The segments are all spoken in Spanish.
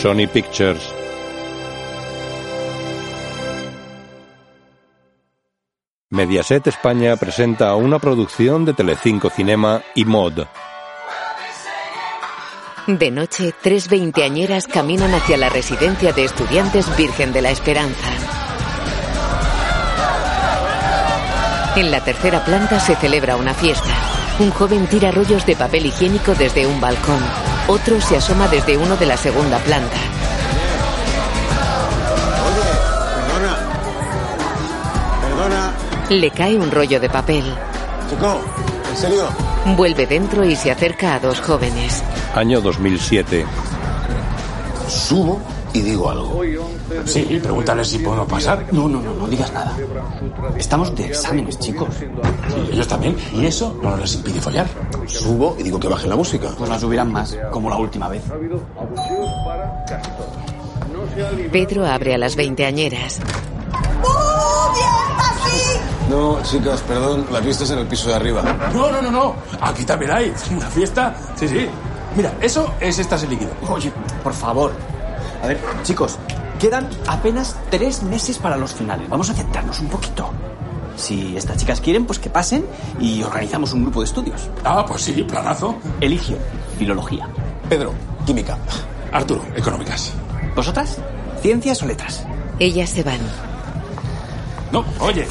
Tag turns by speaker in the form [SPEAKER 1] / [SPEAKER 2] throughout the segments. [SPEAKER 1] Sony Pictures. Mediaset España presenta una producción de Telecinco Cinema y Mod.
[SPEAKER 2] De noche, tres veinteañeras caminan hacia la residencia de estudiantes Virgen de la Esperanza. En la tercera planta se celebra una fiesta. Un joven tira rollos de papel higiénico desde un balcón. Otro se asoma desde uno de la segunda planta.
[SPEAKER 3] Perdona. Perdona.
[SPEAKER 2] Le cae un rollo de papel.
[SPEAKER 3] Chico, ¿en serio?
[SPEAKER 2] Vuelve dentro y se acerca a dos jóvenes.
[SPEAKER 1] Año 2007.
[SPEAKER 4] Subo y digo algo.
[SPEAKER 5] Sí, pregúntale si puedo pasar.
[SPEAKER 4] No, no, no, no digas nada. Estamos de exámenes, chicos.
[SPEAKER 5] Y ellos también. Y eso no les impide follar.
[SPEAKER 4] Subo y digo que baje la música.
[SPEAKER 5] Pues la subirán más, como la última vez.
[SPEAKER 2] Pedro abre a las veinteañeras.
[SPEAKER 3] No, chicas, perdón, las vistas en el piso de arriba.
[SPEAKER 5] No, no, no, no. Aquí también hay una fiesta. Sí, sí. Mira, eso es estás el líquido.
[SPEAKER 4] Oye, por favor. A ver, chicos, quedan apenas tres meses para los finales. Vamos a centrarnos un poquito. Si estas chicas quieren, pues que pasen y organizamos un grupo de estudios.
[SPEAKER 5] Ah, pues sí, planazo.
[SPEAKER 4] Eligio, filología.
[SPEAKER 3] Pedro, química.
[SPEAKER 5] Arturo, económicas.
[SPEAKER 4] ¿Vosotras? ¿Ciencias o letras?
[SPEAKER 2] Ellas se van.
[SPEAKER 5] No, oye.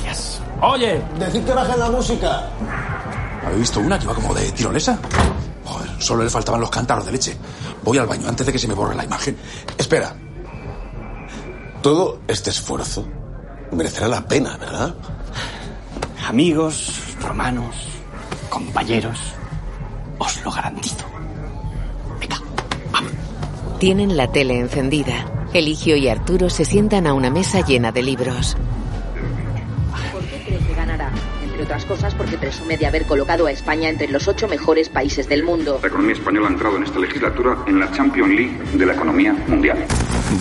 [SPEAKER 5] Oye,
[SPEAKER 3] Decid que bajen la música.
[SPEAKER 5] ¿habéis visto una que va como de tirolesa? Joder, solo le faltaban los cántaros de leche. Voy al baño antes de que se me borre la imagen. Espera.
[SPEAKER 3] Todo este esfuerzo merecerá la pena, ¿verdad?
[SPEAKER 4] Amigos, romanos, compañeros. Os lo garantizo. Venga, vamos.
[SPEAKER 2] Tienen la tele encendida. Eligio y Arturo se sientan a una mesa llena de libros.
[SPEAKER 6] ¿Por qué cree que ganará? Entre otras cosas porque presume de haber colocado a España entre los ocho mejores países del mundo.
[SPEAKER 7] La economía española ha entrado en esta legislatura en la Champions League de la economía mundial.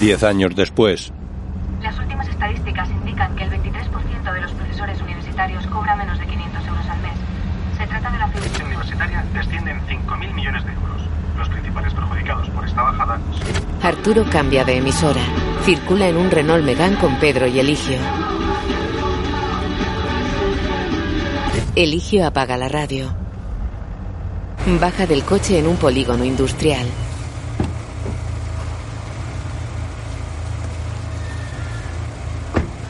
[SPEAKER 1] Diez años después.
[SPEAKER 8] Las últimas estadísticas indican que el 23% de los profesores universitarios cobra menos de 500 euros al mes. Se trata de la figura
[SPEAKER 9] universitaria desciende en 5.000 millones de euros. Los principales perjudicados por esta bajada son...
[SPEAKER 2] Arturo cambia de emisora. Circula en un Renault Megán con Pedro y Eligio. Eligio apaga la radio. Baja del coche en un polígono industrial.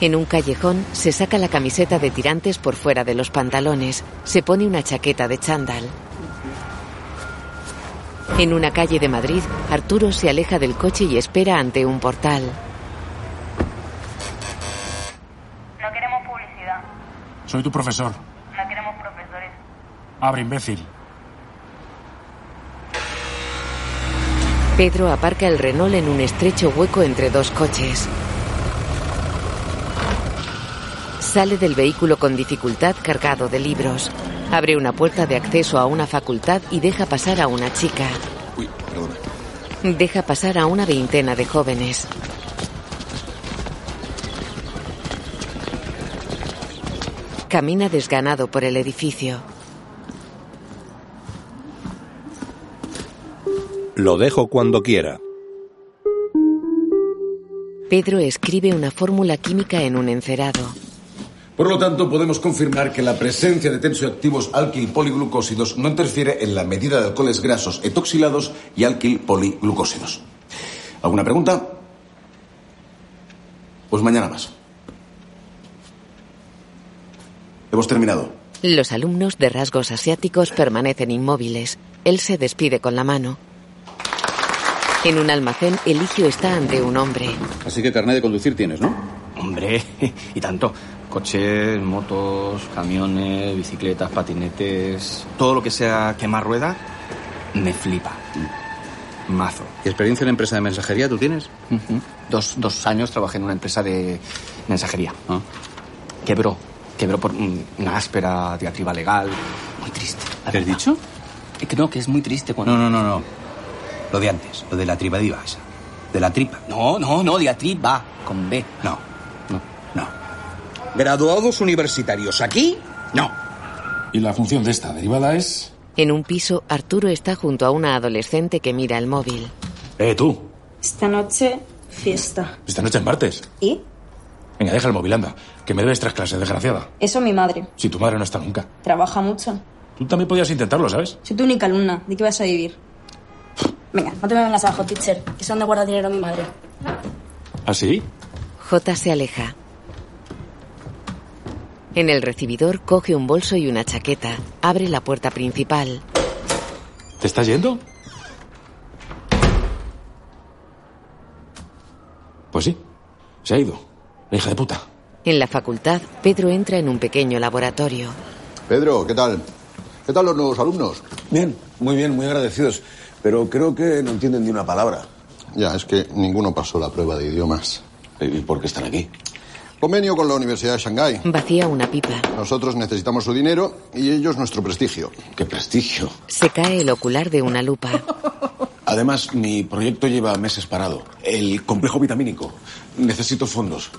[SPEAKER 2] En un callejón se saca la camiseta de tirantes por fuera de los pantalones. Se pone una chaqueta de chándal. En una calle de Madrid, Arturo se aleja del coche y espera ante un portal.
[SPEAKER 8] No queremos publicidad,
[SPEAKER 5] Soy tu profesor.
[SPEAKER 8] no queremos profesores.
[SPEAKER 5] Abre, imbécil.
[SPEAKER 2] Pedro aparca el Renault en un estrecho hueco entre dos coches. Sale del vehículo con dificultad cargado de libros. Abre una puerta de acceso a una facultad y deja pasar a una chica.
[SPEAKER 3] Uy, perdona.
[SPEAKER 2] Deja pasar a una veintena de jóvenes. Camina desganado por el edificio.
[SPEAKER 1] Lo dejo cuando quiera.
[SPEAKER 2] Pedro escribe una fórmula química en un encerado.
[SPEAKER 3] Por lo tanto, podemos confirmar que la presencia de tensioactivos alquil poliglucósidos no interfiere en la medida de alcoholes grasos etoxilados y alquil poliglucósidos. ¿Alguna pregunta? Pues mañana más. Hemos terminado.
[SPEAKER 2] Los alumnos de rasgos asiáticos permanecen inmóviles. Él se despide con la mano. En un almacén, Eligio está ante un hombre.
[SPEAKER 10] Así que carnet de conducir tienes, ¿no?
[SPEAKER 4] Hombre, y tanto. Coches, motos, camiones, bicicletas, patinetes. Todo lo que sea quemar rueda, me flipa. Mazo.
[SPEAKER 10] Mm. ¿Y experiencia en empresa de mensajería tú tienes?
[SPEAKER 4] Ujú. dos, dos años trabajé en una empresa de mensajería.
[SPEAKER 10] Ah.
[SPEAKER 4] Quebró. Quebró por un- una áspera diatriba legal. Muy triste. la
[SPEAKER 10] ¿Te has
[SPEAKER 4] verdad.
[SPEAKER 10] dicho?
[SPEAKER 4] Eh, Que no, que es muy triste cuando.
[SPEAKER 10] No, no, no, no. Lo de antes, lo de la tribadiva esa. De la tripa.
[SPEAKER 4] No, no, no, diatriba. Con B.
[SPEAKER 10] No, no, no. ¿Graduados universitarios aquí? No.
[SPEAKER 5] Y la función de esta derivada es...
[SPEAKER 2] En un piso, Arturo está junto a una adolescente que mira el móvil.
[SPEAKER 5] Eh, tú.
[SPEAKER 11] Esta noche, fiesta.
[SPEAKER 5] Esta noche es martes.
[SPEAKER 11] ¿Y?
[SPEAKER 5] Venga, deja el móvil, anda. Que me debes tres clases, desgraciada.
[SPEAKER 11] Eso mi madre.
[SPEAKER 5] Si tu madre no está nunca.
[SPEAKER 11] Trabaja mucho.
[SPEAKER 5] Tú también podías intentarlo, ¿sabes?
[SPEAKER 11] Soy tu única alumna. ¿De qué vas a vivir? Venga, no te me vengas abajo, teacher. Que son de guarda dinero mi madre.
[SPEAKER 5] ¿Ah, sí?
[SPEAKER 2] J se aleja. En el recibidor coge un bolso y una chaqueta. Abre la puerta principal.
[SPEAKER 5] ¿Te estás yendo? Pues sí, se ha ido. La hija de puta.
[SPEAKER 2] En la facultad, Pedro entra en un pequeño laboratorio.
[SPEAKER 12] Pedro, ¿qué tal? ¿Qué tal los nuevos alumnos?
[SPEAKER 3] Bien, muy bien, muy agradecidos. Pero creo que no entienden ni una palabra.
[SPEAKER 12] Ya, es que ninguno pasó la prueba de idiomas.
[SPEAKER 3] ¿Y por qué están aquí?
[SPEAKER 12] Convenio con la Universidad de Shanghái.
[SPEAKER 2] Vacía una pipa.
[SPEAKER 12] Nosotros necesitamos su dinero y ellos nuestro prestigio.
[SPEAKER 3] ¿Qué prestigio?
[SPEAKER 2] Se cae el ocular de una lupa.
[SPEAKER 3] Además, mi proyecto lleva meses parado. El complejo vitamínico. Necesito fondos.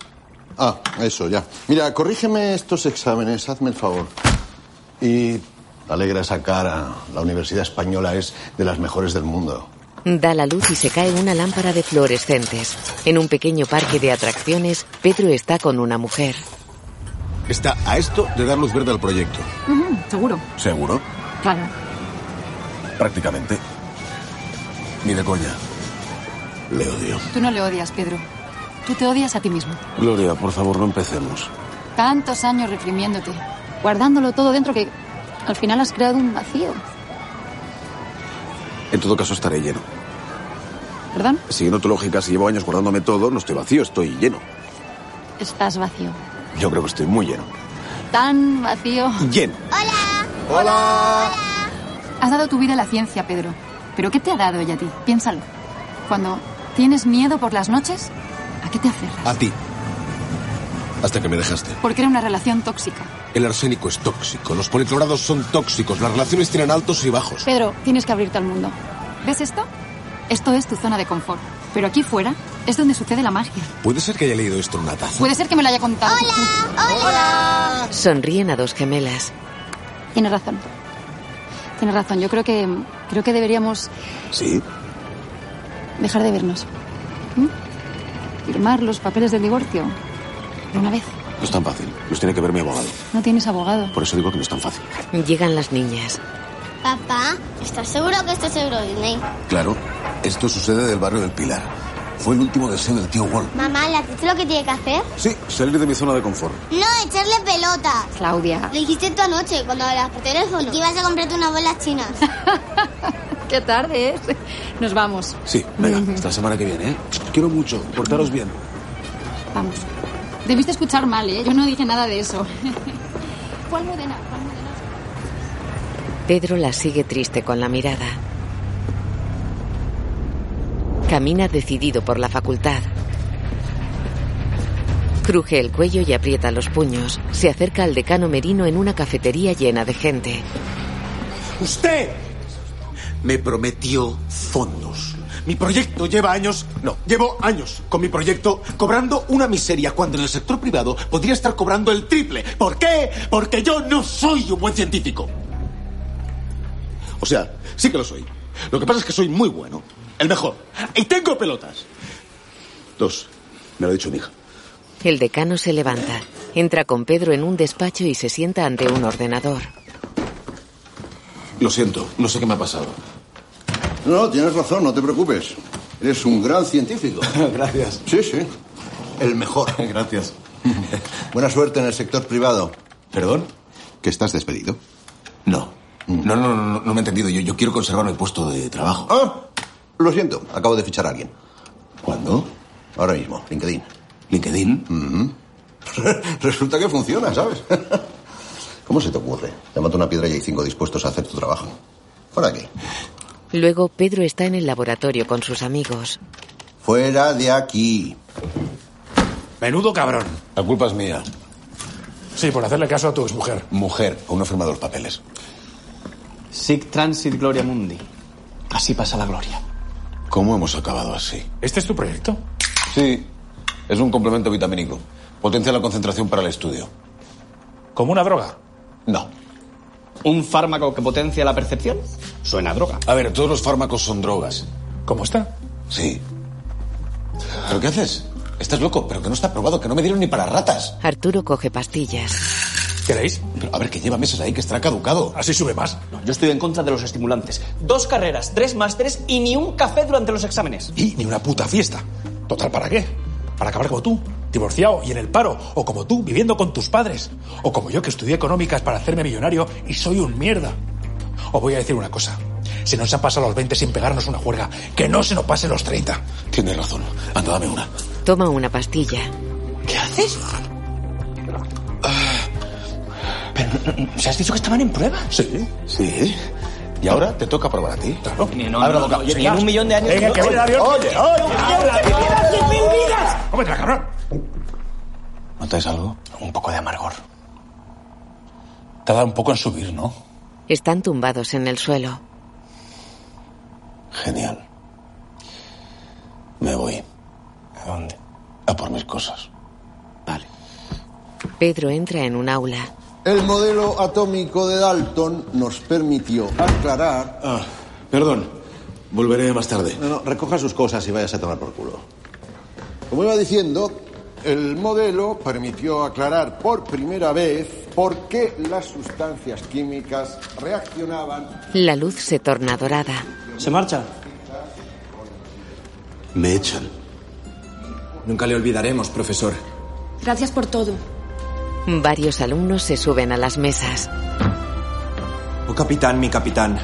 [SPEAKER 12] Ah, eso ya. Mira, corrígeme estos exámenes, hazme el favor.
[SPEAKER 3] Y alegra sacar a La Universidad Española es de las mejores del mundo.
[SPEAKER 2] Da la luz y se cae una lámpara de fluorescentes. En un pequeño parque de atracciones, Pedro está con una mujer.
[SPEAKER 12] Está a esto de dar luz verde al proyecto.
[SPEAKER 13] Ujú, seguro.
[SPEAKER 12] ¿Seguro?
[SPEAKER 13] Claro.
[SPEAKER 3] Prácticamente. Ni de coña. Le odio.
[SPEAKER 13] Tú no le odias, Pedro. Tú te odias a ti mismo.
[SPEAKER 3] Gloria, por favor, no empecemos.
[SPEAKER 13] Tantos años reprimiéndote, guardándolo todo dentro que al final has creado un vacío.
[SPEAKER 3] En todo caso, estaré lleno.
[SPEAKER 13] ¿Perdón?
[SPEAKER 3] Siguiendo tu lógica, si llevo años guardándome todo, no estoy vacío, estoy lleno.
[SPEAKER 13] Estás vacío.
[SPEAKER 3] Yo creo que estoy muy lleno.
[SPEAKER 13] Tan vacío.
[SPEAKER 3] Lleno.
[SPEAKER 12] Hola.
[SPEAKER 13] Has dado tu vida a la ciencia, Pedro. ¿Pero qué te ha dado ella a ti? Piénsalo. Cuando tienes miedo por las noches, ¿a qué te aferras?
[SPEAKER 3] A ti. Hasta que me dejaste.
[SPEAKER 13] Porque era una relación tóxica.
[SPEAKER 3] El arsénico es tóxico, los policlorados son tóxicos, las relaciones tienen altos y bajos.
[SPEAKER 13] Pedro, tienes que abrirte al mundo. ¿Ves esto? Esto es tu zona de confort. Pero aquí fuera es donde sucede la magia.
[SPEAKER 3] Puede ser que haya leído esto en una taza.
[SPEAKER 13] Puede ser que me lo haya contado. ¡Hola! ¡Hola!
[SPEAKER 2] Sonríen a dos gemelas.
[SPEAKER 13] Tienes razón. Tienes razón. Yo creo que creo que deberíamos
[SPEAKER 3] Sí,
[SPEAKER 13] dejar de vernos. ¿Mm? Firmar los papeles del divorcio. De una vez.
[SPEAKER 3] no es tan fácil. Los tiene que ver mi abogado.
[SPEAKER 13] No tienes abogado.
[SPEAKER 3] Por eso digo que no es tan fácil.
[SPEAKER 2] Llegan las niñas.
[SPEAKER 14] Papá, ¿estás seguro que esto es Euro Disney?
[SPEAKER 3] Claro, esto sucede del barrio del Pilar. Fue el último deseo del tío Wall.
[SPEAKER 14] Mamá, ¿le has dicho lo que tiene que hacer?
[SPEAKER 3] Sí, salir de mi zona de confort.
[SPEAKER 14] No, echarle pelota.
[SPEAKER 13] Claudia.
[SPEAKER 14] Le dijiste tú anoche cuando hablas por teléfono que ibas a comprarte unas bolas chinas.
[SPEAKER 13] Qué
[SPEAKER 11] eh.
[SPEAKER 13] tarde es. Nos vamos.
[SPEAKER 3] Sí, venga, hasta la semana que viene, ¿eh? Os Quiero mucho, portaros bien.
[SPEAKER 13] Vamos. Debiste escuchar mal, ¿eh? Yo no dije nada de eso. ¿Cuál Modena?
[SPEAKER 2] Pedro la sigue triste con la mirada. Camina decidido por la facultad. Cruje el cuello y aprieta los puños. Se acerca al decano Merino en una cafetería llena de gente.
[SPEAKER 5] ¡Usted!
[SPEAKER 15] Me prometió fondos. Mi proyecto lleva años, no, llevo años con mi proyecto cobrando una miseria cuando en el sector privado podría estar cobrando el triple. ¿Por qué? Porque yo no soy un buen científico. O sea, sí que lo soy. Lo que pasa es que soy muy bueno, el mejor. Y tengo pelotas.
[SPEAKER 3] Dos, me lo ha dicho mi hija.
[SPEAKER 2] El decano se levanta. Entra con Pedro en un despacho y se sienta ante un ordenador.
[SPEAKER 3] Lo siento, no sé qué me ha pasado.
[SPEAKER 12] No, tienes razón, no te preocupes. Eres un gran científico.
[SPEAKER 3] Gracias.
[SPEAKER 12] Sí, sí. El mejor.
[SPEAKER 3] Gracias.
[SPEAKER 12] Buena suerte en el sector privado.
[SPEAKER 3] ¿Perdón?
[SPEAKER 12] ¿Que estás despedido? Mm.
[SPEAKER 3] No. No, no, no, no me he entendido. Yo, yo quiero conservar mi puesto de trabajo.
[SPEAKER 12] Ah, lo siento, acabo de fichar a alguien.
[SPEAKER 3] ¿Cuándo?
[SPEAKER 12] Ahora mismo, LinkedIn. Mm-hmm.
[SPEAKER 3] ¿LinkedIn?
[SPEAKER 12] Resulta que funciona, ¿sabes? ¿Cómo se te ocurre? Llámate una piedra y hay cinco dispuestos a hacer tu trabajo. Fuera de aquí.
[SPEAKER 2] Luego Pedro está en el laboratorio con sus amigos.
[SPEAKER 12] Fuera de aquí.
[SPEAKER 5] Menudo cabrón.
[SPEAKER 3] La culpa es mía.
[SPEAKER 5] Sí, por hacerle caso a tu exmujer.
[SPEAKER 3] Mujer, aún no he firmado los papeles.
[SPEAKER 4] Sic transit gloria mundi. Así pasa la gloria.
[SPEAKER 3] ¿Cómo hemos acabado así?
[SPEAKER 5] ¿Este es tu proyecto?
[SPEAKER 3] Sí, es un complemento vitamínico. Potencia la concentración para el estudio.
[SPEAKER 5] ¿Como una droga?
[SPEAKER 3] No.
[SPEAKER 4] ¿Un fármaco que potencia la
[SPEAKER 3] Ah,
[SPEAKER 4] percepción? Suena a droga.
[SPEAKER 3] A ver, todos los fármacos son drogas.
[SPEAKER 5] ¿Cómo está?
[SPEAKER 3] Sí.
[SPEAKER 16] ¿Pero qué haces? Estás loco, pero que no está aprobado, que no me dieron ni para ratas.
[SPEAKER 2] Arturo coge pastillas.
[SPEAKER 16] ¿Queréis? Pero a ver, que lleva meses ahí, que estará caducado. Así sube más.
[SPEAKER 4] yo estoy en contra de los estimulantes. Dos carreras, tres másteres y ni un café durante los exámenes.
[SPEAKER 5] Y ni una puta fiesta. Total, ¿para qué? Para acabar como tú, divorciado y en el paro. O como tú, viviendo con tus padres. O como yo, que estudié económicas para hacerme millonario y soy un mierda. Os voy a decir una cosa. Se nos han pasado los 20 sin pegarnos una juerga. Que no se nos pasen los 30.
[SPEAKER 16] Tienes razón. Anda, dame una.
[SPEAKER 2] Toma una pastilla.
[SPEAKER 4] ¿Qué haces? Pero, ¿se has dicho que estaban en prueba?
[SPEAKER 16] Sí. Sí. Y ahora te toca probar a ti. Claro.
[SPEAKER 4] Ni, no, no, no, yo ni en un millón de años.
[SPEAKER 5] Venga, que voy al avión.
[SPEAKER 4] Oye, oye,
[SPEAKER 5] habla,
[SPEAKER 4] que quieras cien mil vidas.
[SPEAKER 5] ¡Cómetela, cabrón!
[SPEAKER 16] ¿Notáis algo?
[SPEAKER 5] Un poco de amargor. Tarda un poco en subir, ¿no?
[SPEAKER 2] Están tumbados en el suelo.
[SPEAKER 16] Genial. Me voy. ¿A dónde? A por mis cosas.
[SPEAKER 2] Pedro entra en un aula.
[SPEAKER 12] El modelo atómico de Dalton nos permitió aclarar.
[SPEAKER 16] Ah, Perdón. Volveré más tarde.
[SPEAKER 12] No, no, recoja sus cosas y vayas a tomar por culo. Como iba diciendo, el modelo permitió aclarar por primera vez por qué las sustancias químicas reaccionaban.
[SPEAKER 2] La luz se torna dorada.
[SPEAKER 4] ¿Se marcha?
[SPEAKER 16] Me echan.
[SPEAKER 17] Nunca le olvidaremos, profesor.
[SPEAKER 14] Gracias por todo.
[SPEAKER 2] Varios alumnos se suben a las mesas.
[SPEAKER 17] Oh, capitán, mi capitán.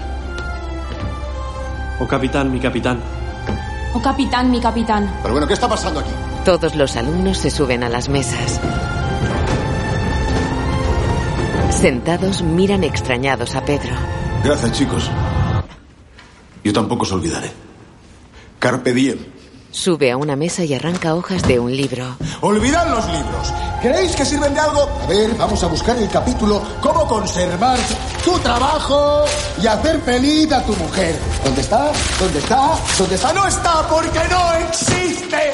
[SPEAKER 18] Oh, capitán, mi capitán.
[SPEAKER 14] Oh, capitán, mi capitán.
[SPEAKER 16] Pero bueno, ¿qué está pasando aquí?
[SPEAKER 2] Todos los alumnos se suben a las mesas. Sentados miran extrañados a Pedro.
[SPEAKER 16] Gracias, chicos. Yo tampoco os olvidaré. Carpe diem.
[SPEAKER 2] Sube a una mesa y arranca hojas de un libro.
[SPEAKER 3] Olvidad los libros. ¿Creéis que sirven de algo? A ver, vamos a buscar el capítulo Cómo conservar tu trabajo y hacer feliz a tu mujer. ¿Dónde está? ¿Dónde está? ¿Dónde está? No está porque no existe.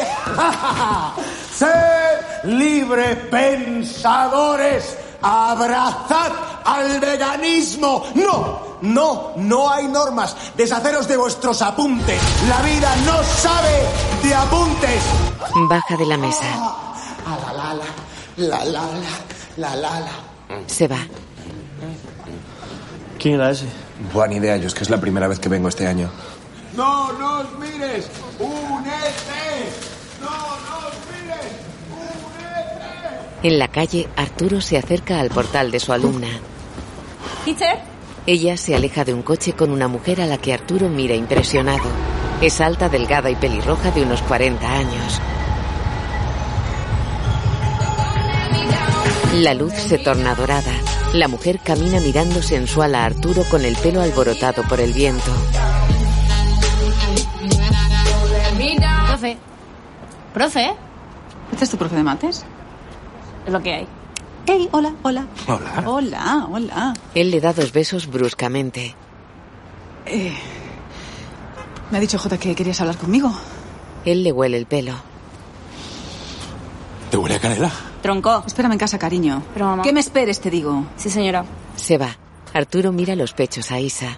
[SPEAKER 3] Sed libre pensadores. Abrazad al veganismo. No, no, no hay normas. Deshaceros de vuestros apuntes. La vida no sabe de apuntes.
[SPEAKER 2] Baja de la mesa.
[SPEAKER 3] A la la la, la la la, la la la.
[SPEAKER 2] Se va.
[SPEAKER 18] ¿Quién era ese?
[SPEAKER 17] Buena idea, yo es que es la primera vez que vengo este año.
[SPEAKER 3] No nos mires, E únete. No nos mires, únete.
[SPEAKER 2] En la calle, Arturo se acerca al portal de su alumna.
[SPEAKER 14] Teacher,
[SPEAKER 2] Ella se aleja de un coche con una mujer a la que Arturo mira impresionado. Es alta, delgada y pelirroja de unos 40 años. La luz se torna dorada. La mujer camina mirando sensual a Arturo con el pelo alborotado por el viento.
[SPEAKER 19] 12. Profe, ¿este es tu profe de mates?
[SPEAKER 14] es lo que hay.
[SPEAKER 19] Hey, hola, hola.
[SPEAKER 17] Hola.
[SPEAKER 19] Hola, hola.
[SPEAKER 2] Él le da dos besos bruscamente.
[SPEAKER 19] Eh, me ha dicho Jota que querías hablar conmigo.
[SPEAKER 2] Él le huele el pelo.
[SPEAKER 16] ¿Te huele a canela?
[SPEAKER 14] Tronco.
[SPEAKER 19] Espérame en casa, cariño.
[SPEAKER 14] Pero mamá.
[SPEAKER 19] Que me esperes, te digo.
[SPEAKER 14] Sí, señora.
[SPEAKER 2] Se va. Arturo mira los pechos a Isa.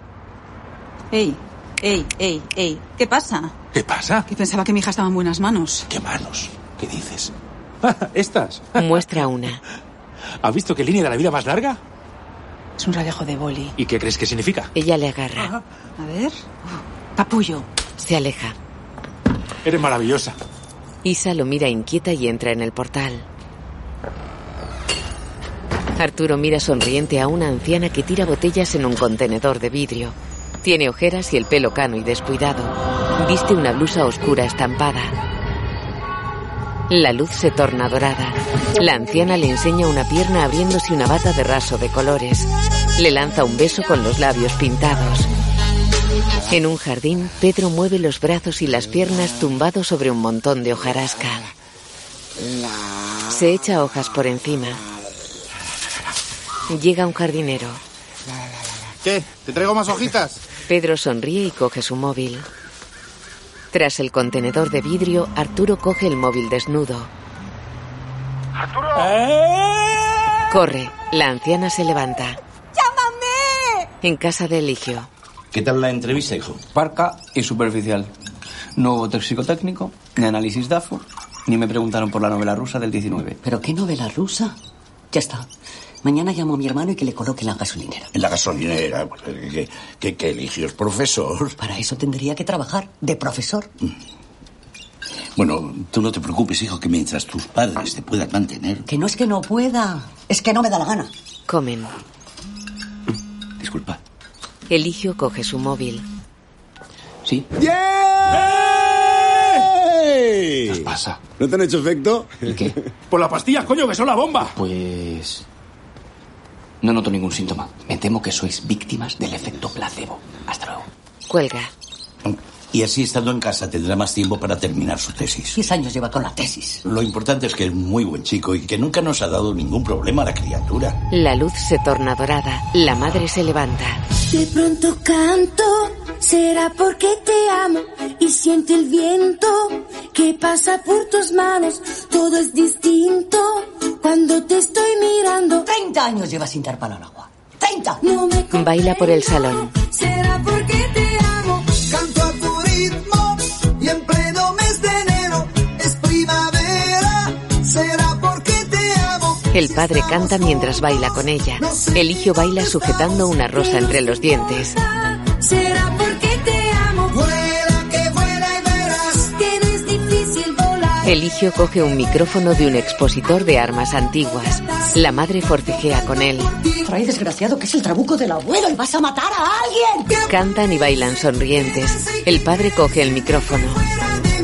[SPEAKER 19] Ey, ey, ey, ey. ¿Qué pasa?
[SPEAKER 5] ¿Qué pasa?
[SPEAKER 19] Que pensaba que mi hija estaba en buenas manos.
[SPEAKER 5] ¿Qué manos? ¿Qué dices? ¿Estas?
[SPEAKER 2] Muestra una.
[SPEAKER 5] ¿Has visto qué línea de la vida más larga?
[SPEAKER 19] Es un rayajo de boli.
[SPEAKER 5] ¿Y qué crees que significa?
[SPEAKER 2] Ella le agarra.
[SPEAKER 19] A ver. Uh, Capullo.
[SPEAKER 2] Se aleja.
[SPEAKER 5] Eres maravillosa.
[SPEAKER 2] Isa lo mira inquieta y entra en el portal. Arturo mira sonriente a una anciana que tira botellas en un contenedor de vidrio. Tiene ojeras y el pelo cano y descuidado. Viste una blusa oscura estampada. La luz se torna dorada. La anciana le enseña una pierna abriéndose una bata de raso de colores. Le lanza un beso con los labios pintados. En un jardín, Pedro mueve los brazos y las piernas tumbado sobre un montón de hojarasca. Se echa hojas por encima. Llega un jardinero.
[SPEAKER 3] ¿Qué? ¿Te traigo más hojitas?
[SPEAKER 2] Pedro sonríe y coge su móvil. Tras el contenedor de vidrio, Arturo coge el móvil desnudo.
[SPEAKER 20] ¡Arturo!
[SPEAKER 2] Corre. La anciana se levanta.
[SPEAKER 14] ¡Llámame!
[SPEAKER 2] En casa de Eligio.
[SPEAKER 21] ¿Qué tal la entrevista, hijo?
[SPEAKER 22] Parca y superficial. No hubo toxicotécnico,
[SPEAKER 4] ni análisis DAFO, ni me preguntaron por la novela rusa del 19.
[SPEAKER 23] ¿Pero qué novela rusa? Ya está. Mañana llamo a mi hermano y que le coloque en la gasolinera.
[SPEAKER 24] En la gasolinera. pues, ¿Qué, qué, qué eligió? profesor?
[SPEAKER 23] Para eso tendría que trabajar de profesor.
[SPEAKER 24] Mm. Bueno, tú no te preocupes, hijo, que mientras tus padres te puedan mantener.
[SPEAKER 23] Que no es que no pueda, es que no me da la gana.
[SPEAKER 2] Comen.
[SPEAKER 24] Disculpa.
[SPEAKER 2] Eligio coge su móvil.
[SPEAKER 4] Sí.
[SPEAKER 3] ¿Qué os pasa? ¿No te han hecho efecto? ¿Y qué?
[SPEAKER 5] Por la pastilla, coño, que son la bomba.
[SPEAKER 4] Pues... No noto ningún síntoma. Me temo que sois víctimas del efecto placebo. Hasta luego.
[SPEAKER 2] Cuelga.
[SPEAKER 24] Y así estando en casa tendrá más tiempo para terminar su tesis.
[SPEAKER 23] Diez años lleva con la tesis.
[SPEAKER 24] Lo importante es que es muy buen chico y que nunca nos ha dado ningún problema a la criatura.
[SPEAKER 2] La luz se torna dorada. La madre se levanta.
[SPEAKER 14] De pronto canto, será porque te amo y siento el viento que pasa por tus manos. Todo es distinto cuando te estoy mirando.
[SPEAKER 23] 30 años lleva sin dar palo al agua. 30.
[SPEAKER 14] No me
[SPEAKER 2] Baila por el salón.
[SPEAKER 14] será porque te amo.
[SPEAKER 25] Canto a tu ritmo y en pleno mes de enero es primavera. Será porque te amo.
[SPEAKER 2] El padre canta mientras baila con ella. Eligio baila sujetando una rosa entre los dientes.
[SPEAKER 14] Será porque te amo.
[SPEAKER 25] Vuela que vuela y verás.
[SPEAKER 14] Que no es difícil volar.
[SPEAKER 2] Eligio coge un micrófono de un expositor de armas antiguas. La madre forcejea con él.
[SPEAKER 23] Trae desgraciado que es el trabuco del abuelo y vas a matar a alguien.
[SPEAKER 2] Cantan y bailan sonrientes. El padre coge el micrófono.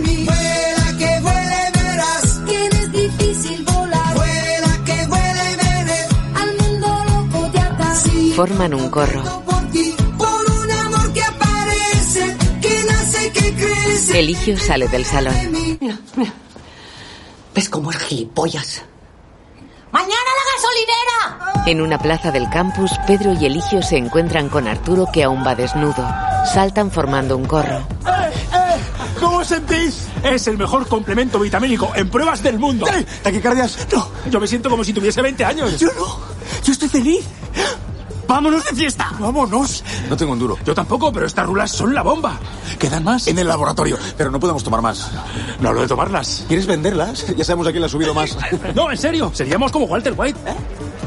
[SPEAKER 25] Vuela que vuela y verás.
[SPEAKER 14] Que no es difícil volar.
[SPEAKER 25] Vuela que vuela y verás.
[SPEAKER 14] Al mundo loco te atas.
[SPEAKER 2] Forman un corro.
[SPEAKER 25] Por ti, por un amor que aparece, que nace, que crece.
[SPEAKER 2] Eligio sale del salón.
[SPEAKER 23] Mira, mira. ¿Ves cómo es gilipollas? ¡Mañana a la gasolinera!
[SPEAKER 2] En una plaza del campus, Pedro y Eligio se encuentran con Arturo que aún va desnudo. Saltan formando un corro.
[SPEAKER 4] Eh,
[SPEAKER 5] ¿Cómo os sentís? Es el mejor complemento vitamínico en pruebas del mundo.
[SPEAKER 4] ¿Taquicardias? No.
[SPEAKER 5] Yo me siento como si tuviese 20 años.
[SPEAKER 4] Yo no. Yo estoy feliz. ¡Vámonos de fiesta!
[SPEAKER 5] Vámonos.
[SPEAKER 3] No tengo un duro.
[SPEAKER 5] Yo tampoco, pero estas rulas son la bomba. ¿Quedan más?
[SPEAKER 3] En el laboratorio, pero no podemos tomar más.
[SPEAKER 5] No hablo de tomarlas.
[SPEAKER 3] ¿Quieres venderlas? Ya sabemos a quién le ha subido más.
[SPEAKER 5] No, en serio. Seríamos como Walter White.
[SPEAKER 4] ¿Eh?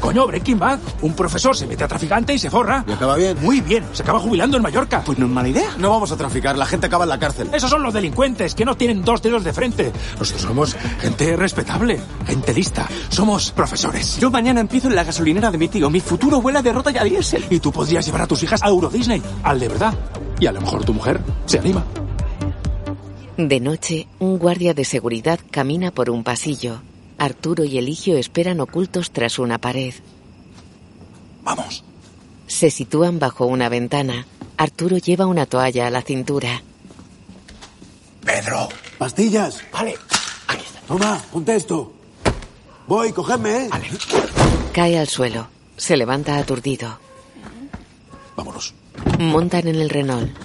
[SPEAKER 5] Coño, Breaking Bad. Un profesor se mete a traficante y se forra.
[SPEAKER 3] ¿Y acaba bien?
[SPEAKER 5] Muy bien. Se acaba jubilando en Mallorca.
[SPEAKER 4] Pues no es mala idea.
[SPEAKER 3] No vamos a traficar, la gente acaba en la cárcel.
[SPEAKER 5] Esos son los delincuentes que no tienen dos dedos de frente. Nosotros somos gente respetable, gente lista. Somos profesores.
[SPEAKER 4] Yo mañana empiezo en la gasolinera de mi tío. Mi futuro vuela de rota y a diésel.
[SPEAKER 5] Y tú podrías llevar a tus hijas a Euro Disney, al de verdad. Y a lo mejor tu mujer se anima.
[SPEAKER 2] De noche, un guardia de seguridad camina por un pasillo. Arturo y Eligio esperan ocultos tras una pared.
[SPEAKER 5] Vamos.
[SPEAKER 2] Se sitúan bajo una ventana. Arturo lleva una toalla a la cintura.
[SPEAKER 5] Pedro.
[SPEAKER 26] Pastillas.
[SPEAKER 5] Vale.
[SPEAKER 26] Toma, ponte esto. Voy, cogedme, ¿eh?
[SPEAKER 2] Cae al suelo. Se levanta aturdido.
[SPEAKER 3] Vámonos.
[SPEAKER 2] Montan en el Renault.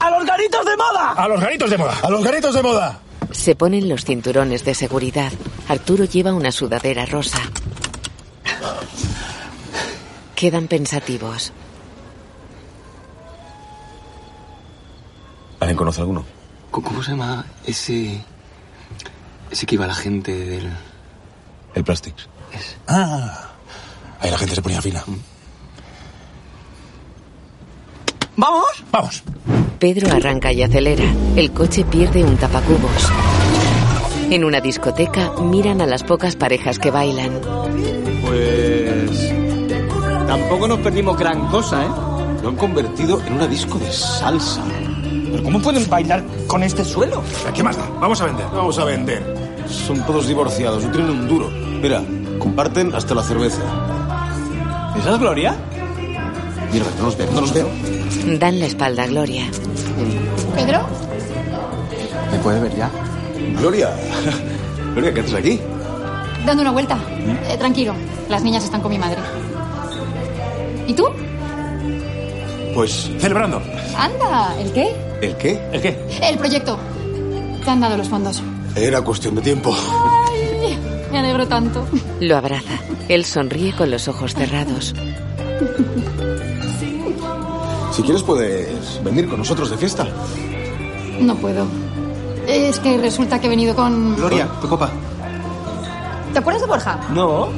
[SPEAKER 4] ¡A los garitos de moda!
[SPEAKER 5] A los garitos de moda. A los garitos de moda.
[SPEAKER 2] Se ponen los cinturones de seguridad. Arturo lleva una sudadera rosa. Quedan pensativos.
[SPEAKER 27] ¿Alguien conoce alguno?
[SPEAKER 4] ¿Cómo se llama ese. ese que iba la gente del.
[SPEAKER 27] El Plastics.
[SPEAKER 5] Ah. Ahí la gente se ponía fina.
[SPEAKER 4] ¡Vamos!
[SPEAKER 5] Vamos.
[SPEAKER 2] Pedro arranca y acelera. El coche pierde un tapacubos. En una discoteca miran a las pocas parejas que bailan.
[SPEAKER 4] Pues. Tampoco nos perdimos gran cosa, ¿eh?
[SPEAKER 3] Lo han convertido en una disco de salsa.
[SPEAKER 4] ¿Pero cómo pueden bailar con este suelo?
[SPEAKER 5] ¿Qué más da? Vamos a vender.
[SPEAKER 3] Vamos a vender. Son todos divorciados, no tienen un duro. Mira, comparten hasta la cerveza.
[SPEAKER 4] ¿Esa es Gloria?
[SPEAKER 3] Mira, no los veo, no los veo.
[SPEAKER 2] Dan la espalda a Gloria.
[SPEAKER 13] ¿Pedro?
[SPEAKER 4] ¿Me puede ver ya?
[SPEAKER 3] Gloria. Gloria, ¿qué haces aquí?
[SPEAKER 13] Dando una vuelta. Eh, tranquilo, las niñas están con mi madre. ¿Y tú?
[SPEAKER 3] Pues,
[SPEAKER 5] Celebrando.
[SPEAKER 13] Anda, ¿el qué?
[SPEAKER 3] ¿el qué?
[SPEAKER 5] ¿El qué?
[SPEAKER 13] El proyecto. Te han dado los fondos.
[SPEAKER 3] Era cuestión de tiempo.
[SPEAKER 13] Ay, me alegro tanto.
[SPEAKER 2] Lo abraza. Él sonríe con los ojos cerrados.
[SPEAKER 3] Si quieres, puedes venir con nosotros de fiesta.
[SPEAKER 13] No puedo. Es que resulta que he venido con...
[SPEAKER 4] Gloria, tu pues, copa.
[SPEAKER 13] ¿Te acuerdas de Borja?
[SPEAKER 4] No.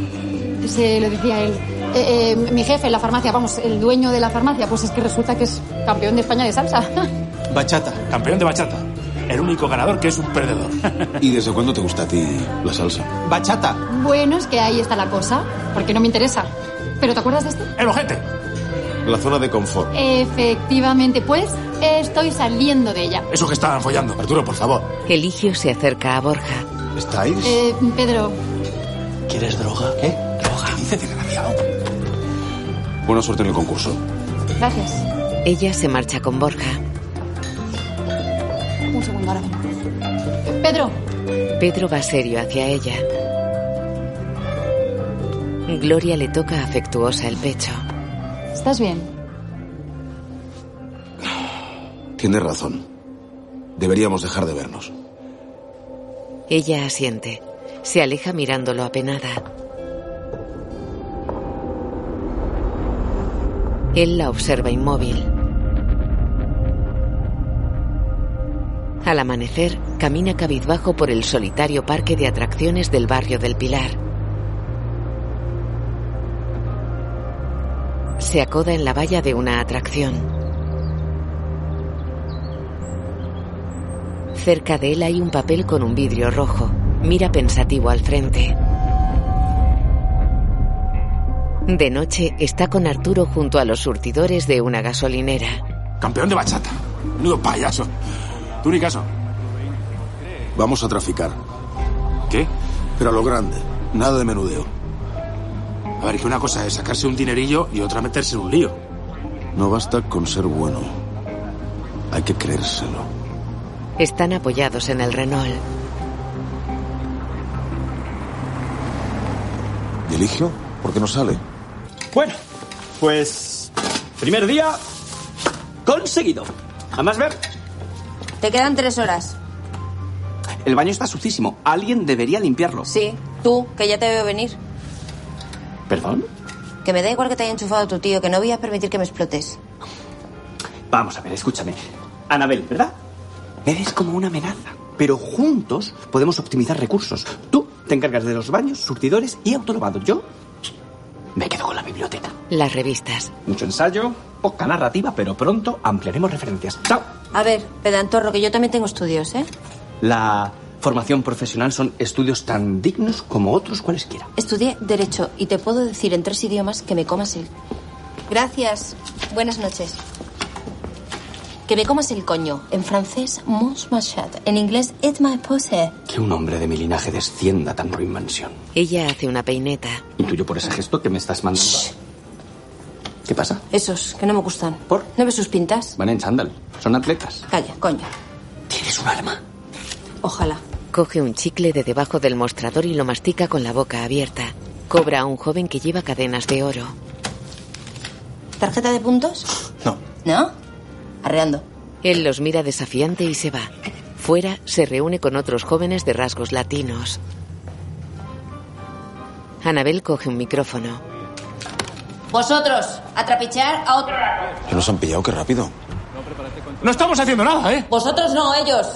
[SPEAKER 13] Se lo decía él. Eh, eh, mi jefe en la farmacia, vamos, el dueño de la farmacia, pues es que resulta que es campeón de España de salsa.
[SPEAKER 4] Bachata.
[SPEAKER 5] Campeón de bachata. El único ganador que es un perdedor.
[SPEAKER 3] ¿Y desde cuándo te gusta a ti la salsa?
[SPEAKER 4] Bachata.
[SPEAKER 13] Bueno, es que ahí está la cosa, porque no me interesa. ¿Pero te acuerdas de este? esto?
[SPEAKER 5] ¡El ojete!
[SPEAKER 3] La zona de confort.
[SPEAKER 13] Efectivamente, pues estoy saliendo de ella.
[SPEAKER 5] Eso que estaban follando. Arturo, por favor.
[SPEAKER 2] Eligio se acerca a Borja.
[SPEAKER 3] ¿Estáis?
[SPEAKER 13] Eh, Pedro,
[SPEAKER 4] ¿Quieres droga? ¿Qué? Droga. Dice desgraciado.
[SPEAKER 3] Buena suerte en el concurso.
[SPEAKER 13] gracias.
[SPEAKER 2] Ella se marcha con Borja.
[SPEAKER 13] Un segundo, ahora vengo. Pedro,
[SPEAKER 2] Pedro va serio hacia ella. Gloria le toca afectuosa el pecho.
[SPEAKER 13] ¿estás bien?
[SPEAKER 3] Tienes razón. Deberíamos dejar de vernos.
[SPEAKER 2] Ella asiente. Se aleja mirándolo apenada. Él la observa inmóvil. Al amanecer, camina cabizbajo por el solitario parque de atracciones del barrio del Pilar. Se acoda en la valla de una atracción. Cerca de él hay un papel con un vidrio rojo. Mira pensativo al frente. De noche está con Arturo junto a los surtidores de una gasolinera.
[SPEAKER 5] Campeón de bachata. Menudo payaso. Tú ni caso.
[SPEAKER 3] Vamos a traficar.
[SPEAKER 5] ¿Qué?
[SPEAKER 3] Pero a lo grande. Nada de menudeo.
[SPEAKER 5] A ver, que una cosa es sacarse un dinerillo y otra meterse en un lío.
[SPEAKER 3] No basta con ser bueno. Hay que creérselo.
[SPEAKER 2] Están apoyados en el Renault.
[SPEAKER 3] ¿Y Eligio? ¿Por qué no sale?
[SPEAKER 4] Bueno, pues. Primer día. Conseguido. A más ver.
[SPEAKER 23] Te quedan tres horas.
[SPEAKER 4] El baño está sucísimo. Alguien debería limpiarlo.
[SPEAKER 23] Sí, tú, que ya te veo venir.
[SPEAKER 4] ¿Perdón?
[SPEAKER 23] Que me da igual que te haya enchufado tu tío, que no voy a permitir que me explotes.
[SPEAKER 4] Vamos a ver, escúchame. Anabel, ¿verdad? Me ves como una amenaza. Pero juntos podemos optimizar recursos. Tú te encargas de los baños, surtidores y autolavado. Yo me quedo con la biblioteca.
[SPEAKER 2] Las revistas.
[SPEAKER 4] Mucho ensayo, poca narrativa, pero pronto ampliaremos referencias. ¡Chao!
[SPEAKER 23] A ver, pedantorro, que yo también tengo estudios, ¿eh?
[SPEAKER 4] La formación profesional son estudios tan dignos como otros cualesquiera.
[SPEAKER 23] Estudié Derecho y te puedo decir en tres idiomas que me comas el... Gracias. Buenas noches. Que me comas el coño. En francés, mon machat. En inglés, et ma pose.
[SPEAKER 4] Que un hombre de mi linaje descienda tan ruin mansión.
[SPEAKER 2] Ella hace una peineta.
[SPEAKER 4] Intuyo por ese gesto que me estás mandando. ¿Qué pasa?
[SPEAKER 23] Esos, que no me gustan. ¿Por? ¿No ves sus pintas?
[SPEAKER 4] Van en chándal. Son atletas.
[SPEAKER 23] Calla, coño.
[SPEAKER 4] Tienes un arma.
[SPEAKER 23] Ojalá.
[SPEAKER 2] Coge un chicle de debajo del mostrador y lo mastica con la boca abierta. Cobra a un joven que lleva cadenas de oro.
[SPEAKER 23] ¿Tarjeta de puntos?
[SPEAKER 4] No.
[SPEAKER 23] ¿No? Arreando.
[SPEAKER 2] Él los mira desafiante y se va. Fuera se reúne con otros jóvenes de rasgos latinos. Anabel coge un micrófono.
[SPEAKER 23] Vosotros, a trapichear a otro rato.
[SPEAKER 3] Ya nos han pillado, qué rápido.
[SPEAKER 5] No estamos haciendo nada, ¿eh?
[SPEAKER 23] Vosotros no, ellos.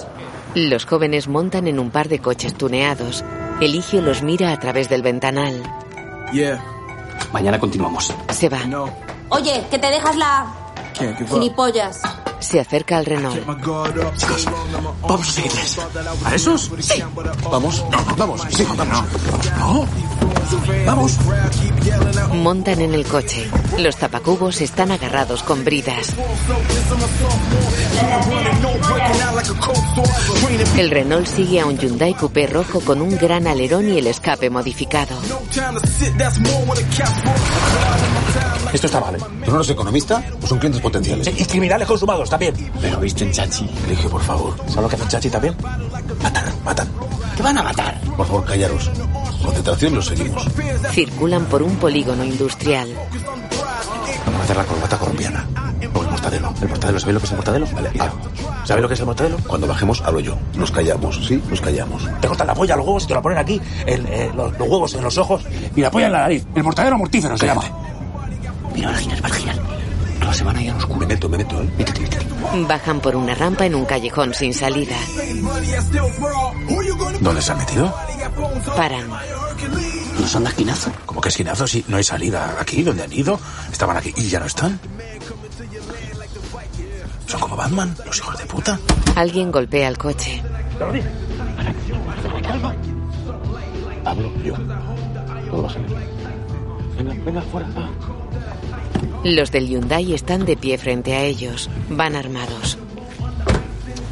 [SPEAKER 2] Los jóvenes montan en un par de coches tuneados. Eligio los mira a través del ventanal.
[SPEAKER 4] Yeah. Mañana continuamos.
[SPEAKER 2] Se va.
[SPEAKER 23] Oye, que te dejas la...
[SPEAKER 4] ¿Qué? ¿Qué
[SPEAKER 23] gilipollas.
[SPEAKER 2] Se acerca al Renault.
[SPEAKER 4] Chicos, vamos
[SPEAKER 5] Pues
[SPEAKER 4] a seguirles.
[SPEAKER 5] ¿A esos?
[SPEAKER 4] Sí.
[SPEAKER 3] Vamos, vamos, sí, vamos.
[SPEAKER 5] No. Vamos.
[SPEAKER 2] Montan en el coche. Los tapacubos están agarrados con bridas. El Renault sigue a un Hyundai Coupé rojo con un gran alerón y el escape modificado.
[SPEAKER 5] Esto está mal. ¿eh?
[SPEAKER 3] ¿Tú no eres economista? Pues son clientes potenciales.
[SPEAKER 5] Y Eh, criminales consumados también.
[SPEAKER 4] Pero viste en Chachi.
[SPEAKER 3] Elige, por favor.
[SPEAKER 5] ¿Sabes lo que hacen Chachi también? Matan, matan.
[SPEAKER 4] ¿Qué van a matar?
[SPEAKER 3] Por favor, callaros. Concentración, lo seguimos.
[SPEAKER 2] Circulan por un polígono industrial.
[SPEAKER 5] Vamos a hacer la corbata colombiana. O el mortadelo. ¿El mortadelo? ¿Sabéis lo que es el mortadelo? Ah. Vale, mira. ¿Sabéis lo que es el mortadelo?
[SPEAKER 3] Cuando bajemos, hablo yo. Nos callamos, ¿sí? Nos callamos.
[SPEAKER 5] Te cortan la polla, los huevos y te la ponen aquí, el, eh, los, los huevos en los ojos y la polla en la nariz. El mortadero mortífero se llama.
[SPEAKER 4] Mira, marginal, marginal. No
[SPEAKER 2] se van a ir a oscuro.
[SPEAKER 28] Me meto, me meto, ¿eh?
[SPEAKER 2] Bajan por una rampa en un callejón sin salida.
[SPEAKER 5] ¿Dónde se han metido?
[SPEAKER 2] Paran.
[SPEAKER 5] No son de esquinazo. ¿Cómo que esquinazo? Si no hay salida aquí, ¿dónde han ido? Estaban aquí y ya no están. Son como Batman, los hijos de puta.
[SPEAKER 2] Alguien golpea el coche.
[SPEAKER 28] Calma. Hablo yo. Todo va a salir. Venga, venga, fuera.
[SPEAKER 2] Los del Hyundai están de pie frente a ellos. Van armados.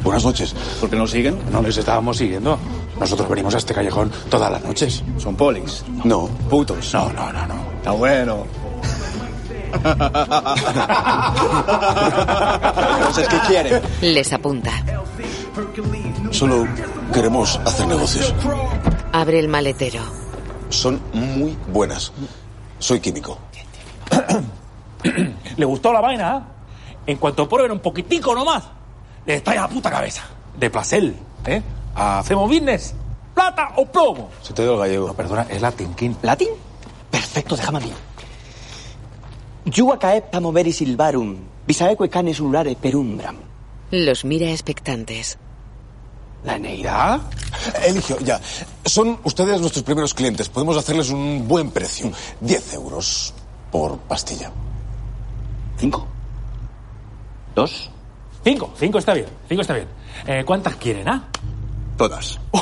[SPEAKER 5] Buenas noches. ¿Por qué nos siguen? No les estábamos siguiendo. Nosotros venimos a este callejón todas las noches. ¿Son polis? No. ¿Putos? No, no, no, no.
[SPEAKER 10] Está bueno.
[SPEAKER 5] Entonces, ¿qué quieren?
[SPEAKER 2] Les apunta.
[SPEAKER 12] Solo queremos hacer negocios.
[SPEAKER 2] Abre el maletero.
[SPEAKER 12] Son muy buenas. Soy químico.
[SPEAKER 6] ¿Le gustó la vaina? eh? En cuanto prueben un poquitico nomás, le estalla la puta cabeza. De placer, ¿eh? ¿Hacemos business? ¿Plata o plomo?
[SPEAKER 5] Se te dio el gallego. No, perdona, es latín, King.
[SPEAKER 4] ¿Latín? Perfecto, déjame a mí. Juaca epta moveri silvarum, visaeque canes ululare perumbram.
[SPEAKER 2] Los mira expectantes.
[SPEAKER 4] ¿La Neira?
[SPEAKER 12] Eligio, ya. Son ustedes nuestros primeros clientes. Podemos hacerles un buen precio. 10 euros por pastilla.
[SPEAKER 4] ¿Cinco?
[SPEAKER 6] ¿Dos? Cinco, cinco está bien, cinco está bien. Eh, ¿Cuántas quieren, ah?
[SPEAKER 12] Todas. Eh.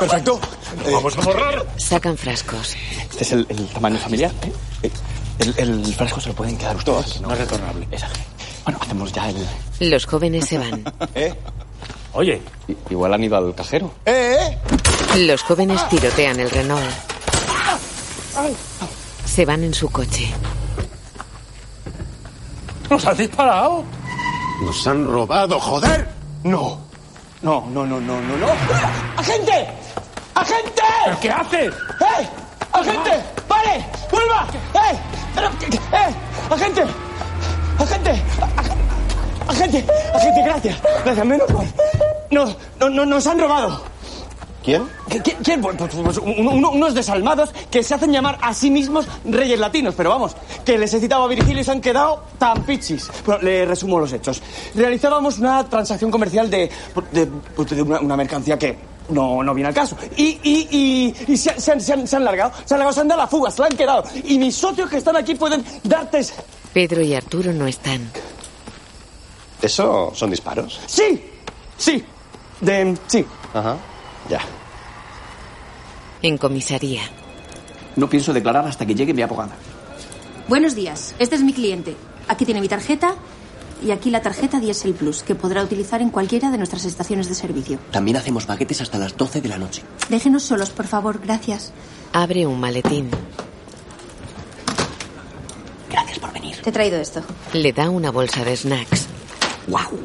[SPEAKER 12] Perfecto.
[SPEAKER 6] Vamos a borrar.
[SPEAKER 2] Sacan frascos.
[SPEAKER 4] Este es el, el tamaño familiar. ¿eh? El, el frasco se lo pueden quedar ustedes.
[SPEAKER 6] No es retornable.
[SPEAKER 4] Esa. Bueno, hacemos ya el...
[SPEAKER 2] Los jóvenes se van.
[SPEAKER 6] Oye.
[SPEAKER 4] ¿Eh? Igual han ido al cajero.
[SPEAKER 12] ¿Eh?
[SPEAKER 2] Los jóvenes tirotean el Renault. Se van en su coche.
[SPEAKER 6] ¿Nos han disparado?
[SPEAKER 12] Nos han robado, joder.
[SPEAKER 4] No. No, no, no, no, no, no. ¡Ah! ¡Agente! ¡Agente!
[SPEAKER 6] ¿Pero qué haces?
[SPEAKER 4] ¡Eh! ¡Agente! ¡Vale! ¡Vuelva! ¡Eh! Pero, ¡Eh! ¡Agente! ¡Agente! ¡Ag- ¡Agente! ¡Agente, gracias! Gracias, menos mal. No, no, no, nos han robado.
[SPEAKER 12] ¿Quién?
[SPEAKER 4] ¿Qui- qui- ¿Quién? Pues, pues, pues, un- un- unos desalmados que se hacen llamar a sí mismos reyes latinos, pero vamos, que les he citado a Virgilio y se han quedado tan pichis. Bueno, le resumo los hechos. Realizábamos una transacción comercial de, de, pues, de una, una mercancía que no, no viene al caso. Y, y, y, y se, se han, se, han, se han largado, se han largado, se han dado la fuga, se la han quedado. Y mis socios que están aquí pueden dar test.
[SPEAKER 2] Pedro y Arturo no están.
[SPEAKER 10] ¿Eso son disparos?
[SPEAKER 4] ¡Sí! ¡Sí! De, sí.
[SPEAKER 10] Ajá. Ya.
[SPEAKER 2] En comisaría.
[SPEAKER 4] No pienso declarar hasta que llegue mi abogada.
[SPEAKER 23] Buenos días, este es mi cliente. Aquí tiene mi tarjeta y aquí la tarjeta Diesel Plus, que podrá utilizar en cualquiera de nuestras estaciones de servicio.
[SPEAKER 29] También hacemos paquetes hasta las 12 de la noche.
[SPEAKER 23] Déjenos solos, por favor, gracias.
[SPEAKER 2] Abre un maletín.
[SPEAKER 29] Gracias por venir.
[SPEAKER 23] Te he traído esto.
[SPEAKER 2] Le da una bolsa de snacks.
[SPEAKER 29] ¡Wow!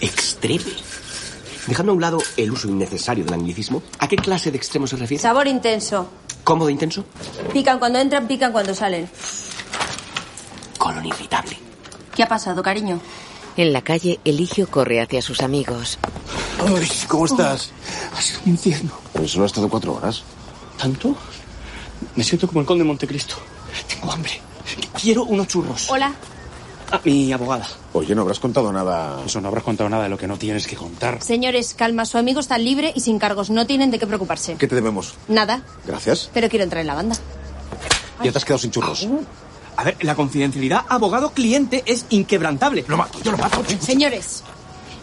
[SPEAKER 29] Extreme. Dejando a un lado el uso innecesario del anglicismo, ¿a qué clase de extremo se refiere?
[SPEAKER 23] Sabor intenso.
[SPEAKER 29] ¿Cómodo intenso?
[SPEAKER 23] Pican cuando entran, pican cuando salen.
[SPEAKER 29] Colon irritable.
[SPEAKER 23] ¿Qué ha pasado, cariño?
[SPEAKER 2] En la calle, Eligio corre hacia sus amigos.
[SPEAKER 12] Ay, ¿cómo estás?
[SPEAKER 4] Ha sido un infierno.
[SPEAKER 12] Pues solo ha estado cuatro horas.
[SPEAKER 4] ¿Tanto? Me siento como el conde de Montecristo. Tengo hambre. Quiero unos churros.
[SPEAKER 23] Hola.
[SPEAKER 4] Ah, mi abogada.
[SPEAKER 12] Oye, no habrás contado nada.
[SPEAKER 5] Eso no habrás contado nada de lo que no tienes que contar.
[SPEAKER 23] Señores, calma, su amigo está libre y sin cargos. No tienen de qué preocuparse.
[SPEAKER 12] ¿Qué te debemos?
[SPEAKER 23] Nada,
[SPEAKER 12] Gracias.
[SPEAKER 23] pero quiero entrar en la banda.
[SPEAKER 12] Ya te has quedado sin churros.
[SPEAKER 4] A ver, la confidencialidad abogado-cliente es inquebrantable. Lo mato, yo lo mato.
[SPEAKER 23] Señores,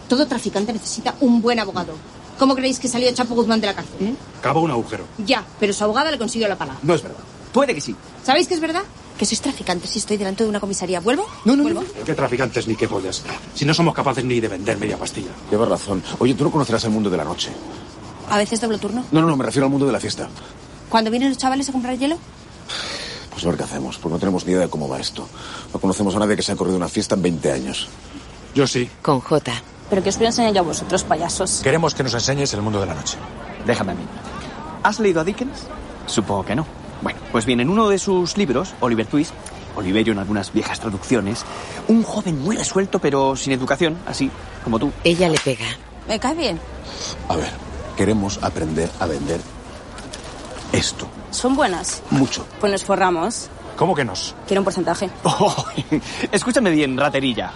[SPEAKER 23] todo traficante necesita un buen abogado. ¿Cómo creéis que salió Chapo Guzmán de la cárcel?
[SPEAKER 5] Cava un agujero.
[SPEAKER 23] Ya, pero su abogada le consiguió la paga.
[SPEAKER 5] No es verdad.
[SPEAKER 4] Puede que sí.
[SPEAKER 23] ¿Sabéis que es verdad? Que sois traficantes si estoy delante de una comisaría. ¿Vuelvo? No, no, ¿Vuelvo?
[SPEAKER 5] ¿Qué traficantes ni qué pollas? Si no somos capaces ni de vender media pastilla.
[SPEAKER 12] Llevas razón. Oye, tú no conocerás el mundo de la noche.
[SPEAKER 23] A veces doblo turno.
[SPEAKER 12] No, no, no, me refiero al mundo de la fiesta.
[SPEAKER 23] Cuando vienen los chavales a comprar hielo,
[SPEAKER 12] Pues a ver qué hacemos, porque no tenemos ni idea de cómo va esto. No conocemos a nadie que se ha corrido una fiesta en 20 años.
[SPEAKER 5] Yo sí.
[SPEAKER 2] Con J.
[SPEAKER 14] Pero que os voy a enseñar yo a vosotros, payasos.
[SPEAKER 5] Queremos que nos enseñes el mundo de la noche.
[SPEAKER 4] Déjame a mí. ¿Has leído a Dickens? Supongo que no. Bueno, pues bien, en uno de sus libros, Oliver Twist, Oliverio en algunas viejas traducciones, un joven muy resuelto pero sin educación, así como tú.
[SPEAKER 2] Ella le pega.
[SPEAKER 23] me cae bien.
[SPEAKER 12] A ver, queremos aprender a vender esto.
[SPEAKER 14] Son buenas.
[SPEAKER 12] Mucho.
[SPEAKER 14] Pues nos forramos.
[SPEAKER 5] ¿Cómo que nos?
[SPEAKER 14] Quiero un porcentaje.
[SPEAKER 4] escúchame bien, raterilla.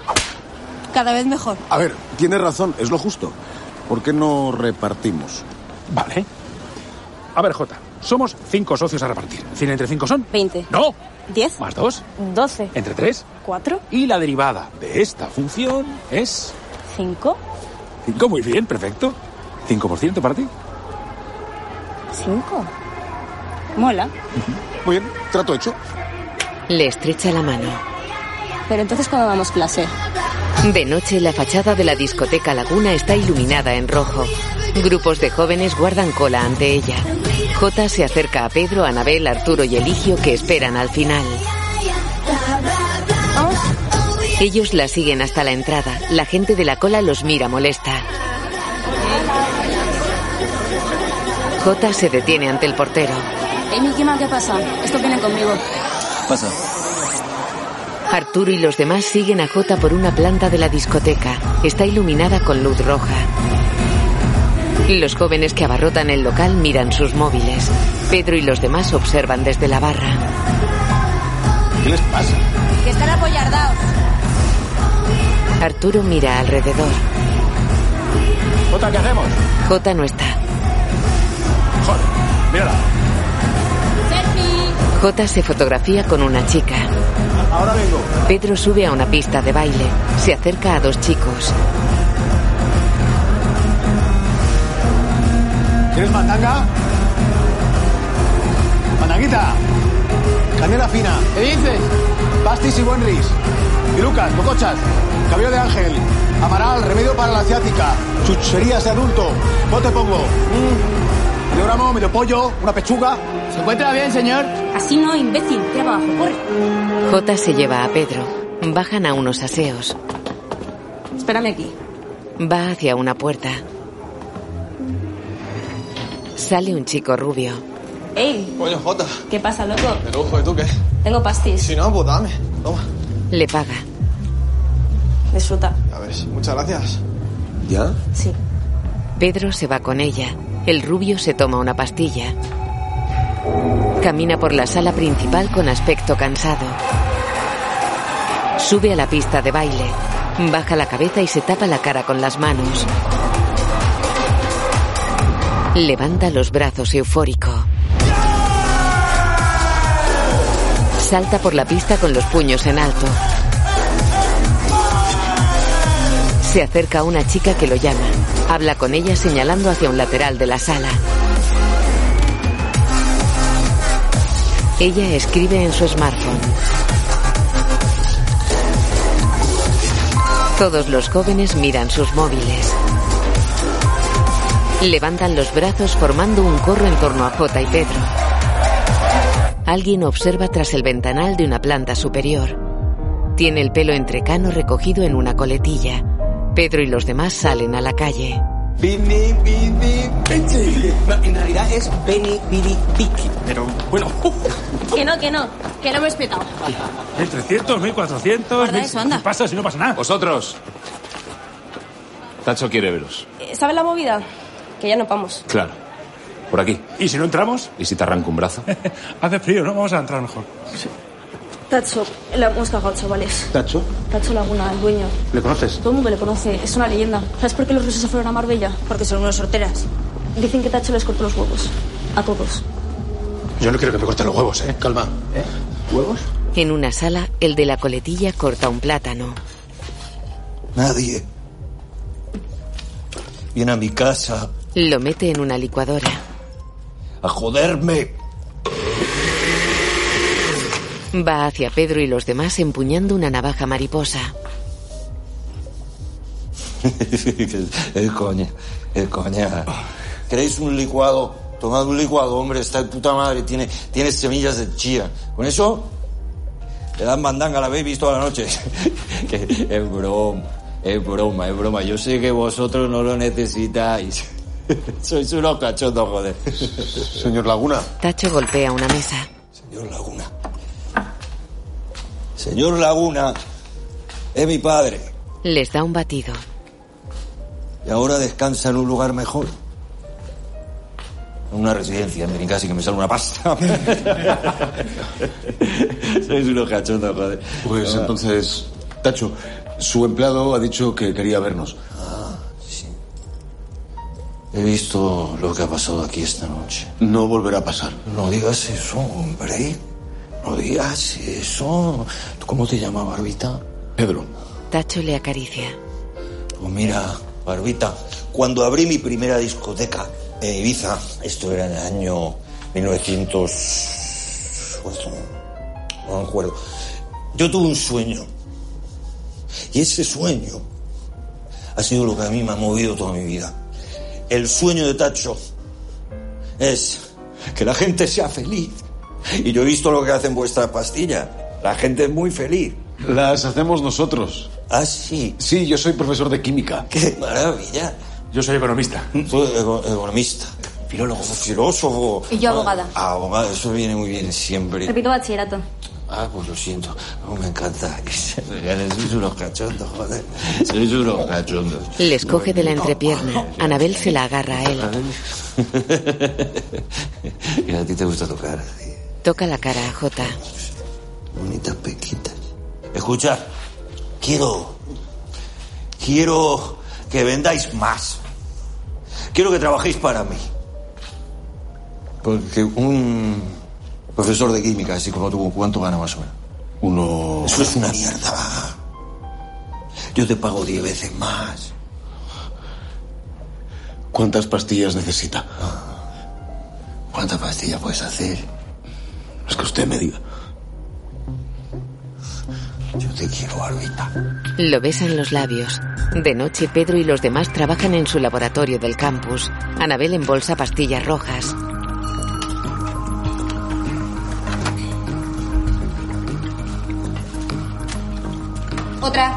[SPEAKER 14] Cada vez mejor.
[SPEAKER 25] A ver, tiene razón, es lo justo. ¿Por qué no repartimos?
[SPEAKER 5] Vale. A ver, Jota, somos cinco socios a repartir. ¿Cien entre cinco son?
[SPEAKER 14] 20.
[SPEAKER 5] ¡No!
[SPEAKER 14] 10.
[SPEAKER 5] Más dos.
[SPEAKER 14] 12.
[SPEAKER 5] Entre tres.
[SPEAKER 14] 4.
[SPEAKER 5] Y la derivada de esta función es...
[SPEAKER 14] 5.
[SPEAKER 5] 5, muy bien, perfecto. 5% para ti.
[SPEAKER 14] 5. Mola.
[SPEAKER 25] Muy bien, trato hecho.
[SPEAKER 2] Le estrecha la mano.
[SPEAKER 14] Pero entonces, ¿cuándo damos clase?
[SPEAKER 2] De noche, la fachada de la discoteca Laguna está iluminada en rojo. Grupos de jóvenes guardan cola ante ella. Jota se acerca a Pedro, Anabel, Arturo y Eligio que esperan al final. Ellos la siguen hasta la entrada. La gente de la cola los mira molesta. Jota se detiene ante el portero.
[SPEAKER 14] Emi, ¿qué más? ¿Qué pasa? Estos vienen conmigo.
[SPEAKER 2] Pasa. Arturo y los demás siguen a Jota por una planta de la discoteca. Está iluminada con luz roja. Los jóvenes que abarrotan el local miran sus móviles. Pedro y los demás observan desde la barra.
[SPEAKER 25] ¿Qué les pasa?
[SPEAKER 14] Que están apoyardaos.
[SPEAKER 2] Arturo mira alrededor.
[SPEAKER 5] Jota, ¿qué hacemos?
[SPEAKER 2] Jota no está.
[SPEAKER 5] Joder, mírala.
[SPEAKER 2] Jota se fotografía con una chica.
[SPEAKER 3] Ahora vengo.
[SPEAKER 2] Pedro sube a una pista de baile. Se acerca a dos chicos.
[SPEAKER 3] ¿Quieres mandanga? Mandanguita. Canela fina. ¿Qué dices? Pastis y buen ris. Y Lucas, cocochas. Cabello de ángel. Amaral, remedio para la ciática. Chucherías de adulto. ¿Cómo te pongo? Mm. Medio gramo, medio pollo, una pechuga. ¿Se encuentra bien, señor?
[SPEAKER 14] Así no, imbécil. Tira para abajo, corre.
[SPEAKER 2] Jota se lleva a Pedro. Bajan a unos aseos.
[SPEAKER 14] Espérame aquí.
[SPEAKER 2] Va hacia una puerta. Sale un chico rubio.
[SPEAKER 14] ¡Ey!
[SPEAKER 30] Coño, Jota.
[SPEAKER 14] ¿Qué pasa, loco?
[SPEAKER 30] De lujo, ¿y tú qué?
[SPEAKER 14] Tengo pastis.
[SPEAKER 30] Si no, pues dame. Toma.
[SPEAKER 2] Le paga.
[SPEAKER 14] Disfruta.
[SPEAKER 30] A ver, muchas gracias.
[SPEAKER 25] ¿Ya?
[SPEAKER 14] Sí.
[SPEAKER 2] Pedro se va con ella. El rubio se toma una pastilla. Camina por la sala principal con aspecto cansado. Sube a la pista de baile. Baja la cabeza y se tapa la cara con las manos. Levanta los brazos eufórico. Salta por la pista con los puños en alto. Se acerca a una chica que lo llama. Habla con ella señalando hacia un lateral de la sala. Ella escribe en su smartphone. Todos los jóvenes miran sus móviles. Levantan los brazos formando un corro en torno a Jota y Pedro. Alguien observa tras el ventanal de una planta superior. Tiene el pelo entrecano recogido en una coletilla. Pedro y los demás salen a la calle.
[SPEAKER 30] Bini, bini, bichi. No, En realidad es bini, bini, bichi. Pero bueno.
[SPEAKER 14] Que no, que no. Que no me he espetado.
[SPEAKER 5] Mil 300, 1400.
[SPEAKER 14] Guarda eso, anda.
[SPEAKER 5] Pasa si no pasa nada.
[SPEAKER 31] Vosotros. Tacho quiere veros.
[SPEAKER 14] Eh, ¿Sabes la movida? Que ya no vamos.
[SPEAKER 31] Claro. Por aquí.
[SPEAKER 5] ¿Y si no entramos?
[SPEAKER 31] ¿Y si te arranco un brazo?
[SPEAKER 5] Hace frío, ¿no? Vamos a entrar mejor.
[SPEAKER 14] Tacho, la hemos cagado, chavales.
[SPEAKER 5] ¿Tacho?
[SPEAKER 14] Tacho Laguna, el dueño.
[SPEAKER 5] ¿Le conoces?
[SPEAKER 14] Todo el mundo le conoce, es una leyenda. ¿Sabes por qué los rusos se fueron a Marbella? Porque son unos sorteras. Dicen que Tacho les cortó los huevos. A todos.
[SPEAKER 5] Yo no quiero que me corten los huevos, ¿eh? Calma.
[SPEAKER 30] ¿Huevos?
[SPEAKER 2] En una sala, el de la coletilla corta un plátano.
[SPEAKER 30] Nadie. Viene a mi casa
[SPEAKER 2] Lo mete en una licuadora.
[SPEAKER 30] a joderme.
[SPEAKER 2] Va hacia Pedro y los demás empuñando una navaja mariposa.
[SPEAKER 30] es coña, es coña. ¿Queréis un licuado? Tomad un licuado, hombre, está de puta madre, tiene, tiene semillas de chía. Con eso le dan mandanga a la baby toda la noche. Que es broma, es broma, es broma. Yo sé que vosotros no lo necesitáis. Sois unos cachondos, joder.
[SPEAKER 32] Señor Laguna.
[SPEAKER 2] Tacho golpea una mesa.
[SPEAKER 30] Señor Laguna. Señor Laguna es mi padre.
[SPEAKER 2] Les da un batido.
[SPEAKER 30] Y ahora descansa en un lugar mejor. en una residencia en casi que me sale una pasta.
[SPEAKER 3] Sois unos cachotos, joder. Pues
[SPEAKER 30] Ah.
[SPEAKER 3] entonces, Tacho, su empleado ha dicho que quería vernos.
[SPEAKER 30] Ah, He visto lo que ha pasado aquí esta noche.
[SPEAKER 3] No volverá a pasar.
[SPEAKER 30] No digas eso, hombre. No digas eso. ¿Tú cómo te llamas, Barbita?
[SPEAKER 3] Pedro.
[SPEAKER 2] Tacho le acaricia.
[SPEAKER 30] Pues mira, Barbita, cuando abrí mi primera discoteca en Ibiza, esto era en el año 1900... No me acuerdo. Yo tuve un sueño. Y ese sueño ha sido lo que a mí me ha movido toda mi vida. El sueño de Tacho es que la gente sea feliz. Y yo he visto lo que hacen vuestras pastillas. La gente es muy feliz.
[SPEAKER 3] Las hacemos nosotros.
[SPEAKER 30] Ah, sí.
[SPEAKER 3] Sí, yo soy profesor de química.
[SPEAKER 30] ¡Qué maravilla!
[SPEAKER 5] Yo soy economista.
[SPEAKER 30] Tú eco- economista. Filólogo. Filósofo.
[SPEAKER 14] Y yo abogada.
[SPEAKER 30] Ah, abogada, eso viene muy bien siempre.
[SPEAKER 14] Repito bachillerato.
[SPEAKER 30] Ah, pues lo siento. Oh, me encanta. Sois unos cachondos, joder. Sois unos cachondos.
[SPEAKER 2] Les coge de la entrepierna. Anabel se la agarra a él.
[SPEAKER 30] Y a ti te gusta tocar. así.
[SPEAKER 2] Toca la cara a Jota.
[SPEAKER 30] Bonitas pequitas. Escucha, quiero. Quiero que vendáis más. Quiero que trabajéis para mí. Porque un profesor de química, así como tú, ¿cuánto gana más o menos?
[SPEAKER 3] Uno.
[SPEAKER 30] Eso es una mierda. Yo te pago diez veces más.
[SPEAKER 3] ¿Cuántas pastillas necesita?
[SPEAKER 30] Ah, ¿Cuántas pastillas puedes hacer?
[SPEAKER 3] Es que usted me diga.
[SPEAKER 30] Yo te quiero, Arbita.
[SPEAKER 2] Lo besa en los labios. De noche, Pedro y los demás trabajan en su laboratorio del campus. Anabel embolsa pastillas rojas.
[SPEAKER 23] Otra.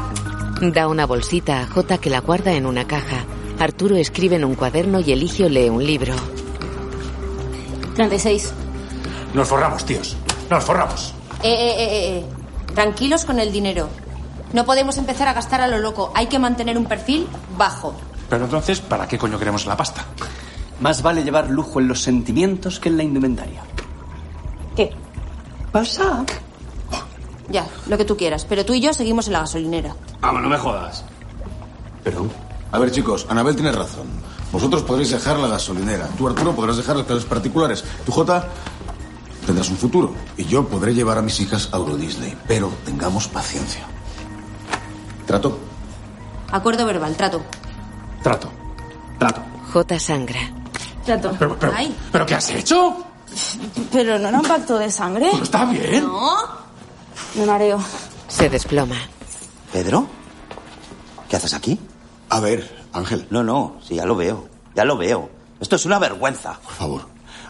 [SPEAKER 2] Da una bolsita a Jota que la guarda en una caja. Arturo escribe en un cuaderno y Eligio lee un libro.
[SPEAKER 23] 36.
[SPEAKER 5] Nos forramos, tíos. Nos forramos.
[SPEAKER 23] Eh, eh, eh, eh, eh. Tranquilos con el dinero. No podemos empezar a gastar a lo loco. Hay que mantener un perfil bajo.
[SPEAKER 5] Pero entonces, ¿para qué coño queremos la pasta?
[SPEAKER 33] Más vale llevar lujo en los sentimientos que en la indumentaria.
[SPEAKER 23] ¿Qué?
[SPEAKER 33] Pasa.
[SPEAKER 23] Ya, lo que tú quieras. Pero tú y yo seguimos en la gasolinera.
[SPEAKER 3] Ah, no me jodas. Perdón. A ver, chicos, Anabel tiene razón. Vosotros podréis dejar la gasolinera. Tú, Arturo, podrás dejar las clases particulares. Tú, Jota, tendrás un futuro. Y yo podré llevar a mis hijas a Euro Disney. Pero tengamos paciencia. ¿Trato?
[SPEAKER 23] Acuerdo verbal, trato.
[SPEAKER 5] Trato. Trato.
[SPEAKER 2] Jota sangra.
[SPEAKER 14] Trato.
[SPEAKER 5] Pero, pero,
[SPEAKER 14] Ay.
[SPEAKER 5] ¿pero qué has hecho?
[SPEAKER 14] Pero no era un pacto de sangre.
[SPEAKER 5] Pero está bien.
[SPEAKER 14] No. Me mareo.
[SPEAKER 2] Se desploma.
[SPEAKER 8] ¿Pedro? ¿Qué haces aquí?
[SPEAKER 3] A ver, Ángel.
[SPEAKER 8] No, no, sí, ya lo veo. Ya lo veo. Esto es una vergüenza. Por
[SPEAKER 3] favor,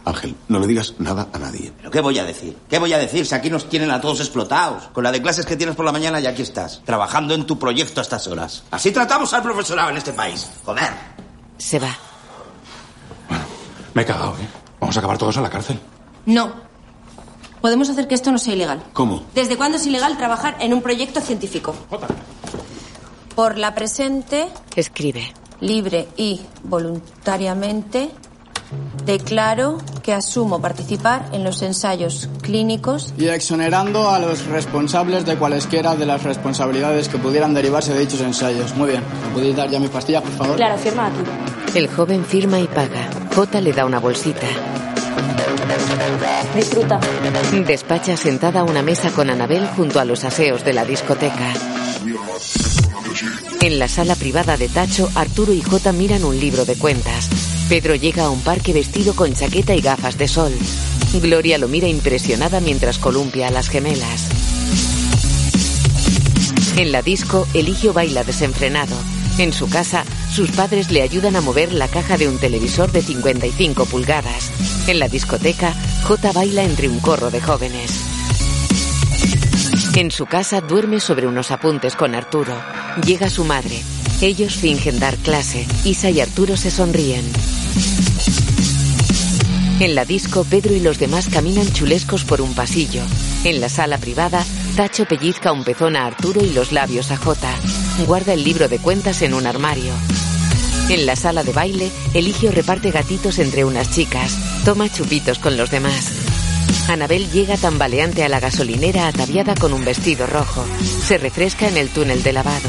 [SPEAKER 3] Ángel, no le digas nada a nadie.
[SPEAKER 8] ¿Pero qué voy a decir? ¿Qué voy a decir si aquí nos tienen a todos explotados? Con la de clases que tienes por la mañana y aquí estás, trabajando en tu proyecto a estas horas. Así tratamos al profesorado en este país. Joder.
[SPEAKER 2] Se va.
[SPEAKER 5] Me he cagado, ¿eh? Vamos a acabar todos en la cárcel.
[SPEAKER 23] No. Podemos hacer que esto no sea ilegal.
[SPEAKER 5] ¿Cómo?
[SPEAKER 23] ¿Desde cuándo es ilegal trabajar en un proyecto científico? Por la presente,
[SPEAKER 2] Escribe.
[SPEAKER 23] libre y voluntariamente, declaro que asumo participar en los ensayos clínicos.
[SPEAKER 4] Y exonerando a los responsables de cualesquiera de las responsabilidades que pudieran derivarse de dichos ensayos. Muy bien, ¿me podéis dar ya mis pastillas, por favor?
[SPEAKER 14] Claro, firma aquí.
[SPEAKER 2] El joven firma y paga. Jota le da una bolsita.
[SPEAKER 14] Disfruta.
[SPEAKER 2] Despacha sentada a una mesa con Anabel junto a los aseos de la discoteca. En la sala privada de Tacho, Arturo y Jota miran un libro de cuentas. Pedro llega a un parque vestido con chaqueta y gafas de sol. Gloria lo mira impresionada mientras columpia a las gemelas. En la disco, Eligio baila desenfrenado. En su casa, sus padres le ayudan a mover la caja de un televisor de 55 pulgadas. En la discoteca, Jota baila entre un corro de jóvenes. En su casa duerme sobre unos apuntes con Arturo. Llega su madre. Ellos fingen dar clase. Isa y Arturo se sonríen. En la disco, Pedro y los demás caminan chulescos por un pasillo. En la sala privada, Tacho pellizca un pezón a Arturo y los labios a Jota. Guarda el libro de cuentas en un armario. En la sala de baile, Eligio reparte gatitos entre unas chicas. Toma chupitos con los demás. Anabel llega tambaleante a la gasolinera ataviada con un vestido rojo. Se refresca en el túnel de lavado.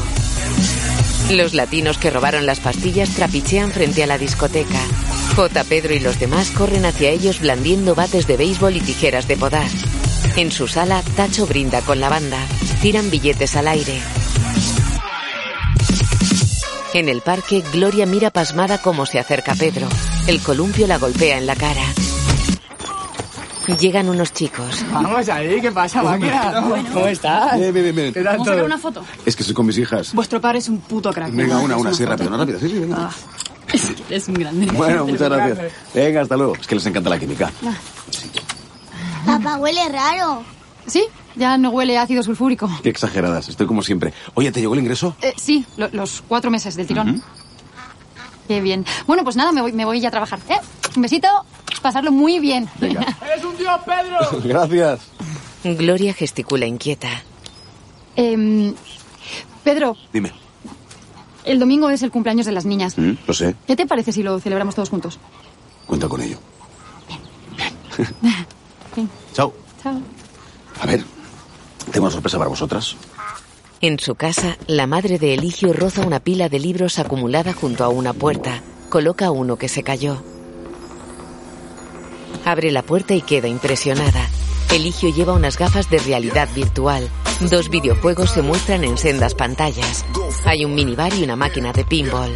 [SPEAKER 2] Los latinos que robaron las pastillas trapichean frente a la discoteca. J. Pedro y los demás corren hacia ellos blandiendo bates de béisbol y tijeras de podar. En su sala, Tacho brinda con la banda. Tiran billetes al aire. En el parque, Gloria mira pasmada cómo se acerca Pedro. El columpio la golpea en la cara. Llegan unos chicos.
[SPEAKER 4] Ah,
[SPEAKER 9] Vamos ahí, ¿qué pasa, máquina? ¿Cómo estás?
[SPEAKER 3] Bien, bien, bien.
[SPEAKER 9] ¿Qué tal
[SPEAKER 13] ¿Vamos a sacar
[SPEAKER 9] todo?
[SPEAKER 13] una foto?
[SPEAKER 3] Es que soy con mis hijas.
[SPEAKER 13] Vuestro padre es un puto crack.
[SPEAKER 3] Venga, una, una, sí,
[SPEAKER 13] Es
[SPEAKER 3] rápido, una rápida. Sí, sí, venga.
[SPEAKER 13] Ah, es, es un grande.
[SPEAKER 3] Bueno, muchas gracias. Venga, hasta luego. Es que les encanta la química.
[SPEAKER 13] Papá, huele raro. Sí, ya no huele a ácido sulfúrico.
[SPEAKER 3] Qué exageradas, estoy como siempre. Oye, ¿te llegó el ingreso?
[SPEAKER 13] Eh, sí, lo- los cuatro meses del tirón. Qué bien. Bueno, pues nada, me voy, me voy ya a trabajar. ¿eh? Un besito, pasarlo muy bien.
[SPEAKER 25] ¡Eres un dios, Pedro!
[SPEAKER 3] Gracias.
[SPEAKER 2] Gloria gesticula inquieta.
[SPEAKER 13] Em, Pedro,
[SPEAKER 3] Dime.
[SPEAKER 13] el domingo es el cumpleaños de las niñas.
[SPEAKER 3] Mm, Lo sé,
[SPEAKER 13] ¿Qué te parece si lo celebramos todos juntos?
[SPEAKER 3] cuenta con ello.
[SPEAKER 13] Bien.
[SPEAKER 3] Chao.
[SPEAKER 13] Chao.
[SPEAKER 3] A ver, tengo una sorpresa para vosotras.
[SPEAKER 2] En su casa, la madre de Eligio roza una pila de libros acumulada junto a una puerta. Coloca uno que se cayó. Abre la puerta y queda impresionada. Eligio lleva unas gafas de realidad virtual. Dos videojuegos se muestran en sendas pantallas. Hay un minibar y una máquina de pinball.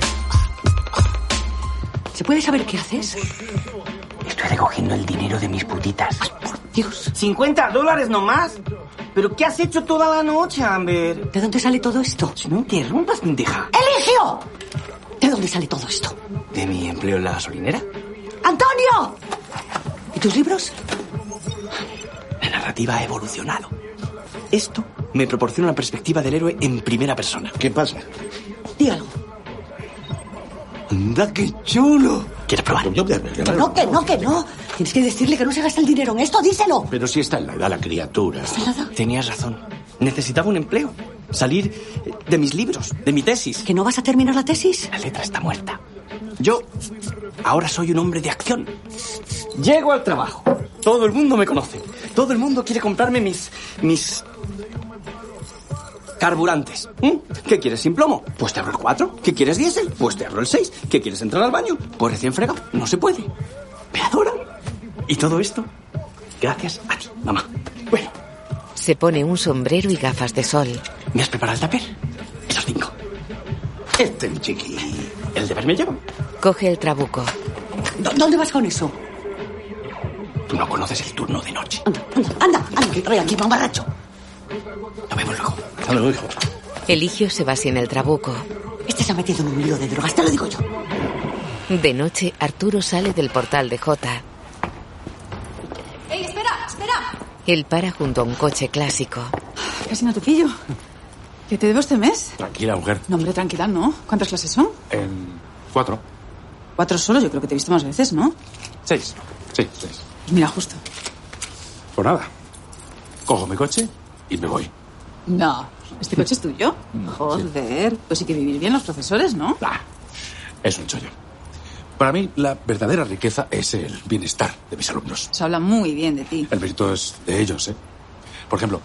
[SPEAKER 34] ¿Se puede saber qué haces?
[SPEAKER 4] Estoy recogiendo el dinero de mis putitas.
[SPEAKER 34] Dios.
[SPEAKER 35] 50 dólares nomás. ¿Pero qué has hecho toda la noche, Amber?
[SPEAKER 34] ¿De dónde sale todo esto?
[SPEAKER 4] No interrumpas, pendeja.
[SPEAKER 34] ¡Eligio! ¿De dónde sale todo esto?
[SPEAKER 4] ¿De mi empleo en la gasolinera?
[SPEAKER 34] ¡Antonio! ¿Y tus libros?
[SPEAKER 4] La narrativa ha evolucionado. Esto me proporciona una perspectiva del héroe en primera persona. ¿Qué pasa?
[SPEAKER 34] Di algo.
[SPEAKER 4] ¡Anda, qué chulo! ¿Quieres probar?
[SPEAKER 34] Que no, que no, que no. Tienes que decirle que no se gasta el dinero en esto, díselo.
[SPEAKER 4] Pero si está en la edad la criatura. Tenías razón. Necesitaba un empleo. Salir eh, de mis libros, de mi tesis.
[SPEAKER 34] ¿Que no vas a terminar la tesis?
[SPEAKER 4] La letra está muerta. Yo ahora soy un hombre de acción. Llego al trabajo. Todo el mundo me conoce. Todo el mundo quiere comprarme mis. mis. carburantes. ¿Mm? ¿Qué quieres sin plomo? Pues te abro el 4. ¿Qué quieres diésel? Pues te abro el 6. ¿Qué quieres entrar al baño? Pues recién fregado. No se puede. Me adoran. Y todo esto gracias a ti, mamá.
[SPEAKER 2] Se pone un sombrero y gafas de sol.
[SPEAKER 4] ¿Me has preparado el tupper? Esos cinco. Este mi chiqui. El deber me lleva.
[SPEAKER 2] Coge el trabuco.
[SPEAKER 34] ¿Dónde vas con eso?
[SPEAKER 4] Tú no conoces el turno de noche.
[SPEAKER 34] Anda, anda, que trae aquí, mamarracho.
[SPEAKER 4] Hasta luego, hijo.
[SPEAKER 2] Eligio se va sin el trabuco.
[SPEAKER 34] Este se ha metido en un lío de drogas, te lo digo yo.
[SPEAKER 2] De noche, Arturo sale del portal de Jota.
[SPEAKER 13] ¡Ey, espera, espera!
[SPEAKER 2] Él para junto a un coche clásico.
[SPEAKER 13] Casi no te pillo. ¿Qué te debo este mes?
[SPEAKER 7] Tranquila, mujer.
[SPEAKER 13] No, hombre, tranquila, ¿no? ¿Cuántas clases son?
[SPEAKER 7] En cuatro.
[SPEAKER 13] Cuatro solo, yo creo que te he visto más veces, ¿no?
[SPEAKER 7] Seis. Sí, seis.
[SPEAKER 13] Mira, justo.
[SPEAKER 7] Pues nada. Cojo mi coche y me voy.
[SPEAKER 13] No, ¿este coche es tuyo? Joder, pues sí que vivir bien los profesores, ¿no?
[SPEAKER 5] Es un chollo. Para mí, la verdadera riqueza es el bienestar de mis alumnos.
[SPEAKER 13] Se habla muy bien de ti.
[SPEAKER 5] El mérito es de ellos, ¿eh? Por ejemplo,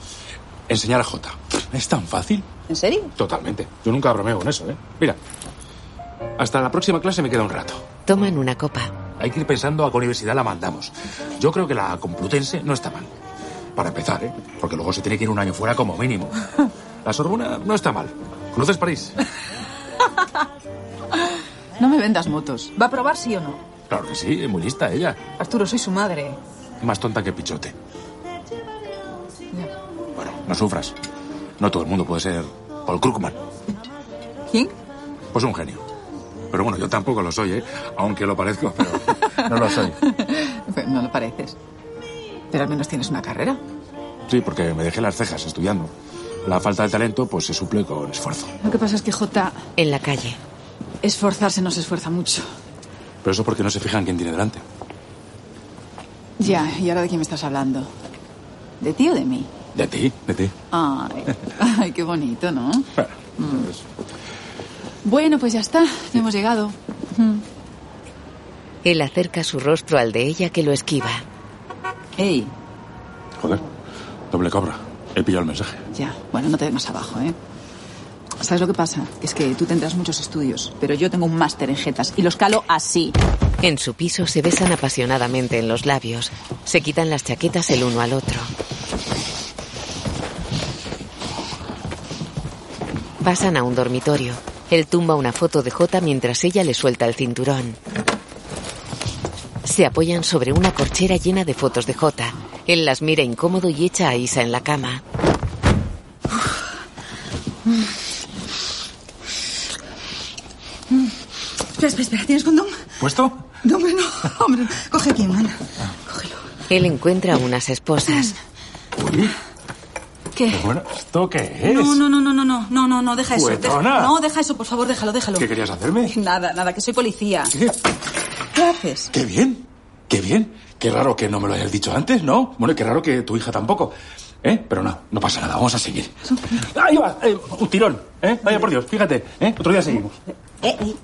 [SPEAKER 5] enseñar a Jota. Es tan fácil.
[SPEAKER 13] ¿En serio?
[SPEAKER 5] Totalmente. Yo nunca bromeo con eso, ¿eh? Mira, hasta la próxima clase me queda un rato.
[SPEAKER 2] Toman una copa.
[SPEAKER 5] Hay que ir pensando a qué universidad la mandamos. Yo creo que la Complutense no está mal. Para empezar, ¿eh? Porque luego se tiene que ir un año fuera como mínimo. La Sorbona no está mal. ¿Conoces París?
[SPEAKER 13] No me vendas motos. ¿Va a probar sí o no?
[SPEAKER 5] Claro que sí, es muy lista ella.
[SPEAKER 13] Arturo, soy su madre.
[SPEAKER 5] Más tonta que pichote. Bueno, no sufras. No todo el mundo puede ser Paul Krugman.
[SPEAKER 13] ¿Quién?
[SPEAKER 5] Pues un genio. Pero bueno, yo tampoco lo soy, ¿eh? Aunque lo parezco, pero no lo soy.
[SPEAKER 13] Pues no lo pareces. Pero al menos tienes una carrera.
[SPEAKER 5] Sí, porque me dejé las cejas estudiando. La falta de talento, pues se suple con esfuerzo.
[SPEAKER 13] Lo que pasa es que J.
[SPEAKER 2] En la calle.
[SPEAKER 13] Esforzarse no se esfuerza mucho.
[SPEAKER 5] Pero eso es porque no se fijan quién tiene delante.
[SPEAKER 13] Ya, ¿y ahora de quién me estás hablando? ¿De ti o de mí?
[SPEAKER 5] ¿De ti? ¿De ti?
[SPEAKER 13] Ay,
[SPEAKER 5] Pues,
[SPEAKER 13] ay qué bonito, ¿no? Mm. Bueno, pues ya está, ya hemos llegado.
[SPEAKER 2] Él acerca su rostro al de ella que lo esquiva.
[SPEAKER 19] Ey,
[SPEAKER 36] Joder, doble cobra. He pillado el mensaje.
[SPEAKER 19] ya. Bueno, no te ve más abajo, ¿eh? ¿Sabes lo que pasa? Es que tú tendrás muchos estudios, pero yo tengo un máster en jetas y los calo así.
[SPEAKER 2] En su piso se besan apasionadamente en los labios. Se quitan las chaquetas el uno al otro. Pasan a un dormitorio. Él tumba una foto de Jota mientras ella le suelta el cinturón. Se apoyan sobre una corchera llena de fotos de Jota. Él las mira incómodo y echa a Isa en la cama.
[SPEAKER 37] Espera, espera, espera. ¿Tienes condón?
[SPEAKER 5] ¿Puesto?
[SPEAKER 37] No, hombre, no. Hombre, coge aquí, mana.
[SPEAKER 2] Él encuentra unas esposas.
[SPEAKER 37] ¿Qué?
[SPEAKER 5] Bueno, ¿esto qué es?
[SPEAKER 37] No, no, no, no, no, no, no, no, no, deja eso. deja-
[SPEAKER 5] Juguetona.
[SPEAKER 37] no, deja eso, por favor, déjalo, déjalo.
[SPEAKER 5] ¿Qué querías hacerme?
[SPEAKER 37] Nada, nada, que soy policía.
[SPEAKER 5] ¿Qué?
[SPEAKER 37] ¿Qué haces?
[SPEAKER 5] ¡Qué bien! ¡Qué bien! Qué raro que no me lo hayas dicho antes, ¿no? Bueno, y qué raro que tu hija tampoco. ¿Eh? Pero no, no pasa nada, vamos a seguir. ¡Ahí va! eh, un tirón, ¿eh? Vaya por Dios, fíjate, ¿eh? Otro día seguimos.
[SPEAKER 19] Eh, eh.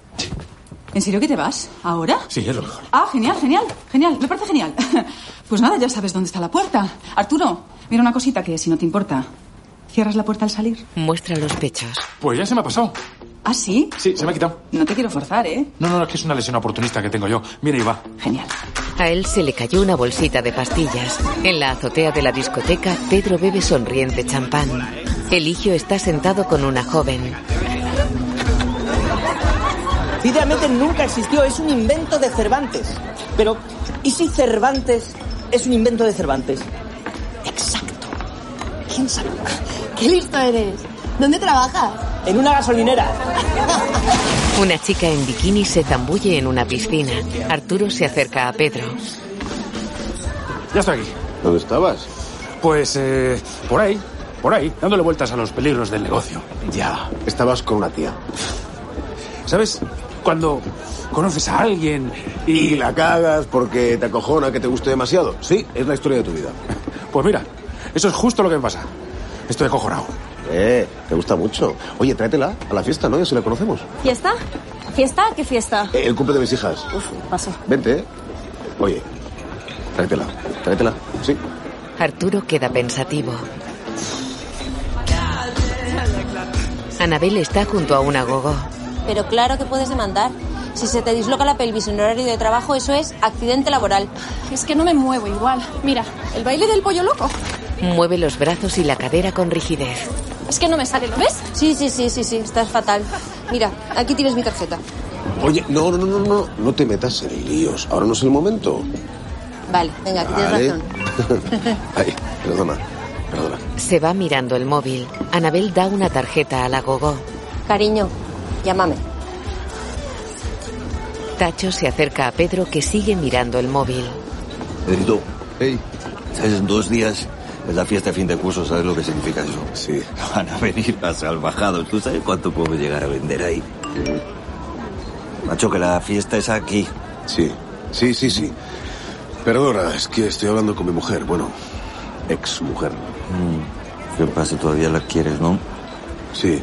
[SPEAKER 19] ¿En serio que te vas? ¿Ahora?
[SPEAKER 5] Sí, es lo mejor.
[SPEAKER 19] Ah, genial, genial, genial. Me parece genial. Pues nada, ya sabes dónde está la puerta. Arturo, mira una cosita que si no te importa. Cierras la puerta al salir.
[SPEAKER 2] Muestra los pechos.
[SPEAKER 5] Pues ya se me ha pasado.
[SPEAKER 19] ¿Ah, sí?
[SPEAKER 5] Sí, se me ha quitado.
[SPEAKER 19] No te quiero forzar, ¿eh?
[SPEAKER 5] No, no, no, es que es una lesión oportunista que tengo yo. Mira y va.
[SPEAKER 19] Genial.
[SPEAKER 2] A él se le cayó una bolsita de pastillas. En la azotea de la discoteca, Pedro bebe sonriente champán. Eligio está sentado con una joven.
[SPEAKER 4] Sinceramente nunca existió, es un invento de Cervantes. Pero, ¿y si Cervantes es un invento de Cervantes?
[SPEAKER 19] ¿Quién sabe?
[SPEAKER 4] ¡Qué listo eres!
[SPEAKER 19] ¿Dónde trabajas?
[SPEAKER 4] En una gasolinera.
[SPEAKER 2] Una chica en bikini se zambulle en una piscina. Arturo se acerca a Pedro.
[SPEAKER 36] Ya estoy aquí.
[SPEAKER 3] ¿Dónde estabas?
[SPEAKER 36] Pues, eh, por ahí, por ahí, dándole vueltas a los peligros del negocio.
[SPEAKER 3] Ya. Estabas con una tía.
[SPEAKER 36] ¿Sabes? Cuando conoces a alguien y...
[SPEAKER 3] Y la cagas porque te acojona que te guste demasiado. Sí, es la historia de tu vida.
[SPEAKER 36] Pues mira, eso es justo lo que me pasa. Estoy acojonado.
[SPEAKER 3] Eh, te gusta mucho. Oye, tráetela a la fiesta, ¿no? Ya se la conocemos.
[SPEAKER 14] ¿Fiesta? ¿Fiesta? ¿Qué fiesta?
[SPEAKER 3] Eh, El cumple de mis hijas.
[SPEAKER 14] Uf, paso.
[SPEAKER 3] Vente, eh. Oye, tráetela, tráetela. Sí.
[SPEAKER 2] Arturo queda pensativo. Anabel está junto a una gogo.
[SPEAKER 23] Pero claro que puedes demandar. Si se te disloca la pelvis en horario de trabajo, eso es accidente laboral.
[SPEAKER 14] Es que no me muevo igual. Mira, el baile del pollo loco.
[SPEAKER 2] Mueve los brazos y la cadera con rigidez.
[SPEAKER 14] Es que no me sale, ¿lo ves?
[SPEAKER 23] Sí, sí, sí, sí, sí, estás fatal. Mira, aquí tienes mi tarjeta.
[SPEAKER 3] Oye, no, no, no, no, no. No te metas en líos. Ahora no es el momento.
[SPEAKER 23] Vale, venga, aquí tienes
[SPEAKER 3] Vale.
[SPEAKER 23] razón.
[SPEAKER 3] Ay, perdona.
[SPEAKER 2] Se va mirando el móvil. Anabel da una tarjeta a la gogo.
[SPEAKER 23] Cariño, llámame.
[SPEAKER 2] Tacho se acerca a Pedro que sigue mirando el móvil.
[SPEAKER 30] Pedrito. ¿Sabes? En dos días es la fiesta de fin de curso. ¿Sabes lo que significa eso? Sí. Van a venir a salvajados. ¿Tú sabes cuánto puedo llegar a vender ahí? Macho, que la fiesta es aquí.
[SPEAKER 3] Sí, sí, sí, sí. Perdona, es que estoy hablando con mi mujer. Bueno, ex mujer.
[SPEAKER 30] ¿Qué pasa? Mm, Todavía la quieres, ¿no?
[SPEAKER 3] Sí.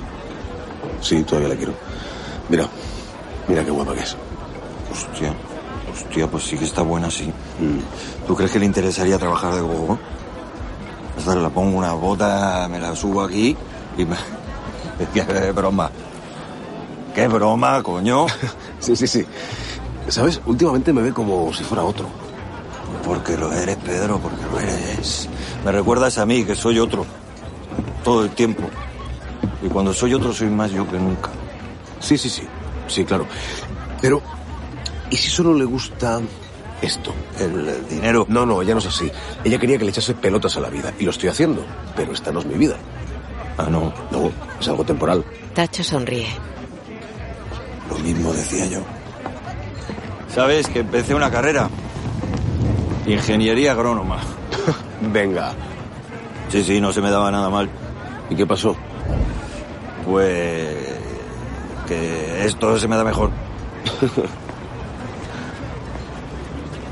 [SPEAKER 3] Sí, todavía la quiero. Mira, mira qué guapa que es.
[SPEAKER 30] Hostia. Hostia, pues sí que está buena, sí.
[SPEAKER 3] Mm.
[SPEAKER 30] ¿Tú crees que le interesaría trabajar de gogo? Hasta le pongo una bota, me la subo aquí y me... Qué broma. Qué broma, coño.
[SPEAKER 3] sí, sí, sí. ¿Sabes? Últimamente me ve como si fuera otro.
[SPEAKER 30] Porque lo eres, Pedro, porque lo eres. Me recuerdas a mí, que soy otro. Todo el tiempo. Y cuando soy otro, soy más yo que nunca.
[SPEAKER 3] Sí, sí, sí. Sí, claro. Pero, ¿y si solo le gusta esto?
[SPEAKER 30] El, el dinero.
[SPEAKER 3] No, no, ella no es así. Ella quería que le echase pelotas a la vida. Y lo estoy haciendo. Pero esta no es mi vida.
[SPEAKER 30] Ah, no.
[SPEAKER 3] No, es algo temporal.
[SPEAKER 2] Tacho sonríe.
[SPEAKER 30] Lo mismo decía yo. ¿Sabes que empecé una carrera? Ingeniería agrónoma.
[SPEAKER 3] Venga.
[SPEAKER 30] Sí, sí, no se me daba nada mal.
[SPEAKER 3] ¿Y qué pasó?
[SPEAKER 30] Pues... que esto se me da mejor.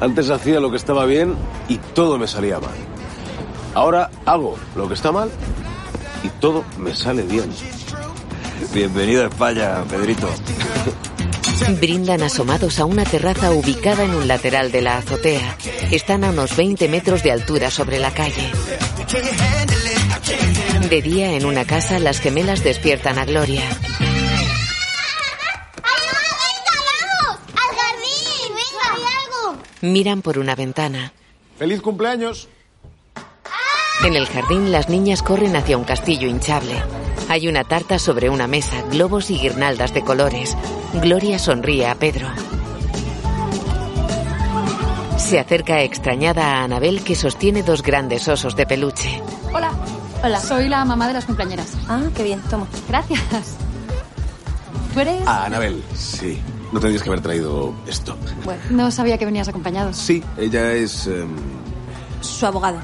[SPEAKER 3] Antes hacía lo que estaba bien y todo me salía mal. Ahora hago lo que está mal y todo me sale bien.
[SPEAKER 30] Bienvenido a España, Pedrito.
[SPEAKER 2] Brindan asomados a una terraza ubicada en un lateral de la azotea. Están a unos 20 metros de altura sobre la calle. De día, en una casa, las gemelas despiertan a Gloria.
[SPEAKER 6] ¡Al jardín! ¡Venga, hay algo!
[SPEAKER 2] Miran por una ventana.
[SPEAKER 38] ¡Feliz cumpleaños!
[SPEAKER 2] En el jardín, las niñas corren hacia un castillo hinchable. Hay una tarta sobre una mesa, globos y guirnaldas de colores. Gloria sonríe a Pedro. Se acerca extrañada a Anabel que sostiene dos grandes osos de peluche.
[SPEAKER 13] Hola. Hola. Soy la mamá de las cumpleañeras. Ah, qué bien, toma. Gracias. ¿Tú eres?
[SPEAKER 3] Ah, Anabel, sí. No tendrías que haber traído esto.
[SPEAKER 13] Bueno, no sabía que venías acompañado.
[SPEAKER 3] Sí, ella es em,
[SPEAKER 13] Su abogada.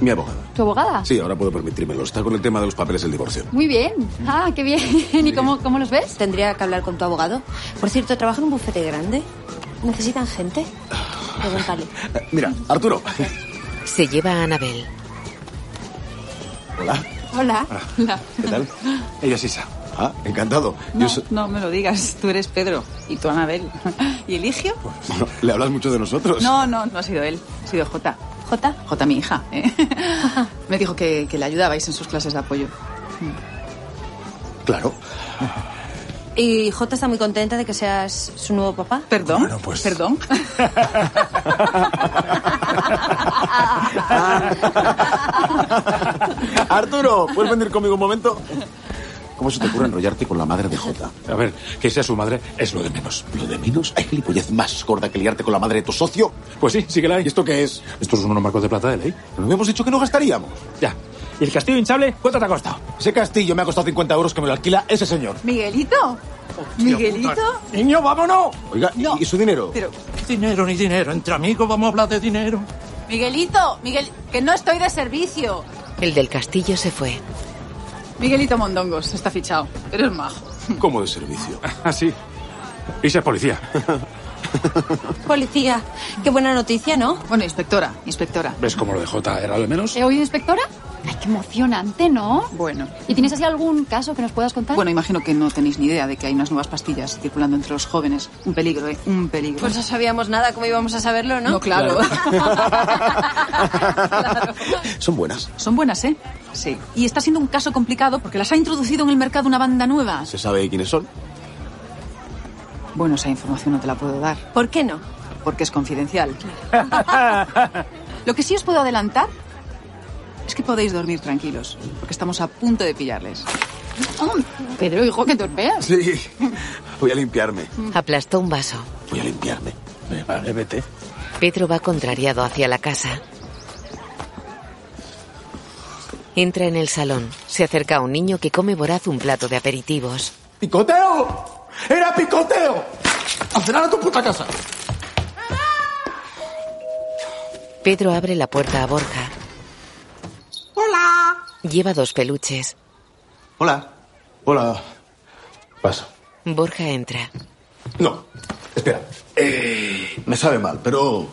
[SPEAKER 3] mi abogada.
[SPEAKER 13] ¿Tu
[SPEAKER 19] Ah.
[SPEAKER 13] abogada?
[SPEAKER 3] Sí, ahora puedo permitírmelo. Está con el tema de los papeles del divorcio.
[SPEAKER 13] Muy bien. Ah, qué bien. ¿Y cómo, cómo los ves?
[SPEAKER 23] Tendría que hablar con tu abogado. Por cierto, trabaja en un bufete grande. ¿Necesitan gente? Pregúntale.
[SPEAKER 3] Eh, Mira, Arturo.
[SPEAKER 2] Se lleva a Anabel.
[SPEAKER 3] Hola,
[SPEAKER 19] Hola.
[SPEAKER 7] Ah.
[SPEAKER 19] Hola.
[SPEAKER 3] ¿qué tal? Ella es Isa. Ah, encantado.
[SPEAKER 19] No,
[SPEAKER 3] Yo so-
[SPEAKER 19] no me lo digas. Tú eres Pedro y tú Anabel. ¿Y Eligio?
[SPEAKER 3] Bueno, ¿Le hablas mucho de nosotros?
[SPEAKER 19] No, no, no ha sido él. Ha sido Jota. ¿Jota? Jota, mi hija. ¿eh? Me dijo que, que le ayudabais en sus clases de apoyo. Mm.
[SPEAKER 3] Claro.
[SPEAKER 23] Y Jota está muy contenta de que seas su nuevo papá.
[SPEAKER 19] Perdón.
[SPEAKER 7] pues-
[SPEAKER 19] Perdón.
[SPEAKER 3] Arturo, ¿puedes venir conmigo un momento? ¿Cómo se te ocurre enrollarte con la madre de Jota?
[SPEAKER 7] A ver, que sea su madre es lo de menos.
[SPEAKER 3] ¿Lo de menos? ¿Hay gilipollez más gorda que liarte con la madre de tu socio?
[SPEAKER 7] Pues sí, sí que la hay.
[SPEAKER 3] ¿Y esto qué es?
[SPEAKER 7] Estos son unos marcos de plata de ley.
[SPEAKER 3] No habíamos dicho que no gastaríamos.
[SPEAKER 7] Ya. ¿Y el castillo hinchable cuánto te ha costado?
[SPEAKER 3] Ese castillo me ha costado 50 euros que me lo alquila ese señor.
[SPEAKER 19] ¿Miguelito? ¿Miguelito?
[SPEAKER 28] Niño, vámonos.
[SPEAKER 3] Oiga, ¿y- ¿y su dinero?
[SPEAKER 19] Pero,
[SPEAKER 28] Dinero ni dinero, entre amigos vamos a hablar de dinero.
[SPEAKER 19] Miguelito, Miguel, que no estoy de servicio.
[SPEAKER 2] El del castillo se fue.
[SPEAKER 19] Miguelito Mondongos, está fichado. Eres majo.
[SPEAKER 3] ¿Cómo de servicio?
[SPEAKER 7] Ah, sí. Isa es policía.
[SPEAKER 23] Policía, qué buena noticia, ¿no?
[SPEAKER 19] Bueno, inspectora, inspectora.
[SPEAKER 7] ¿Ves cómo lo de Jota era lo de menos?
[SPEAKER 13] ¿He oído, inspectora? Ay, qué emocionante, ¿no?
[SPEAKER 19] Bueno.
[SPEAKER 13] ¿Y tienes así algún caso que nos puedas contar?
[SPEAKER 19] Bueno, imagino que no tenéis ni idea de que hay unas nuevas pastillas circulando entre los jóvenes. Un peligro, ¿eh? Un peligro.
[SPEAKER 23] Pues no sabíamos nada, ¿cómo íbamos a saberlo, no?
[SPEAKER 19] No, claro.
[SPEAKER 3] Son buenas.
[SPEAKER 19] Son buenas, ¿eh? Sí. Y está siendo un caso complicado porque las ha introducido en el mercado una banda nueva.
[SPEAKER 3] ¿Se sabe quiénes son?
[SPEAKER 19] Bueno, esa información no te la puedo dar.
[SPEAKER 23] ¿Por qué no?
[SPEAKER 19] Porque es confidencial. Lo que sí os puedo adelantar es que podéis dormir tranquilos, porque estamos a punto de pillarles.
[SPEAKER 13] Pedro, hijo, que torpeas.
[SPEAKER 3] Sí. Voy a limpiarme.
[SPEAKER 2] Aplastó un vaso.
[SPEAKER 3] Voy a limpiarme.
[SPEAKER 7] Vale, vete.
[SPEAKER 2] Pedro va contrariado hacia la casa. Entra en el salón. Se acerca a un niño que come voraz un plato de aperitivos.
[SPEAKER 10] ¡Picoteo! ¡Era picoteo! ¡A cenar a tu puta casa!
[SPEAKER 2] Pedro abre la puerta a Borja.
[SPEAKER 25] Hola.
[SPEAKER 2] Lleva dos peluches.
[SPEAKER 3] Hola. Hola. Paso.
[SPEAKER 2] Borja entra.
[SPEAKER 3] No, espera. Eh, me sabe mal, pero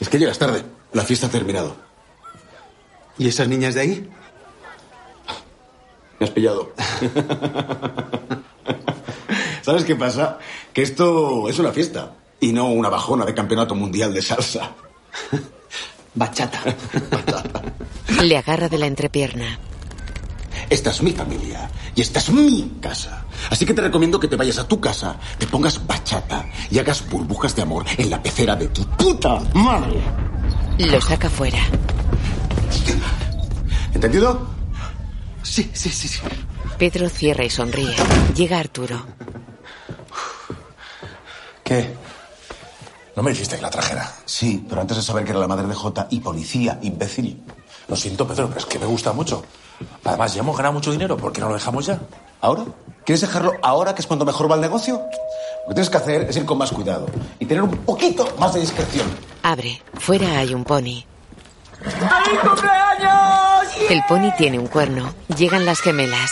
[SPEAKER 3] es que llegas tarde. La fiesta ha terminado.
[SPEAKER 10] ¿Y esas niñas de ahí?
[SPEAKER 3] Me has pillado. ¿Sabes qué pasa? Que esto es una fiesta y no una bajona de campeonato mundial de salsa. Bachata.
[SPEAKER 2] Le agarra de la entrepierna.
[SPEAKER 3] Esta es mi familia y esta es mi casa. Así que te recomiendo que te vayas a tu casa, te pongas bachata y hagas burbujas de amor en la pecera de tu puta madre.
[SPEAKER 2] Lo saca fuera.
[SPEAKER 3] ¿Entendido?
[SPEAKER 10] Sí, sí, sí, sí.
[SPEAKER 2] Pedro cierra y sonríe. Llega Arturo.
[SPEAKER 3] ¿Qué? No me dijiste que la trajera. Sí, pero antes de saber que era la madre de Jota y policía, imbécil.
[SPEAKER 7] Lo siento, Pedro, pero es que me gusta mucho. Además, ya hemos ganado mucho dinero. ¿Por qué no lo dejamos ya?
[SPEAKER 3] ¿Ahora? ¿Quieres dejarlo ahora, que es cuando mejor va el negocio? Lo que tienes que hacer es ir con más cuidado y tener un poquito más de discreción.
[SPEAKER 2] Abre. Fuera hay un pony.
[SPEAKER 25] ¡Feliz cumpleaños!
[SPEAKER 2] El pony tiene un cuerno. Llegan las gemelas.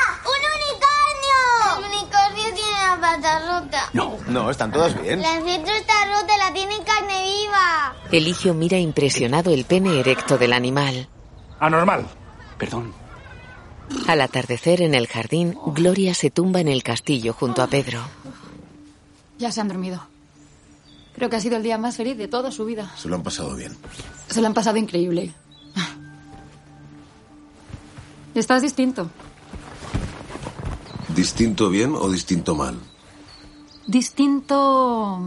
[SPEAKER 13] Ah,
[SPEAKER 6] ¡Un unicornio! El unicornio tiene la pata rota.
[SPEAKER 3] No, no, están todas bien.
[SPEAKER 6] La centro está rota, la tiene carne viva.
[SPEAKER 2] Eligio mira impresionado el pene erecto del animal.
[SPEAKER 7] Anormal.
[SPEAKER 4] Perdón.
[SPEAKER 2] Al atardecer en el jardín, Gloria se tumba en el castillo junto a Pedro.
[SPEAKER 13] Ya se han dormido. Creo que ha sido el día más feliz de toda su vida.
[SPEAKER 3] Se lo han pasado bien.
[SPEAKER 13] Se lo han pasado increíble. Estás distinto.
[SPEAKER 3] ¿Distinto bien o distinto mal?
[SPEAKER 13] Distinto.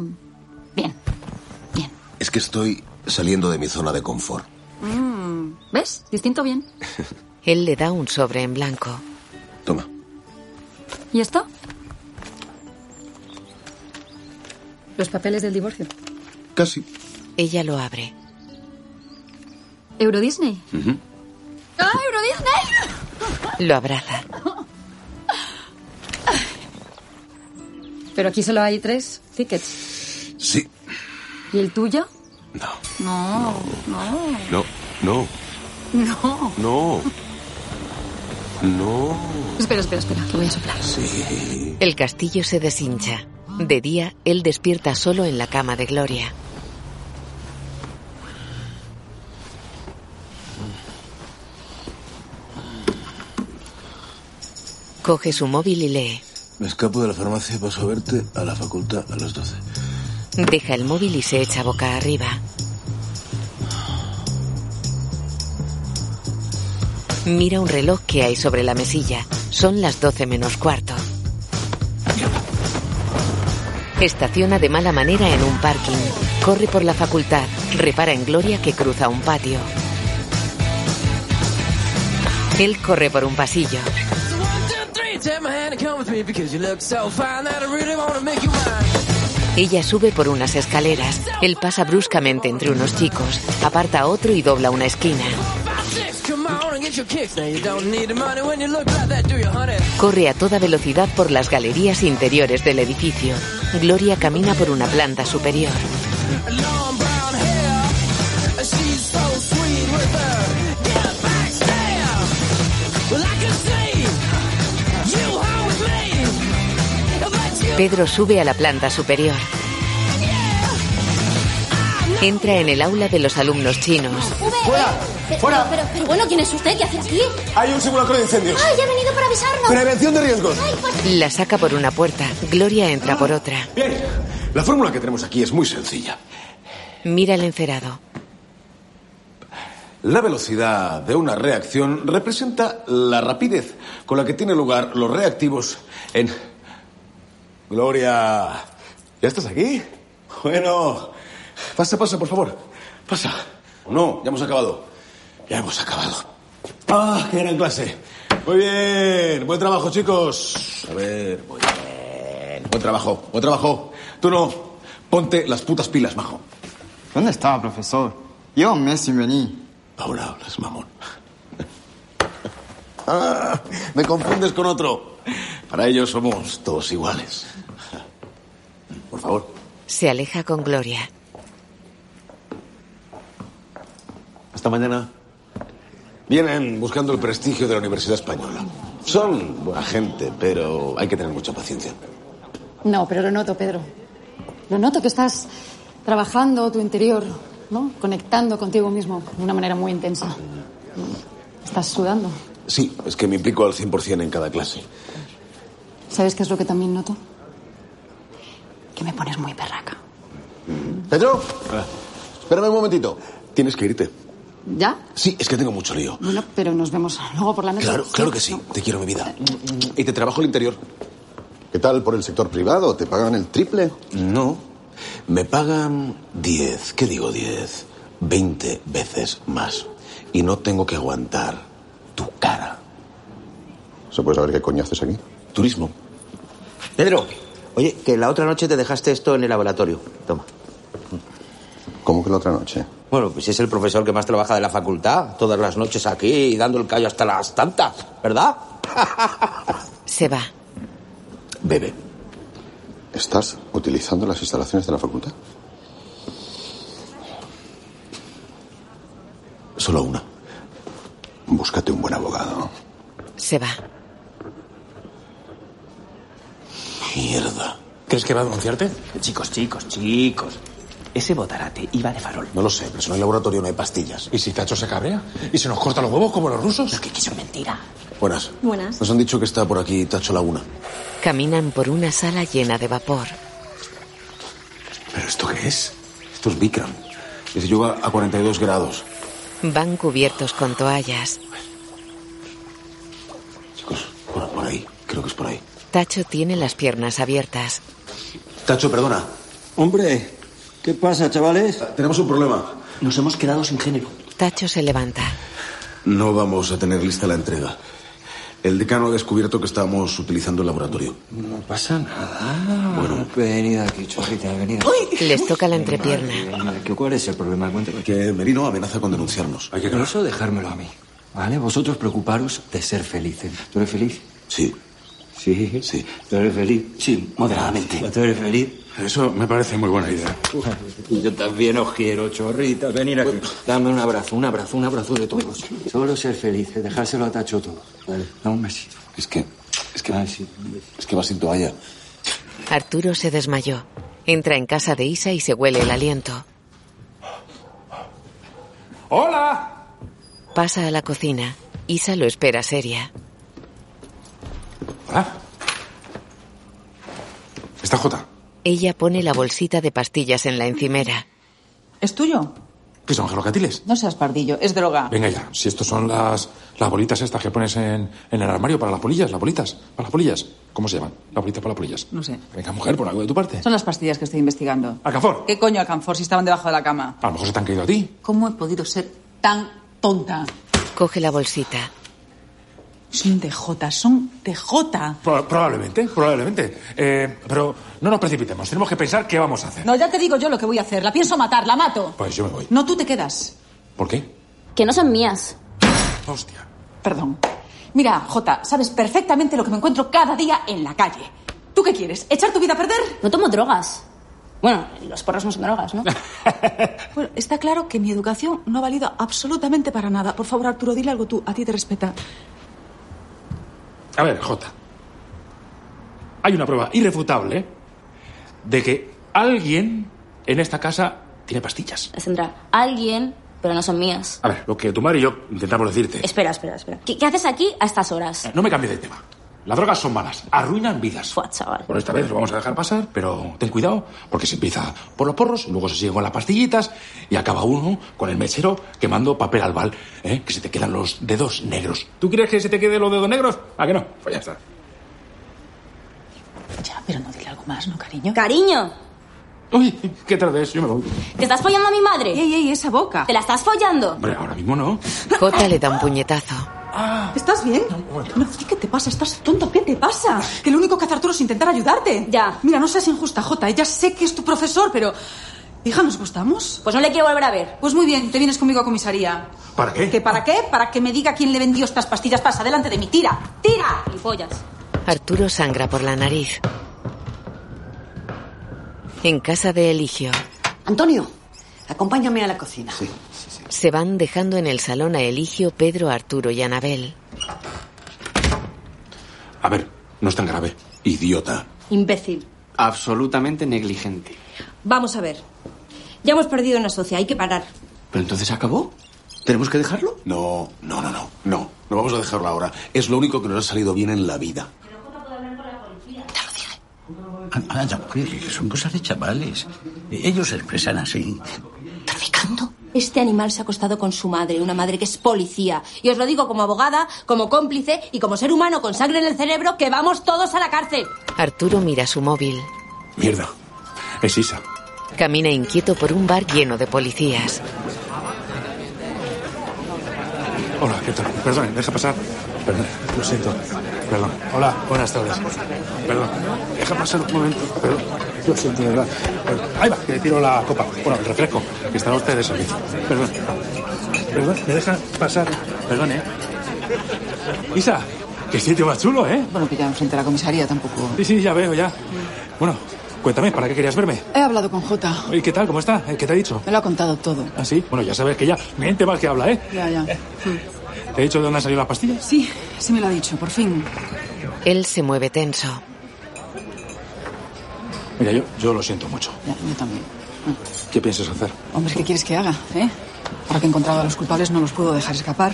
[SPEAKER 3] Es que estoy saliendo de mi zona de confort.
[SPEAKER 13] Mm, ¿Ves? Distinto bien.
[SPEAKER 2] Él le da un sobre en blanco.
[SPEAKER 13] ¿Y esto? Los papeles del divorcio.
[SPEAKER 3] Casi.
[SPEAKER 2] Ella lo abre.
[SPEAKER 13] Euro Disney. ¡Ah, Euro Disney!
[SPEAKER 2] Lo abraza.
[SPEAKER 13] Pero aquí solo hay tres tickets.
[SPEAKER 3] Sí.
[SPEAKER 13] ¿Y el tuyo? No. No,
[SPEAKER 7] No, no,
[SPEAKER 13] no. No.
[SPEAKER 7] no. No.
[SPEAKER 13] Espera, espera, espera, que voy a soplar.
[SPEAKER 7] Sí.
[SPEAKER 2] El castillo se deshincha. De día, él despierta solo en la cama de Gloria. Coge su móvil y lee.
[SPEAKER 1] Me escapo de la farmacia y paso a verte a la facultad a las 12.
[SPEAKER 2] Deja el móvil y se echa boca arriba. Mira un reloj que hay sobre la mesilla. Son las 12 menos cuarto. Estaciona de mala manera en un parking. Corre por la facultad. Repara en Gloria que cruza un patio. Él corre por un pasillo.
[SPEAKER 12] Three, take my hand and come with me because you look so fine that I really want to make you mine.
[SPEAKER 2] Ella sube por unas escaleras. Él pasa bruscamente entre unos chicos. Aparta a otro y dobla una esquina.
[SPEAKER 12] Five, six, come on and get your kicks. Now you don't need the money when you look like that, do you, honey?
[SPEAKER 2] Corre a toda velocidad por las galerías interiores del edificio. Gloria camina por una planta superior.
[SPEAKER 12] Long brown hair, she's so sweet with her. Get back stare. Well, I can see you home with me. But you
[SPEAKER 2] Pedro sube a la planta superior. Entra en el aula de los alumnos chinos.
[SPEAKER 10] ¡Fuera! ¡Fuera!
[SPEAKER 14] Pero, pero bueno, ¿quién es usted? ¿Qué hace aquí?
[SPEAKER 10] Hay un simulacro de incendios.
[SPEAKER 14] ¡Ay, ha venido para avisarnos! pues-
[SPEAKER 10] Prevención de riesgos.
[SPEAKER 2] La saca por una puerta. Gloria entra por otra.
[SPEAKER 3] Bien. La fórmula que tenemos aquí es muy sencilla.
[SPEAKER 2] Mira el encerado.
[SPEAKER 3] La velocidad de una reacción representa la rapidez con la que tienen lugar los reactivos en... Gloria, ¿ya estás aquí? Bueno, pasa, pasa, por favor. Pasa. No, ya hemos acabado. Ya hemos acabado. ¡Ah, qué gran clase! Muy bien, buen trabajo, chicos. A ver, muy bien. Buen trabajo, buen trabajo. Tú no, ponte las putas pilas, majo.
[SPEAKER 29] ¿Dónde estaba, profesor? Llevo un mes sin venir.
[SPEAKER 3] Ahora hablas, mamón. Ah, me confundes con otro. Para ellos somos todos iguales. Por favor.
[SPEAKER 2] Se aleja con Gloria.
[SPEAKER 3] Hasta mañana. Vienen buscando el prestigio de la Universidad Española. Son buena gente, pero hay que tener mucha paciencia.
[SPEAKER 13] No, pero lo noto, Pedro. Lo noto que estás trabajando tu interior, ¿no? Conectando contigo mismo de una manera muy intensa. Estás sudando.
[SPEAKER 3] Sí, es que me implico al 100% en cada clase.
[SPEAKER 13] ¿Sabes qué es lo que también noto? Que me pones muy perraca.
[SPEAKER 3] Pedro, espérame un momentito. Tienes que irte.
[SPEAKER 13] ¿Ya?
[SPEAKER 3] Sí, es que tengo mucho lío.
[SPEAKER 13] Bueno, pero nos vemos luego por la noche.
[SPEAKER 3] Claro, claro que sí. Te quiero, mi vida. Y te trabajo el interior.
[SPEAKER 38] ¿Qué tal por el sector privado? ¿Te pagan el triple?
[SPEAKER 3] No. Me pagan 10, ¿qué digo 10? 20 veces más. Y no tengo que aguantar tu cara.
[SPEAKER 38] ¿Se puede saber qué coño haces aquí?
[SPEAKER 3] Turismo.
[SPEAKER 8] Pedro, oye, que la otra noche te dejaste esto en el laboratorio. Toma.
[SPEAKER 38] ¿Cómo que la otra noche?
[SPEAKER 8] Bueno, pues es el profesor que más trabaja de la facultad. Todas las noches aquí, dando el callo hasta las tantas, ¿verdad?
[SPEAKER 2] Se va.
[SPEAKER 3] Bebe.
[SPEAKER 38] ¿Estás utilizando las instalaciones de la facultad?
[SPEAKER 3] Solo una.
[SPEAKER 38] Búscate un buen abogado.
[SPEAKER 2] Se va.
[SPEAKER 3] Mierda.
[SPEAKER 5] ¿Crees que va a denunciarte?
[SPEAKER 4] Chicos, chicos, chicos. Ese botarate iba de farol.
[SPEAKER 3] No lo sé, pero si no hay laboratorio no hay pastillas.
[SPEAKER 5] ¿Y si Tacho se cabrea? ¿Y se nos corta los huevos como los rusos? No,
[SPEAKER 4] que eso es mentira.
[SPEAKER 3] Buenas.
[SPEAKER 14] Buenas.
[SPEAKER 3] Nos han dicho que está por aquí Tacho Laguna.
[SPEAKER 2] Caminan por una sala llena de vapor.
[SPEAKER 3] ¿Pero esto qué es? Esto es Bikram. Es yoga a 42 grados.
[SPEAKER 2] Van cubiertos con toallas.
[SPEAKER 3] Por, por ahí. Creo que es por ahí.
[SPEAKER 2] Tacho tiene las piernas abiertas.
[SPEAKER 3] Tacho, perdona.
[SPEAKER 30] Hombre, ¿qué pasa, chavales?
[SPEAKER 3] Tenemos un problema.
[SPEAKER 39] Nos hemos quedado sin género.
[SPEAKER 2] Tacho se levanta.
[SPEAKER 3] No vamos a tener lista la entrega. El decano ha descubierto que estábamos utilizando el laboratorio.
[SPEAKER 30] No pasa nada. Bueno, venid aquí, chorrita, venid.
[SPEAKER 2] Les toca la entrepierna.
[SPEAKER 30] ¿Cuál es el problema? Cuéntame.
[SPEAKER 3] Que Merino amenaza con denunciarnos.
[SPEAKER 30] Incluso dejármelo a mí. ¿Vale? Vosotros preocuparos de ser felices. ¿Tú eres feliz?
[SPEAKER 3] Sí.
[SPEAKER 30] Sí. Sí. ¿Tú eres feliz? Sí, moderadamente. ¿Tú eres feliz?
[SPEAKER 5] Eso me parece muy buena idea.
[SPEAKER 30] Yo también os quiero, chorrita. Venid aquí. Dame un abrazo, un abrazo, un abrazo de todos. Solo ser felices, dejárselo a Tacho todo. Vale. Dame un besito.
[SPEAKER 3] Es que. Es que.
[SPEAKER 30] Ah,
[SPEAKER 3] Es que va sin toalla.
[SPEAKER 2] Arturo se desmayó. Entra en casa de Isa y se huele el aliento.
[SPEAKER 40] ¡Hola!
[SPEAKER 2] Pasa a la cocina. Isa lo espera seria.
[SPEAKER 5] Ah. ¿Está Jota?
[SPEAKER 2] Ella pone la bolsita de pastillas en la encimera.
[SPEAKER 19] ¿Es tuyo?
[SPEAKER 5] ¿Qué son gelocatiles?
[SPEAKER 19] No seas pardillo, es droga.
[SPEAKER 5] Venga ya, si estos son las, las bolitas estas que pones en, en el armario para las polillas, las bolitas, para las polillas. ¿Cómo se llaman? Las bolitas para las polillas.
[SPEAKER 19] No sé.
[SPEAKER 5] Venga, mujer, por algo de tu parte.
[SPEAKER 19] Son las pastillas que estoy investigando.
[SPEAKER 5] Alcanfor,
[SPEAKER 19] ¿Qué coño alcanfor si estaban debajo de la cama?
[SPEAKER 5] a lo mejor se te han caído a ti.
[SPEAKER 19] ¿Cómo he podido ser tan tonta?
[SPEAKER 2] Coge la bolsita.
[SPEAKER 19] Son TJ, son TJ.
[SPEAKER 5] Pro- probablemente, probablemente. Eh, pero no nos precipitemos, tenemos que pensar qué vamos a hacer.
[SPEAKER 19] No, ya te digo yo lo que voy a hacer. La pienso matar, la mato.
[SPEAKER 5] Pues yo me voy.
[SPEAKER 19] No, tú te quedas.
[SPEAKER 5] ¿Por qué?
[SPEAKER 19] Que no son mías.
[SPEAKER 5] Hostia.
[SPEAKER 19] Perdón. Mira, Jota, sabes perfectamente lo que me encuentro cada día en la calle. ¿Tú qué quieres? ¿Echar tu vida a perder?
[SPEAKER 14] No tomo drogas. Bueno, los porros no son drogas, ¿no?
[SPEAKER 19] Bueno, está claro que mi educación no ha valido absolutamente para nada. Por favor, Arturo, dile algo tú. A ti te respeta.
[SPEAKER 5] A ver, Jota. Hay una prueba irrefutable de que alguien en esta casa tiene pastillas.
[SPEAKER 14] Tendrá alguien, pero no son mías.
[SPEAKER 5] A ver, lo que tu madre y yo intentamos decirte.
[SPEAKER 14] Espera, espera, espera. ¿Qué, qué haces aquí a estas horas?
[SPEAKER 5] No me cambie de tema. Las drogas son malas, arruinan vidas. Por esta vez lo vamos a dejar pasar, pero ten cuidado, porque se empieza por los porros, luego se sigue con las pastillitas y acaba uno con el mechero quemando papel albal, ¿eh? que se te quedan los dedos negros. ¿Tú quieres que se te queden los dedos negros? ¿A que no? Pues ya está.
[SPEAKER 19] Ya, pero no dile algo más, ¿no, cariño?
[SPEAKER 14] ¡Cariño!
[SPEAKER 5] Uy, qué tarde es, yo me voy.
[SPEAKER 14] ¿Te estás follando a mi madre?
[SPEAKER 19] ¡Ey, ey, esa boca!
[SPEAKER 14] ¿Te la estás follando?
[SPEAKER 5] Hombre, ahora mismo no.
[SPEAKER 2] Jota le da un puñetazo.
[SPEAKER 19] ¿Estás bien? No, ¿qué te pasa? ¿Estás tonto? ¿Qué te pasa? Que lo único que hace Arturo es intentar ayudarte. Ya. Mira, no seas injusta, Jota. ¿eh? Ya sé que es tu profesor, pero... Hija, ¿nos gustamos?
[SPEAKER 14] Pues no le quiero volver a ver.
[SPEAKER 19] Pues muy bien, te vienes conmigo a comisaría.
[SPEAKER 5] ¿Para qué?
[SPEAKER 19] ¿Que para qué? Para que me diga quién le vendió estas pastillas. Pasa, delante de mí. ¡Tira! ¡Tira!
[SPEAKER 14] Y follas.
[SPEAKER 2] Arturo sangra por la nariz. En casa de Eligio.
[SPEAKER 41] Antonio, acompáñame a la cocina.
[SPEAKER 2] Se van dejando en el salón a Eligio, Pedro, Arturo y Anabel.
[SPEAKER 3] A ver, no es tan grave. Idiota.
[SPEAKER 41] Imbécil.
[SPEAKER 39] Absolutamente negligente.
[SPEAKER 41] Vamos a ver. Ya hemos perdido una socia, hay que parar.
[SPEAKER 39] Pero entonces acabó. ¿Tenemos que dejarlo?
[SPEAKER 3] No, no, no, no. No, no vamos a dejarlo ahora. Es lo único que nos ha salido bien en la vida.
[SPEAKER 4] Anda, mujer, son cosas de chavales. Ellos se expresan así.
[SPEAKER 23] Este animal se ha acostado con su madre, una madre que es policía. Y os lo digo como abogada, como cómplice y como ser humano con sangre en el cerebro que vamos todos a la cárcel.
[SPEAKER 2] Arturo mira su móvil.
[SPEAKER 5] Mierda. Es Isa.
[SPEAKER 2] Camina inquieto por un bar lleno de policías.
[SPEAKER 5] Hola, ¿qué tal? Perdón, deja pasar. Perdón, lo siento. Perdón. Hola, buenas tardes. Perdón, deja pasar un momento. Perdón, lo siento, de verdad. Perdón. Ahí va, que le tiro la copa. Bueno, el refresco, que estará usted de servicio. Perdón. Perdón, me deja pasar. Perdón, ¿eh? Isa, qué sitio más chulo, ¿eh?
[SPEAKER 19] Bueno, que ya enfrente a la comisaría tampoco.
[SPEAKER 5] Sí, sí, ya veo, ya. Bueno, cuéntame, ¿para qué querías verme?
[SPEAKER 19] He hablado con Jota.
[SPEAKER 5] ¿Y qué tal? ¿Cómo está? ¿Eh? ¿Qué te ha dicho?
[SPEAKER 19] Me lo ha contado todo.
[SPEAKER 5] ¿Ah, sí? Bueno, ya sabes que ya miente más que habla, ¿eh?
[SPEAKER 19] Ya, ya. Hmm.
[SPEAKER 5] ¿Te he dicho de dónde han salido las pastillas?
[SPEAKER 19] Sí, sí me lo ha dicho, por fin.
[SPEAKER 2] Él se mueve tenso.
[SPEAKER 5] Mira, yo, yo lo siento mucho.
[SPEAKER 19] yo también.
[SPEAKER 5] ¿Qué piensas hacer?
[SPEAKER 19] Hombre, ¿qué quieres que haga, eh? Ahora que he encontrado a los culpables no los puedo dejar escapar.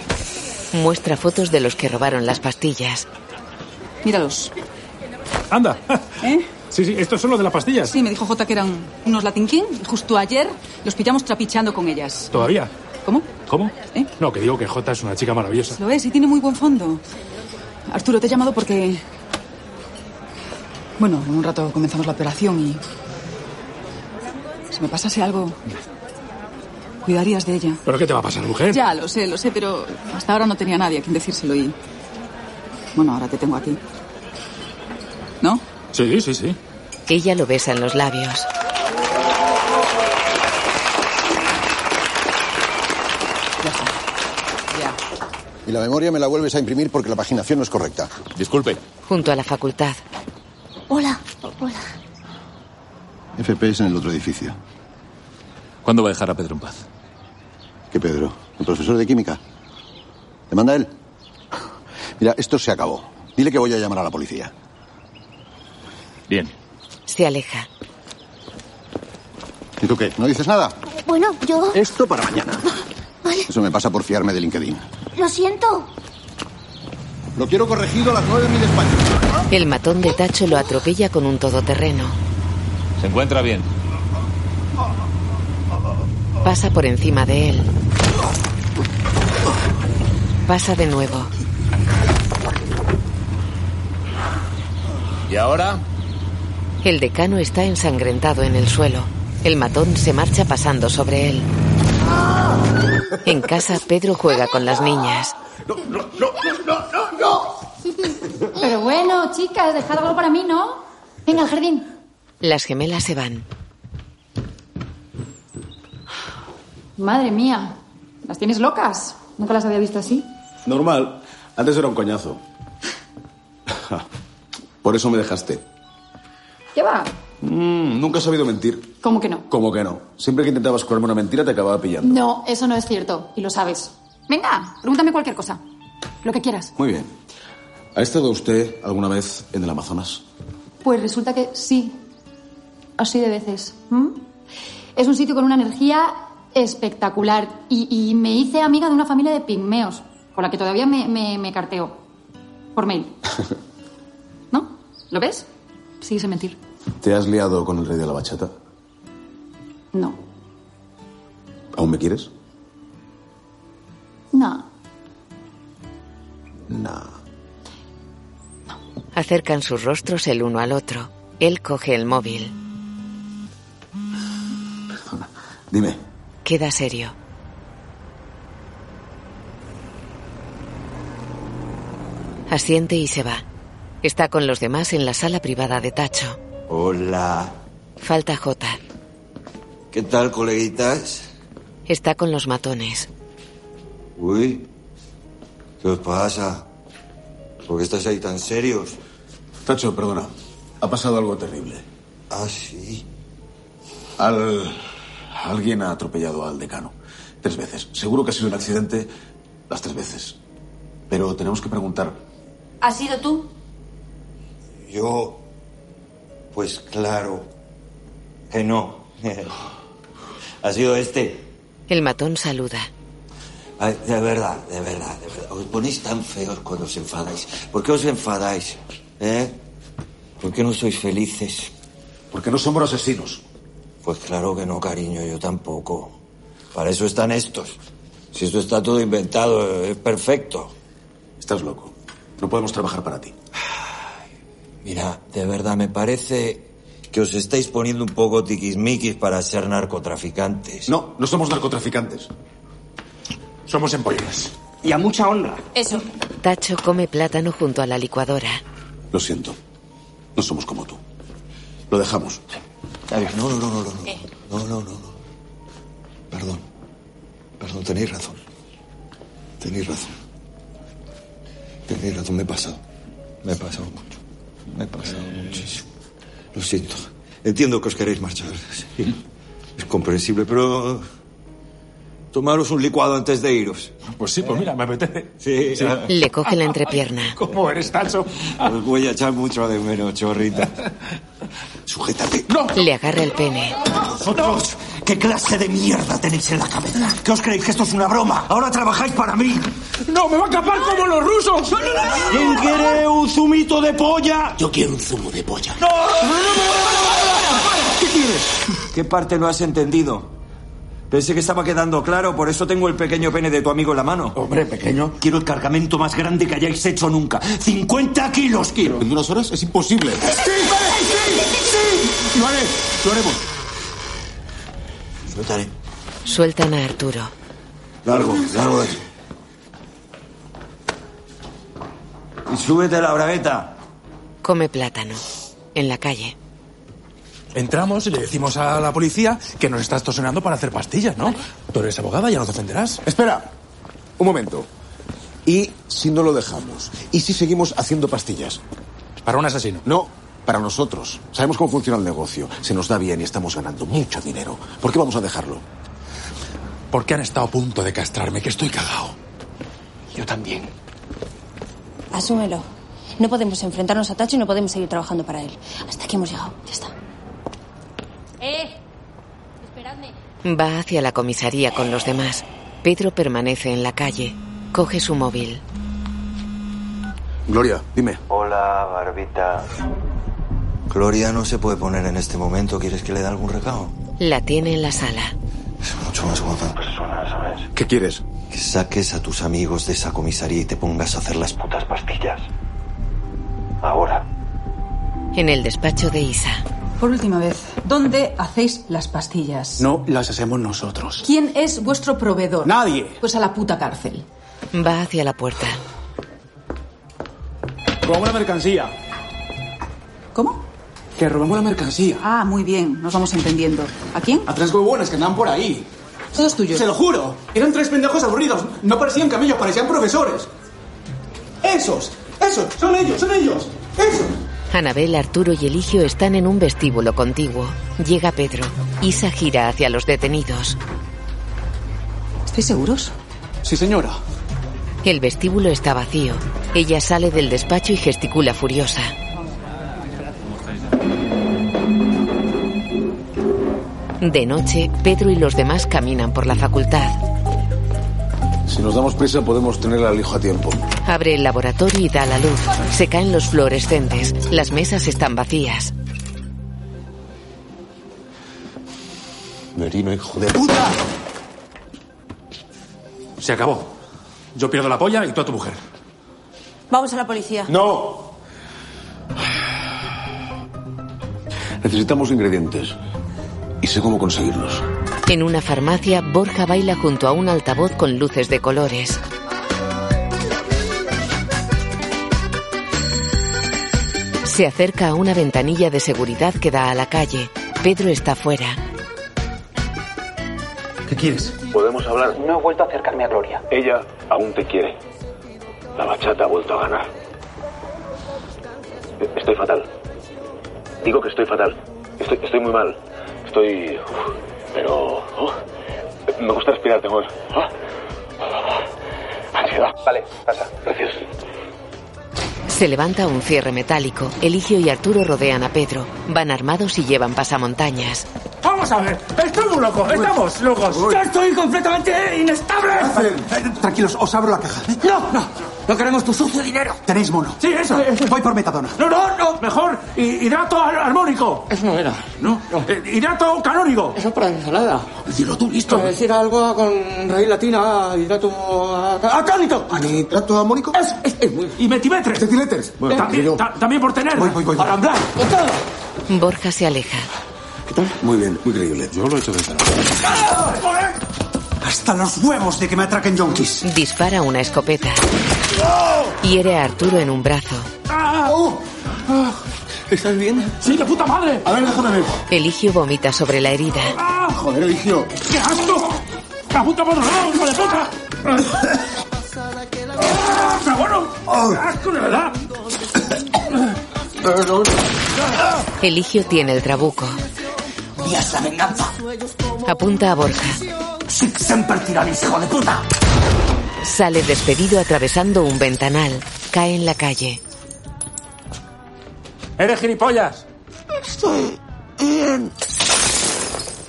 [SPEAKER 2] Muestra fotos de los que robaron las pastillas.
[SPEAKER 19] Míralos.
[SPEAKER 5] Anda,
[SPEAKER 19] ¿Eh?
[SPEAKER 5] Sí, sí, estos son los de las pastillas.
[SPEAKER 19] Sí, me dijo Jota que eran unos Latin King. y Justo ayer los pillamos trapicheando con ellas.
[SPEAKER 5] ¿Todavía?
[SPEAKER 19] ¿Cómo?
[SPEAKER 5] ¿Cómo? No, que digo que Jota es una chica maravillosa.
[SPEAKER 19] Lo es y tiene muy buen fondo. Arturo, te he llamado porque... Bueno, en un rato comenzamos la operación y... Si me pasase algo... Cuidarías de ella.
[SPEAKER 5] ¿Pero qué te va a pasar, mujer?
[SPEAKER 19] Ya, lo sé, lo sé, pero hasta ahora no tenía nadie a quien decírselo y... Bueno, ahora te tengo aquí.
[SPEAKER 5] Sí, sí, sí.
[SPEAKER 2] Ella lo besa en los labios.
[SPEAKER 38] Y la memoria me la vuelves a imprimir porque la paginación no es correcta. Disculpe.
[SPEAKER 2] Junto a la facultad.
[SPEAKER 14] Hola, hola.
[SPEAKER 38] FP es en el otro edificio.
[SPEAKER 28] ¿Cuándo va a dejar a Pedro en paz?
[SPEAKER 38] ¿Qué Pedro? ¿El profesor de química? ¿Te manda él? Mira, esto se acabó. Dile que voy a llamar a la policía.
[SPEAKER 2] Se aleja.
[SPEAKER 38] ¿Y tú qué? ¿No dices nada?
[SPEAKER 14] Bueno, yo
[SPEAKER 38] Esto para mañana. Eso me pasa por fiarme de LinkedIn.
[SPEAKER 14] lo siento.
[SPEAKER 38] Lo quiero corregido a las nueve en mi despacho.
[SPEAKER 2] El matón de Tacho lo atropella con un todoterreno.
[SPEAKER 28] Se encuentra bien.
[SPEAKER 2] Pasa por encima de él. Pasa de nuevo.
[SPEAKER 28] ¿Y ahora?
[SPEAKER 2] El decano está ensangrentado en el suelo. El matón se marcha pasando sobre él. En casa, Pedro juega con las niñas.
[SPEAKER 9] Pero bueno, chicas, dejad algo para mí, ¿no? Venga, al jardín.
[SPEAKER 2] Las gemelas se van.
[SPEAKER 13] Madre mía, las tienes locas. Nunca las había visto así.
[SPEAKER 3] Normal. Antes era un coñazo. Por eso me dejaste.
[SPEAKER 13] ¿Qué va?
[SPEAKER 3] Mm, nunca he sabido mentir.
[SPEAKER 13] ¿Cómo que no?
[SPEAKER 3] Como que no. Siempre que intentabas colarme una mentira te acababa pillando.
[SPEAKER 13] No, eso no es cierto, y lo sabes. Venga, pregúntame cualquier cosa. Lo que quieras.
[SPEAKER 3] Muy bien. ¿Ha estado usted alguna vez en el Amazonas?
[SPEAKER 13] Pues resulta que sí. Así de veces. ¿m? ¿Mm? Es un sitio con una energía espectacular. Y, y me hice amiga de una familia de pigmeos, con la que todavía me, me- me carteo. Por mail. ¿No? ¿Lo ves? Sí, sé mentir.
[SPEAKER 3] ¿Te has liado con el rey de la bachata?
[SPEAKER 13] No.
[SPEAKER 3] ¿Aún me quieres?
[SPEAKER 13] No.
[SPEAKER 3] No.
[SPEAKER 2] Acercan sus rostros el uno al otro. Él coge el móvil.
[SPEAKER 3] Dime.
[SPEAKER 2] Queda serio. Asiente y se va. Está con los demás en la sala privada de Tacho.
[SPEAKER 30] Hola.
[SPEAKER 2] Falta J.
[SPEAKER 30] ¿Qué tal, coleguitas?
[SPEAKER 2] Está con los matones.
[SPEAKER 30] Uy, ¿qué os pasa? ¿Por qué estáis ahí tan serios?
[SPEAKER 3] Tacho, perdona. Ha pasado algo terrible.
[SPEAKER 30] Ah, sí.
[SPEAKER 3] Al... Alguien ha atropellado al decano. Tres veces. Seguro que ha sido un accidente las tres veces. Pero tenemos que preguntar.
[SPEAKER 23] ¿Has sido tú?
[SPEAKER 30] Yo, pues claro, que no. ha sido este.
[SPEAKER 2] El matón saluda.
[SPEAKER 30] Ay, de verdad, de verdad, de verdad. Os ponéis tan feos cuando os enfadáis. ¿Por qué os enfadáis? ¿Eh? ¿Por qué no sois felices?
[SPEAKER 3] Porque no somos asesinos.
[SPEAKER 30] Pues claro que no, cariño, yo tampoco. Para eso están estos. Si esto está todo inventado, eh, es perfecto.
[SPEAKER 3] Estás loco. No podemos trabajar para ti.
[SPEAKER 30] Mira, de verdad me parece que os estáis poniendo un poco tiquismiquis para ser narcotraficantes.
[SPEAKER 3] No, no somos narcotraficantes.
[SPEAKER 30] Somos empollas.
[SPEAKER 4] Y a mucha honra.
[SPEAKER 23] Eso.
[SPEAKER 2] Tacho come plátano junto a la licuadora.
[SPEAKER 3] Lo siento. No somos como tú. Lo dejamos.
[SPEAKER 30] No, no, no, no, no. No, no, no, no. Perdón. Perdón, tenéis razón. Tenéis razón. Tenéis razón, me he pasado. Me he pasado mucho. Me he pasado muchísimo. Lo siento. Entiendo que os queréis marchar. sí. Es comprensible, pero. Tomaros un licuado antes de iros.
[SPEAKER 5] Pues sí, pues mira, me apetece.
[SPEAKER 30] Sí. ah.
[SPEAKER 2] Le coge la entrepierna.
[SPEAKER 5] ¿Cómo eres, Tacho?
[SPEAKER 30] Os voy a echar mucho de menos, chorrita. Sujétate.
[SPEAKER 2] Le agarra el pene.
[SPEAKER 30] ¡Vosotros!
[SPEAKER 35] ¿Qué clase de mierda tenéis en la cabeza? ¿Qué os creéis que esto es una broma? Ahora trabajáis para mí.
[SPEAKER 7] No, me va a escapar como los rusos.
[SPEAKER 35] ¿Quién quiere un zumito de polla?
[SPEAKER 34] Yo quiero un zumo de polla.
[SPEAKER 35] ¡No!
[SPEAKER 29] ¿Qué quieres?
[SPEAKER 34] ¿Qué parte no has entendido? Pensé que estaba quedando claro, por eso tengo el pequeño pene de tu amigo en la mano.
[SPEAKER 35] Hombre, pequeño.
[SPEAKER 34] Quiero el cargamento más grande que hayáis hecho nunca. ¡50 kilos quiero!
[SPEAKER 10] ¿En unas horas? Es imposible.
[SPEAKER 29] ¡Sí, vale, sí, sí!
[SPEAKER 10] Lo haré, lo haremos.
[SPEAKER 30] Suéltale.
[SPEAKER 2] Sueltan a Arturo.
[SPEAKER 30] Largo, largo de aquí.
[SPEAKER 34] Y súbete la bragueta.
[SPEAKER 2] Come plátano. En la calle.
[SPEAKER 5] Entramos y le decimos a la policía que nos estás tosenando para hacer pastillas, ¿no? Tú eres abogada, ya no te ofenderás.
[SPEAKER 10] Espera, un momento. ¿Y si no lo dejamos? ¿Y si seguimos haciendo pastillas?
[SPEAKER 5] Para un asesino.
[SPEAKER 10] No, para nosotros. Sabemos cómo funciona el negocio. Se nos da bien y estamos ganando mucho dinero. ¿Por qué vamos a dejarlo?
[SPEAKER 5] Porque han estado a punto de castrarme, que estoy cagado.
[SPEAKER 34] Yo también.
[SPEAKER 23] Asúmelo. No podemos enfrentarnos a Tacho y no podemos seguir trabajando para él. Hasta aquí hemos llegado. Ya está.
[SPEAKER 2] ¡Eh! Esperadme. Va hacia la comisaría con los demás. Pedro permanece en la calle. Coge su móvil.
[SPEAKER 10] Gloria, dime.
[SPEAKER 30] Hola, Barbita. Gloria no se puede poner en este momento. ¿Quieres que le dé algún recado?
[SPEAKER 2] La tiene en la sala.
[SPEAKER 30] Es mucho más guapa. Persona, ¿sabes?
[SPEAKER 10] ¿Qué quieres?
[SPEAKER 30] Que saques a tus amigos de esa comisaría y te pongas a hacer las putas pastillas. Ahora.
[SPEAKER 2] En el despacho de Isa.
[SPEAKER 19] Por última vez, ¿dónde hacéis las pastillas?
[SPEAKER 4] No las hacemos nosotros.
[SPEAKER 19] ¿Quién es vuestro proveedor?
[SPEAKER 4] Nadie.
[SPEAKER 19] Pues a la puta cárcel.
[SPEAKER 2] Va hacia la puerta.
[SPEAKER 4] Robamos la mercancía.
[SPEAKER 19] ¿Cómo?
[SPEAKER 4] Que robamos la mercancía.
[SPEAKER 19] Ah, muy bien, nos vamos entendiendo. ¿A quién?
[SPEAKER 4] A tres huevones que andan por ahí.
[SPEAKER 19] Todo es tuyo.
[SPEAKER 4] Se lo juro. Eran tres pendejos aburridos. No parecían camellos, parecían profesores. Esos. Esos. Son ellos, son ellos. Esos.
[SPEAKER 2] Anabel, Arturo y Eligio están en un vestíbulo contiguo. Llega Pedro. Isa gira hacia los detenidos.
[SPEAKER 19] ¿Estáis seguros?
[SPEAKER 4] Sí, señora.
[SPEAKER 2] El vestíbulo está vacío. Ella sale del despacho y gesticula furiosa. De noche, Pedro y los demás caminan por la facultad.
[SPEAKER 1] Si nos damos prisa podemos tener al hijo a tiempo.
[SPEAKER 2] Abre el laboratorio y da la luz. Se caen los fluorescentes. Las mesas están vacías.
[SPEAKER 30] Merino, hijo de puta.
[SPEAKER 5] Se acabó. Yo pierdo la polla y tú a tu mujer.
[SPEAKER 14] Vamos a la policía.
[SPEAKER 10] No.
[SPEAKER 1] Necesitamos ingredientes. Y sé cómo conseguirlos.
[SPEAKER 2] En una farmacia, Borja baila junto a un altavoz con luces de colores. Se acerca a una ventanilla de seguridad que da a la calle. Pedro está fuera.
[SPEAKER 4] ¿Qué quieres?
[SPEAKER 1] Podemos hablar.
[SPEAKER 4] No he vuelto a acercarme a Gloria.
[SPEAKER 1] Ella aún te quiere. La bachata ha vuelto a ganar. Estoy fatal. Digo que estoy fatal. Estoy, estoy muy mal. Estoy... uf, pero... oh, me gusta respirar, tengo... ah, ansiedad.
[SPEAKER 4] Vale, pasa.
[SPEAKER 1] Gracias.
[SPEAKER 2] Se levanta un cierre metálico. Eligio y Arturo rodean a Pedro. Van armados y llevan pasamontañas.
[SPEAKER 7] Vamos a ver, estoy muy loco, estamos locos.
[SPEAKER 4] Uy.
[SPEAKER 7] Yo estoy completamente inestable.
[SPEAKER 4] Tranquilos, os abro la caja.
[SPEAKER 7] No, no.
[SPEAKER 4] No queremos tu sucio dinero. Tenéis mono.
[SPEAKER 7] Sí, eso.
[SPEAKER 4] Voy por metadona.
[SPEAKER 7] No, no, no. Mejor hi- hidrato ar- armónico.
[SPEAKER 29] Eso no era.
[SPEAKER 7] No, eh, hidrato canónico.
[SPEAKER 29] Eso para ensalada. Eh.
[SPEAKER 7] Decirlo tú, listo.
[SPEAKER 29] Para decir algo con raíz latina, hidrato...
[SPEAKER 7] ¡Acánito!
[SPEAKER 10] ¿Nitrato amónico?
[SPEAKER 7] Es, es- es muy- y metimetres.
[SPEAKER 10] Cetiletres.
[SPEAKER 7] Eh, también, ta- también por tener.
[SPEAKER 10] Voy, voy, voy, voy.
[SPEAKER 7] Alambrar. Con todo.
[SPEAKER 2] Borja se aleja.
[SPEAKER 10] Muy bien, muy creíble.
[SPEAKER 30] Yo lo he hecho de cara.
[SPEAKER 4] Hasta los huevos de que me atraquen yonkis.
[SPEAKER 2] Dispara una escopeta. Hiere a Arturo en un brazo.
[SPEAKER 4] ¿Estás bien?
[SPEAKER 7] ¡Sí, la puta madre!
[SPEAKER 10] A ver, déjame ver.
[SPEAKER 2] Eligio vomita sobre la herida.
[SPEAKER 10] Ah, joder, Eligio.
[SPEAKER 7] ¡Qué asco! ¡La puta madre! ¡No, hijo de puta! ¡Ah, cabrón! ¡Qué asco, de verdad!
[SPEAKER 2] Eligio tiene el trabuco.
[SPEAKER 29] ¡Días la venganza!
[SPEAKER 2] Apunta a Borja.
[SPEAKER 29] ¡Siempre tiranis, hijo de puta!
[SPEAKER 2] Sale despedido atravesando un ventanal. Cae en la calle.
[SPEAKER 5] ¡Eres gilipollas!
[SPEAKER 29] Estoy bien.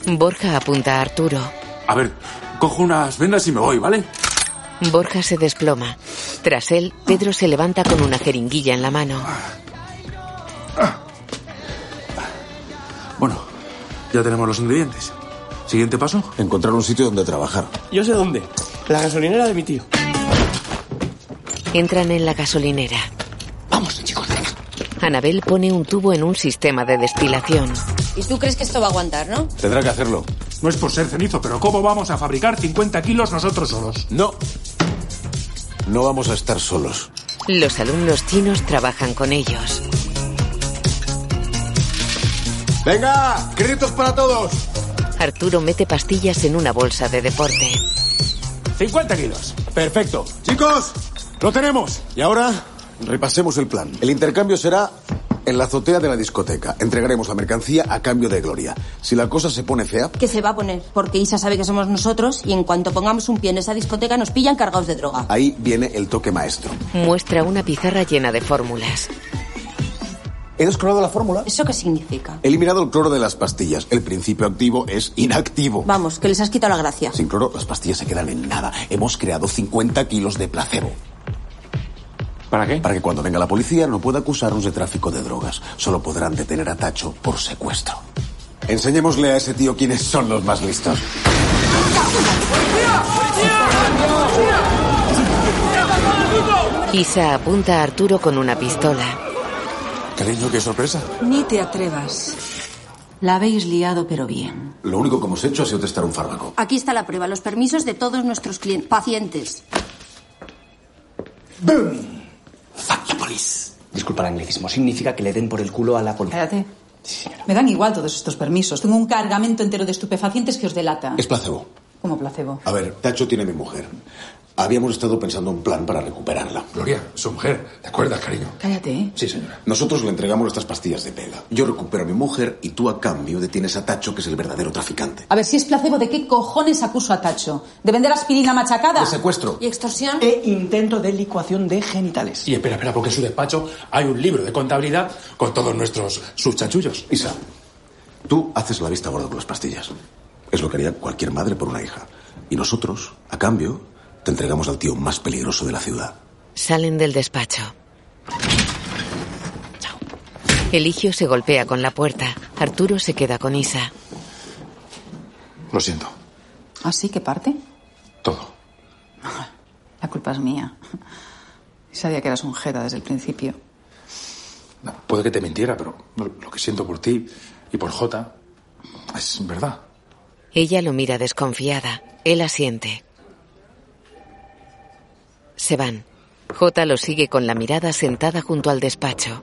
[SPEAKER 2] Borja apunta a Arturo.
[SPEAKER 7] A ver, cojo unas vendas y me voy, ¿vale?
[SPEAKER 2] Borja se desploma. Tras él, Pedro se levanta con una jeringuilla en la mano.
[SPEAKER 7] Bueno, ya tenemos los ingredientes. Siguiente paso.
[SPEAKER 3] Encontrar un sitio donde trabajar.
[SPEAKER 6] Yo sé dónde. La gasolinera de mi tío.
[SPEAKER 2] Entran en la gasolinera. Vamos, chicos, Anabel pone un tubo en un sistema de destilación.
[SPEAKER 23] ¿Y tú crees que esto va a aguantar, no?
[SPEAKER 3] Tendrá que hacerlo.
[SPEAKER 5] No es por ser cenizo, pero ¿cómo vamos a fabricar 50 kilos nosotros solos?
[SPEAKER 3] No. No vamos a estar solos.
[SPEAKER 2] Los alumnos chinos trabajan con ellos.
[SPEAKER 38] Venga, créditos para todos.
[SPEAKER 2] Arturo mete pastillas en una bolsa de deporte.
[SPEAKER 7] 50 kilos.
[SPEAKER 10] Perfecto.
[SPEAKER 7] Chicos, lo tenemos.
[SPEAKER 3] Y ahora repasemos el plan. El intercambio será en la azotea de la discoteca. Entregaremos la mercancía a cambio de gloria. Si la cosa se pone fea,
[SPEAKER 23] ¿Qué se va a poner? Porque Isa sabe que somos nosotros y en cuanto pongamos un pie en esa discoteca nos pillan cargados de droga.
[SPEAKER 3] ahí viene el toque maestro.
[SPEAKER 2] Muestra una pizarra llena de fórmulas.
[SPEAKER 3] ¿He desclonado la fórmula?
[SPEAKER 23] ¿Eso qué significa?
[SPEAKER 3] He eliminado el cloro de las pastillas. El principio activo es inactivo.
[SPEAKER 23] Vamos, que les has quitado la gracia.
[SPEAKER 3] Sin cloro, las pastillas se quedan en nada. Hemos creado 50 kilos de placebo.
[SPEAKER 7] ¿Para qué?
[SPEAKER 3] Para que cuando venga la policía no pueda acusarnos de tráfico de drogas. Solo podrán detener a Tacho por secuestro. Enseñémosle a ese tío quiénes son los más listos.
[SPEAKER 2] Isa apunta a Arturo con una pistola.
[SPEAKER 7] Cariño, qué sorpresa.
[SPEAKER 19] Ni te atrevas. La habéis liado, pero bien.
[SPEAKER 3] Lo único que hemos hecho ha sido testar un fármaco.
[SPEAKER 23] Aquí está la prueba, los permisos de todos nuestros clientes, pacientes.
[SPEAKER 4] Disculpa el anglicismo, significa que le den por el culo a la policía.
[SPEAKER 19] Cállate. Me dan igual todos estos permisos. Tengo un cargamento entero de estupefacientes que os delata.
[SPEAKER 3] Es placebo.
[SPEAKER 19] Como placebo.
[SPEAKER 3] A ver, Tacho tiene a mi mujer. Habíamos estado pensando un plan para recuperarla.
[SPEAKER 7] Gloria, su mujer. ¿Te acuerdas, cariño?
[SPEAKER 19] Cállate, ¿eh?
[SPEAKER 7] Sí, señora.
[SPEAKER 3] Nosotros le entregamos estas pastillas de pega. Yo recupero a mi mujer y tú a cambio detienes a Tacho, que es el verdadero traficante.
[SPEAKER 19] A ver, si es placebo, ¿de qué cojones acuso a Tacho? ¿De vender aspirina machacada?
[SPEAKER 3] De secuestro.
[SPEAKER 23] ¿Y extorsión?
[SPEAKER 4] E intento de licuación de genitales.
[SPEAKER 5] Y espera, espera, porque en su despacho hay un libro de contabilidad con todos nuestros subchachullos.
[SPEAKER 3] Isa, tú haces la vista gorda con las pastillas. Es lo que haría cualquier madre por una hija. Y nosotros, a cambio, te entregamos al tío más peligroso de la ciudad.
[SPEAKER 2] Salen del despacho. Eligio se golpea con la puerta. Arturo se queda con Isa.
[SPEAKER 7] Lo siento.
[SPEAKER 19] ¿Así que parte?
[SPEAKER 7] Todo.
[SPEAKER 19] La culpa es mía. Sabía que eras un jeta desde el principio.
[SPEAKER 7] Puede que te mintiera, pero lo lo que siento por ti y por Jota es verdad.
[SPEAKER 2] Ella lo mira desconfiada. Él asiente. Se van. J lo sigue con la mirada sentada junto al despacho.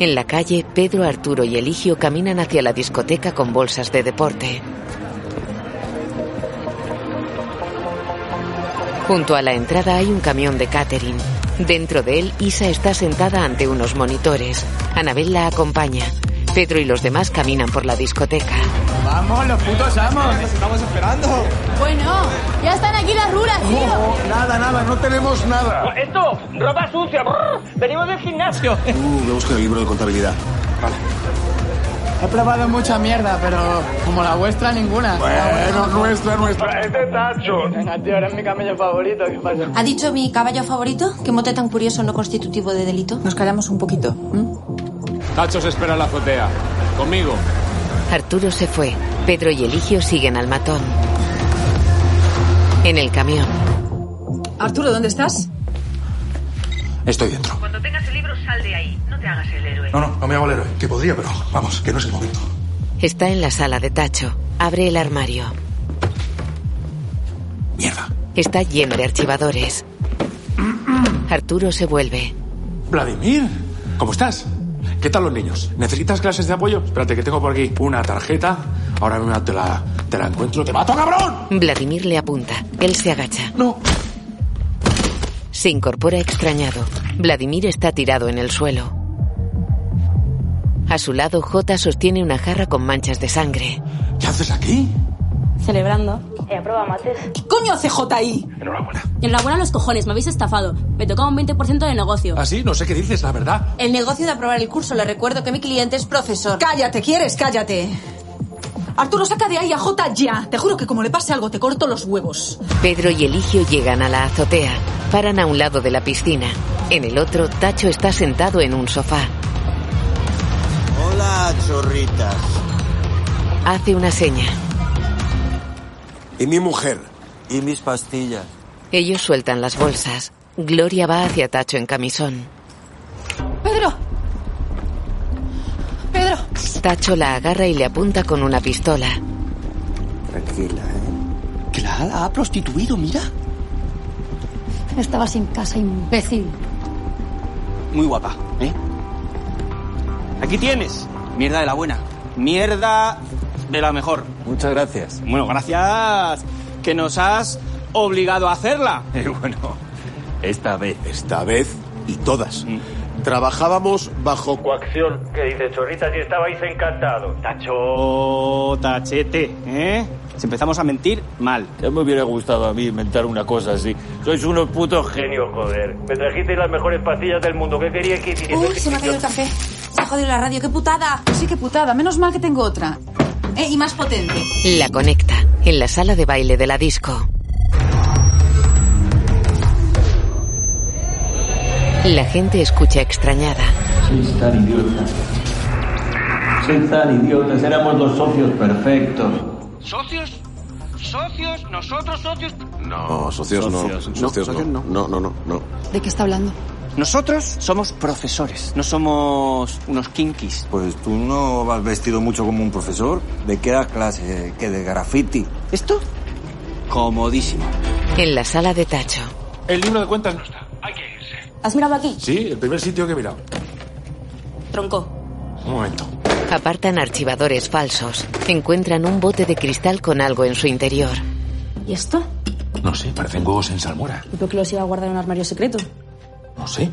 [SPEAKER 2] En la calle, Pedro, Arturo y Eligio caminan hacia la discoteca con bolsas de deporte. Junto a la entrada hay un camión de catering. Dentro de él, Isa está sentada ante unos monitores. Anabel la acompaña. Pedro y los demás caminan por la discoteca.
[SPEAKER 29] ¡Vamos, los putos amos! estamos esperando!
[SPEAKER 9] Bueno, ya están aquí las rulas, tío.
[SPEAKER 14] Oh.
[SPEAKER 38] Nada, nada, no tenemos nada.
[SPEAKER 6] Esto, ropa sucia. brr, venimos del gimnasio.
[SPEAKER 3] Uh, me busca el libro de contabilidad.
[SPEAKER 29] He probado mucha mierda, pero como la vuestra, ninguna.
[SPEAKER 38] Bueno, nuestra, nuestra.
[SPEAKER 29] Este tacho. Venga, tío, eres mi camello favorito. ¿Qué pasa?
[SPEAKER 23] ¿Ha dicho mi caballo favorito? ¿Qué mote tan curioso no constitutivo de delito?
[SPEAKER 19] Nos callamos un poquito.
[SPEAKER 28] Tacho se espera en la azotea. Conmigo.
[SPEAKER 2] Arturo se fue. Pedro y Eligio siguen al matón. En el camión,
[SPEAKER 19] Arturo, ¿dónde estás?
[SPEAKER 7] Estoy dentro.
[SPEAKER 42] Cuando tengas el libro, sal de ahí. No te hagas el héroe.
[SPEAKER 7] No, no, no me hago el héroe. Que podría, pero vamos, que no es el momento.
[SPEAKER 2] está en la sala de Tacho. Abre el armario.
[SPEAKER 7] Mierda.
[SPEAKER 2] Está lleno de archivadores. Arturo se vuelve.
[SPEAKER 7] Vladimir, ¿cómo estás? ¿Qué tal los niños? ¿Necesitas clases de apoyo? Espérate, que tengo por aquí una tarjeta. Ahora mismo te la, te la encuentro. ¡Te mato, cabrón!
[SPEAKER 2] Vladimir le apunta. Él se agacha.
[SPEAKER 7] No.
[SPEAKER 2] Se incorpora extrañado. Vladimir está tirado en el suelo. A su lado, J sostiene una jarra con manchas de sangre.
[SPEAKER 7] ¿Qué haces aquí?
[SPEAKER 14] Celebrando.
[SPEAKER 9] Eh,
[SPEAKER 14] He aprobado mates.
[SPEAKER 19] ¿Qué coño hace J ahí?
[SPEAKER 5] Enhorabuena.
[SPEAKER 14] Enhorabuena a los cojones, me habéis estafado. Me tocaba un 20% de negocio.
[SPEAKER 7] Ah,
[SPEAKER 5] Así, no sé qué dices, la verdad.
[SPEAKER 8] El negocio de aprobar el curso, le recuerdo que mi cliente es profesor.
[SPEAKER 19] Cállate, ¿quieres? Cállate. Arturo, saca de ahí a J ya. Te juro que como le pase algo, te corto los huevos.
[SPEAKER 2] Pedro y Eligio llegan a la azotea. Paran a un lado de la piscina. En el otro, Tacho está sentado en un sofá.
[SPEAKER 35] Hola, chorritas.
[SPEAKER 2] Hace una seña.
[SPEAKER 35] Y mi mujer. Y mis pastillas.
[SPEAKER 2] Ellos sueltan las bolsas. Gloria va hacia Tacho en camisón.
[SPEAKER 19] Pedro. Pedro.
[SPEAKER 2] Tacho la agarra y le apunta con una pistola.
[SPEAKER 35] Tranquila, ¿eh?
[SPEAKER 4] Que la la ha prostituido, mira.
[SPEAKER 13] Estabas en casa, imbécil.
[SPEAKER 4] Muy guapa, ¿eh? Aquí tienes. Mierda de la buena. Mierda de la mejor.
[SPEAKER 30] Muchas gracias.
[SPEAKER 4] Bueno, gracias que nos has obligado a hacerla.
[SPEAKER 30] Y Eh, bueno, esta vez.
[SPEAKER 10] Esta vez y todas.
[SPEAKER 4] Mm.
[SPEAKER 10] Trabajábamos bajo coacción.
[SPEAKER 12] ¿Qué dices, chorritas? Y estabais encantados.
[SPEAKER 4] Tacho, tachete, ¿eh? Si empezamos a mentir, mal.
[SPEAKER 30] Ya me hubiera gustado a mí inventar una cosa así. Sois unos putos
[SPEAKER 12] Genio, joder. Me trajisteis las mejores pastillas del mundo. ¿Qué quería que hiciera?
[SPEAKER 8] Uy, se me ha caído el café. Se ha jodido la radio. ¡Qué putada!
[SPEAKER 19] Sí, qué putada. Menos mal que tengo otra. Eh, y más potente.
[SPEAKER 2] La conecta en la sala de baile de la disco. La gente escucha extrañada.
[SPEAKER 25] Sois tan idiotas. Sois tan idiotas. Éramos los socios perfectos.
[SPEAKER 6] ¿Socios? ¿Socios? ¿Nosotros socios?
[SPEAKER 10] No, socios, no. Socios no. No, no, no, no.
[SPEAKER 13] ¿De qué está hablando?
[SPEAKER 4] Nosotros somos profesores, no somos unos kinkis.
[SPEAKER 30] Pues tú no vas vestido mucho como un profesor. ¿De qué das clase? ¿Qué de graffiti?
[SPEAKER 4] ¿Esto? Comodísimo.
[SPEAKER 2] En la sala de Tacho.
[SPEAKER 5] El libro de cuentas no está.
[SPEAKER 14] ¿Has mirado aquí?
[SPEAKER 5] Sí, el primer sitio que he mirado.
[SPEAKER 14] Tronco.
[SPEAKER 5] Un momento.
[SPEAKER 2] Apartan archivadores falsos. Encuentran un bote de cristal con algo en su interior.
[SPEAKER 14] ¿Y esto?
[SPEAKER 5] No sé, parecen huevos en salmuera.
[SPEAKER 14] ¿Y por qué los iba a guardar en un armario secreto?
[SPEAKER 5] No sé.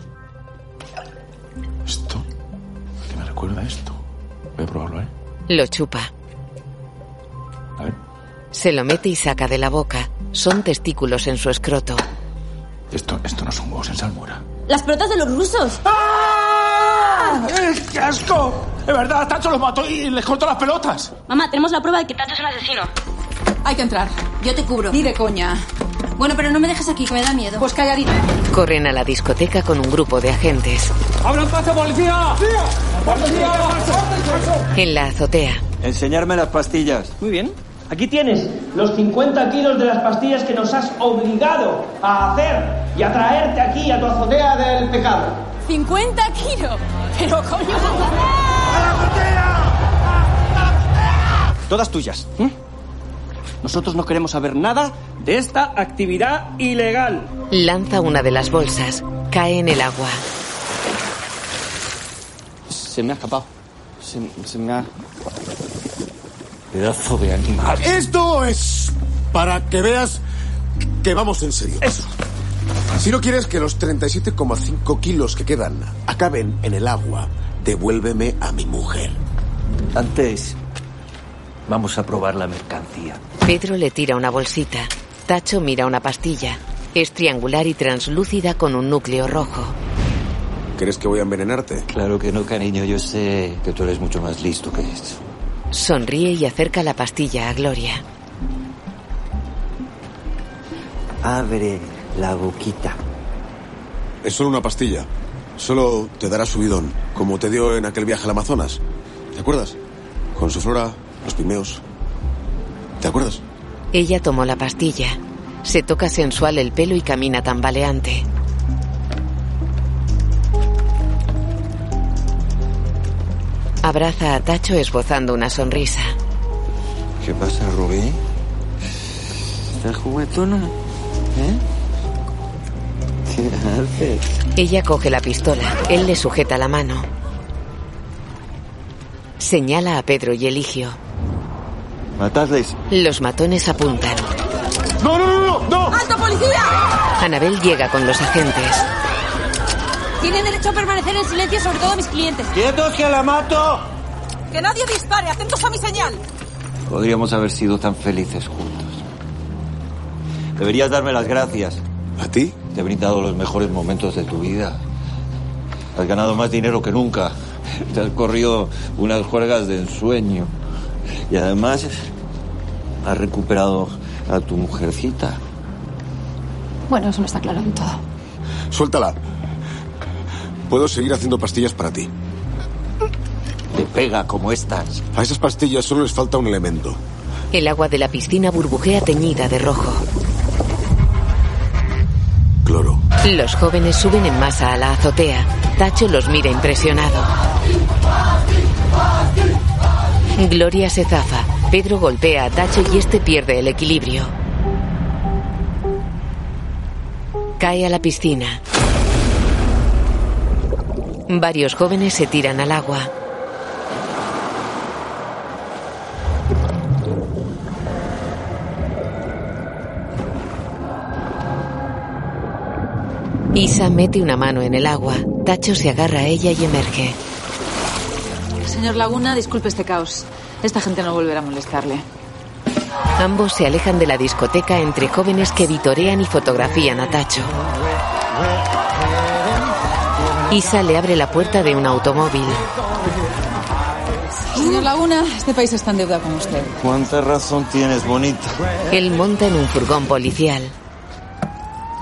[SPEAKER 5] Esto. ¿Qué me recuerda a esto? Voy a probarlo, ¿eh?
[SPEAKER 2] Lo chupa.
[SPEAKER 5] A ver.
[SPEAKER 2] Se lo mete y saca de la boca. Son testículos en su escroto.
[SPEAKER 5] Esto, esto no son huevos en salmuera.
[SPEAKER 14] ¡Las pelotas de los rusos!
[SPEAKER 5] ¡Ah! ¡Eh, ¡Qué asco! Es verdad, Tacho los mató y les cortó las pelotas.
[SPEAKER 14] Mamá, tenemos la prueba de que Tato es un asesino.
[SPEAKER 19] Hay que entrar.
[SPEAKER 8] Yo te cubro.
[SPEAKER 19] Ni de coña.
[SPEAKER 8] Bueno, pero no me dejes aquí, que me da miedo.
[SPEAKER 19] Pues calladito.
[SPEAKER 2] Corren a la discoteca con un grupo de agentes.
[SPEAKER 5] ¡Abran paso, policía! ¡Policía!
[SPEAKER 2] En la azotea.
[SPEAKER 30] Enseñarme las pastillas.
[SPEAKER 4] Muy bien.
[SPEAKER 25] Aquí tienes los 50 kilos de las pastillas que nos has obligado a hacer y a traerte aquí a tu azotea del pecado.
[SPEAKER 14] ¡50 kilos! ¡Pero coño!
[SPEAKER 10] ¡A la azotea!
[SPEAKER 4] Todas tuyas. ¿eh? Nosotros no queremos saber nada de esta actividad ilegal.
[SPEAKER 2] Lanza una de las bolsas. Cae en el agua.
[SPEAKER 4] Se me ha escapado. Se, se me ha...
[SPEAKER 30] Pedazo de animal.
[SPEAKER 10] Esto es para que veas que vamos en serio.
[SPEAKER 4] Eso.
[SPEAKER 10] Si no quieres que los 37,5 kilos que quedan acaben en el agua, devuélveme a mi mujer.
[SPEAKER 25] Antes, vamos a probar la mercancía.
[SPEAKER 2] Pedro le tira una bolsita. Tacho mira una pastilla. Es triangular y translúcida con un núcleo rojo.
[SPEAKER 10] ¿Crees que voy a envenenarte?
[SPEAKER 30] Claro que no, cariño. Yo sé que tú eres mucho más listo que este. esto.
[SPEAKER 2] Sonríe y acerca la pastilla a Gloria.
[SPEAKER 25] Abre la boquita.
[SPEAKER 10] Es solo una pastilla. Solo te dará subidón, como te dio en aquel viaje al Amazonas. ¿Te acuerdas? Con su flora, los pimeos. ¿Te acuerdas?
[SPEAKER 2] Ella tomó la pastilla. Se toca sensual el pelo y camina tambaleante. Abraza a Tacho esbozando una sonrisa.
[SPEAKER 30] ¿Qué pasa, Rubí? ¿Estás juguetona? ¿Eh? ¿Qué haces?
[SPEAKER 2] Ella coge la pistola. Él le sujeta la mano. Señala a Pedro y Eligio.
[SPEAKER 30] Matadles.
[SPEAKER 2] Los matones apuntan.
[SPEAKER 10] ¡No, no, no, no! no!
[SPEAKER 8] ¡Alto, policía!
[SPEAKER 2] Anabel llega con los agentes.
[SPEAKER 8] Tienen derecho a permanecer en silencio, sobre todo mis clientes.
[SPEAKER 25] ¡Quietos que la mato!
[SPEAKER 8] ¡Que nadie dispare! ¡Atentos a mi señal!
[SPEAKER 30] Podríamos haber sido tan felices juntos. Deberías darme las gracias.
[SPEAKER 1] ¿A ti?
[SPEAKER 30] Te he brindado los mejores momentos de tu vida. Has ganado más dinero que nunca. Te has corrido unas juergas de ensueño. Y además has recuperado a tu mujercita.
[SPEAKER 13] Bueno, eso no está claro del todo.
[SPEAKER 1] Suéltala. Puedo seguir haciendo pastillas para ti.
[SPEAKER 30] Te pega como estas.
[SPEAKER 1] A esas pastillas solo les falta un elemento.
[SPEAKER 2] El agua de la piscina burbujea teñida de rojo.
[SPEAKER 1] Cloro.
[SPEAKER 2] Los jóvenes suben en masa a la azotea. Tacho los mira impresionado. Gloria se zafa. Pedro golpea a Tacho y este pierde el equilibrio. Cae a la piscina. Varios jóvenes se tiran al agua. Isa mete una mano en el agua. Tacho se agarra a ella y emerge.
[SPEAKER 9] Señor Laguna, disculpe este caos. Esta gente no volverá a molestarle.
[SPEAKER 2] Ambos se alejan de la discoteca entre jóvenes que vitorean y fotografían a Tacho. Isa le abre la puerta de un automóvil.
[SPEAKER 9] Señor Laguna, este país está en deuda con usted.
[SPEAKER 30] ¿Cuánta razón tienes, bonita?
[SPEAKER 2] Él monta en un furgón policial.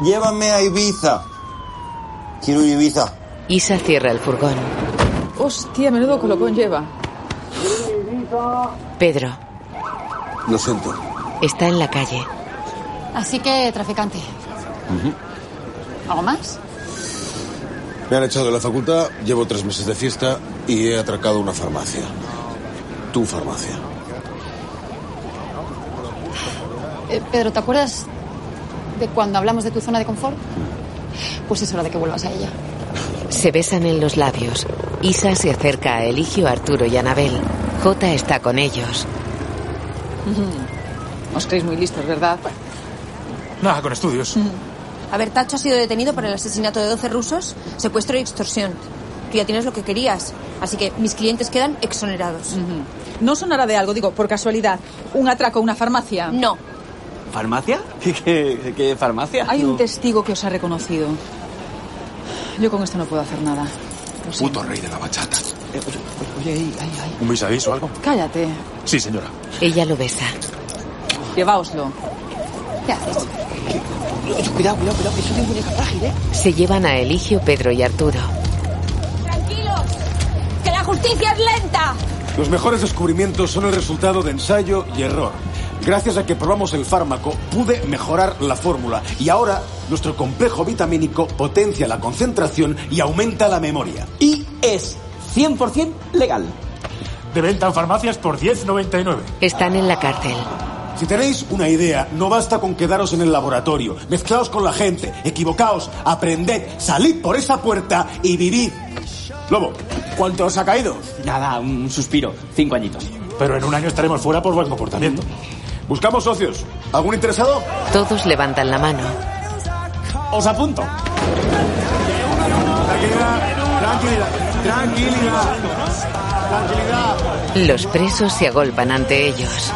[SPEAKER 30] Llévame a Ibiza. Quiero ir a Ibiza.
[SPEAKER 2] Isa cierra el furgón.
[SPEAKER 9] Hostia, menudo colocón lleva.
[SPEAKER 2] Pedro
[SPEAKER 1] Lo siento.
[SPEAKER 2] está en la calle.
[SPEAKER 13] Así que, traficante, ¿algo más?
[SPEAKER 1] Me han echado de la facultad, llevo tres meses de fiesta y he atracado una farmacia. Tu farmacia.
[SPEAKER 13] Eh, Pedro, ¿te acuerdas de cuando hablamos de tu zona de confort? Pues es hora de que vuelvas a ella.
[SPEAKER 2] Se besan en los labios. Isa se acerca a Eligio, Arturo y Anabel. J está con ellos.
[SPEAKER 9] Os creéis muy listos, ¿verdad?
[SPEAKER 5] Nada, con estudios.
[SPEAKER 23] A ver, Tacho ha sido detenido por el asesinato de 12 rusos, secuestro y extorsión. Tú ya tienes lo que querías, así que mis clientes quedan exonerados.
[SPEAKER 9] ¿No sonará de algo, digo, por casualidad, un atraco a una farmacia?
[SPEAKER 23] No.
[SPEAKER 4] ¿Farmacia? ¿Qué, qué, qué farmacia?
[SPEAKER 9] Hay un
[SPEAKER 4] No.
[SPEAKER 9] testigo que os ha reconocido. Yo con esto no puedo hacer nada.
[SPEAKER 5] Puto rey de la bachata.
[SPEAKER 9] Eh, Oye,
[SPEAKER 5] ¿Un vis o algo?
[SPEAKER 9] Cállate.
[SPEAKER 5] Sí, señora.
[SPEAKER 2] Ella lo besa.
[SPEAKER 9] Lleváoslo.
[SPEAKER 13] ¿Qué haces?
[SPEAKER 9] Cuidado, cuidado, cuidado, que soy una muñeca frágil, ¿eh?
[SPEAKER 2] Se llevan a Eligio, Pedro y Arturo.
[SPEAKER 8] ¡Tranquilos! ¡Que la justicia es lenta!
[SPEAKER 3] Los mejores descubrimientos son el resultado de ensayo y error. Gracias a que probamos el fármaco, pude mejorar la fórmula y ahora nuestro complejo vitamínico potencia la concentración y aumenta la memoria.
[SPEAKER 4] Y es 100% legal.
[SPEAKER 5] De venta en farmacias por 10,99.
[SPEAKER 2] Están en la cárcel.
[SPEAKER 3] Si tenéis una idea, no basta con quedaros en el laboratorio, mezclaos con la gente, equivocaos, aprended, salid por esa puerta y vivid. Lobo, ¿cuánto os ha caído?
[SPEAKER 4] Nada, un suspiro. Cinco añitos.
[SPEAKER 5] Pero en un año estaremos fuera por buen comportamiento.
[SPEAKER 3] Buscamos socios. ¿Algún interesado?
[SPEAKER 2] Todos levantan la mano.
[SPEAKER 4] Os apunto.
[SPEAKER 10] Tranquilidad, tranquilidad, tranquilidad.
[SPEAKER 2] Los presos se agolpan ante ellos.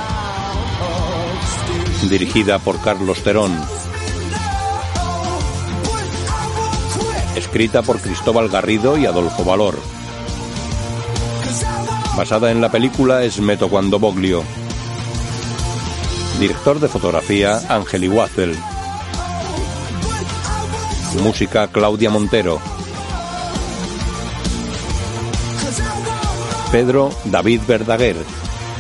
[SPEAKER 34] dirigida por Carlos Terón. Escrita por Cristóbal Garrido y Adolfo Valor. Basada en la película Esmeto cuando Boglio. Director de fotografía Ángel Iguazel. Música Claudia Montero. Pedro David Verdaguer.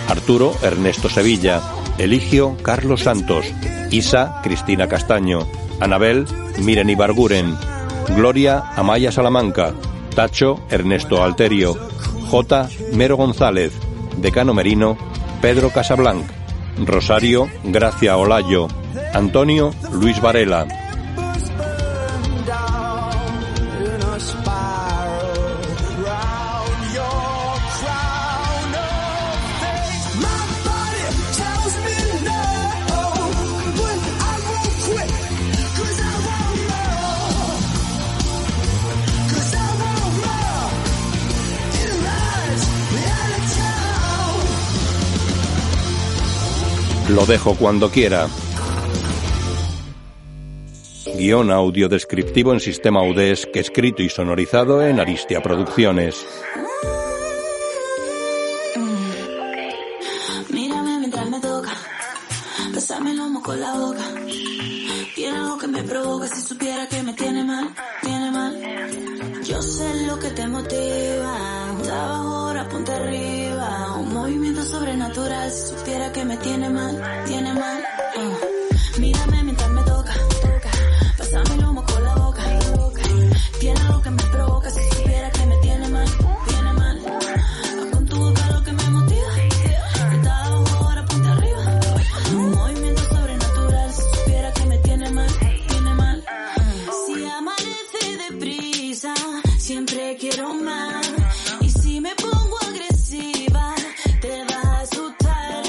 [SPEAKER 34] Arturo Ernesto Sevilla. Eligio Carlos Santos. Isa Cristina Castaño. Anabel Miren Ibarguren. Gloria Amaya Salamanca. Tacho Ernesto Alterio. J. Mero González. Decano Merino. Pedro Casablanc. Rosario Gracia Olayo. Antonio Luis Varela. Lo dejo cuando quiera. guión audio descriptivo en sistema UDESC, escrito y sonorizado en Aristia Producciones.
[SPEAKER 38] Mírame mientras me toca, besame el lomo con la boca. Tiene algo que me provoca si supiera que me tiene mal, tiene mal. Yo sé lo que te motiva, estaba ahora ponte arriba. Un movimiento sobrenatural si supiera que me tiene mal, tiene mal. Ah. Mírame mientras me toca, besame el lomo con la boca. Tiene algo que me provoca si supiera que me tiene mal, tiene mal. Haz Con tu boca lo que me motiva. Está ahora ponte arriba. Un movimiento sobrenatural. Si supiera que me tiene mal, tiene mal. Si amanece deprisa, siempre quiero más. Y si me pongo agresiva, te vas a asustar.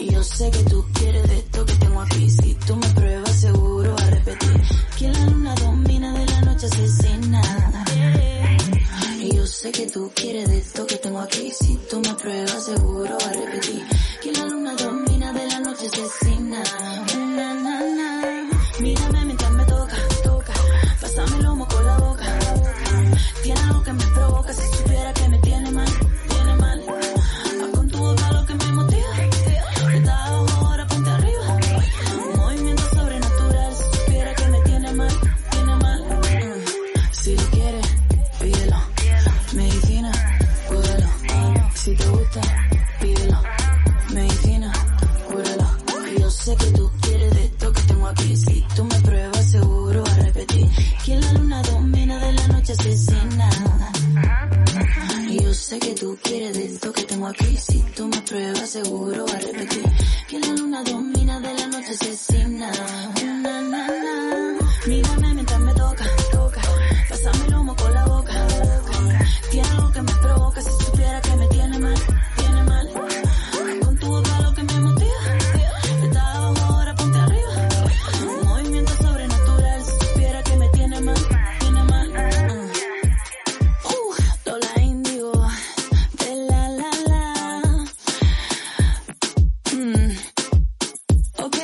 [SPEAKER 38] Y Yo sé que tú quieres de esto que tengo aquí. Si tú me pruebas, seguro a repetir. Que la luna domina de la noche asesina. Y Yo sé que tú quieres de esto que tengo aquí. Si tú me pruebas, seguro a repetir. Que la luna domina de la noche asesina. Na, na, na. Mírame mientras me toca, toca. Pásame el lomo con la boca. Tiene algo que me provoca. Si supiera que me tiene mal, tiene mal. Haz Con tu boca lo que me motiva. Te da ahora, ponte arriba. Un movimiento sobrenatural. Si supiera que me tiene mal, tiene mal. Mm. Si lo quieres, pídelo. Medicina, cúralo. Si te gusta, pídelo. Medicina, cúralo. Y Yo sé que tú quieres de esto que tengo aquí. Si tú me pruebas, seguro a repetir. Que la luna domina de la noche asesina. Y Yo sé que tú quieres de esto que tengo aquí. Si tú me pruebas, seguro a repetir. Que la luna domina de la noche asesina. Na, na, na. Mírame mientras me toca, toca. Pásame el humo con la boca. Tiene algo que me provoca si supiera que me tiene mal, tiene mal. Con tu boca lo que me motiva. Te da ahora, ponte arriba. Un movimiento sobrenatural si supiera que me tiene mal, tiene mal. Mm. Uh, Lola Indigo, de la la la. Mm. ¿Ok?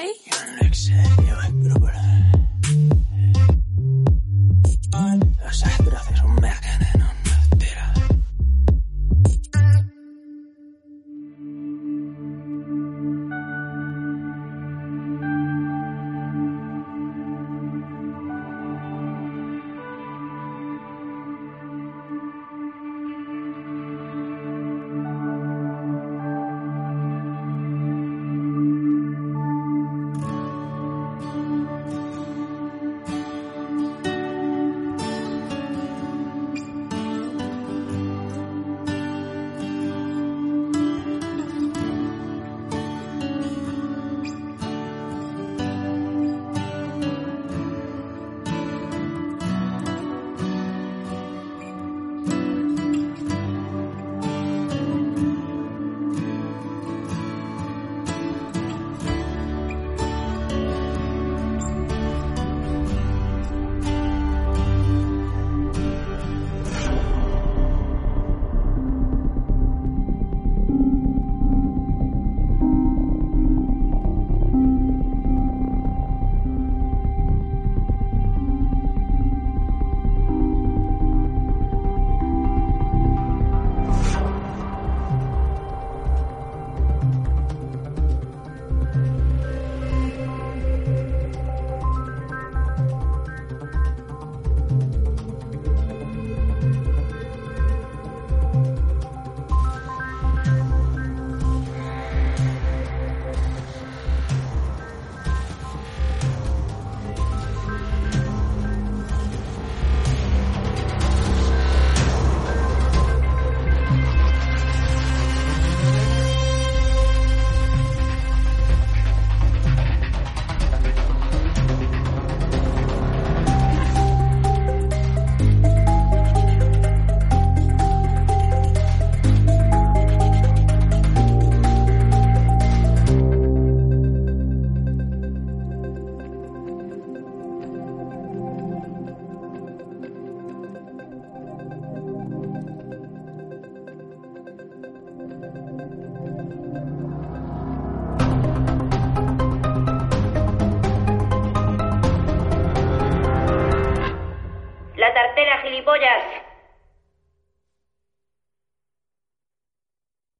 [SPEAKER 23] joyas.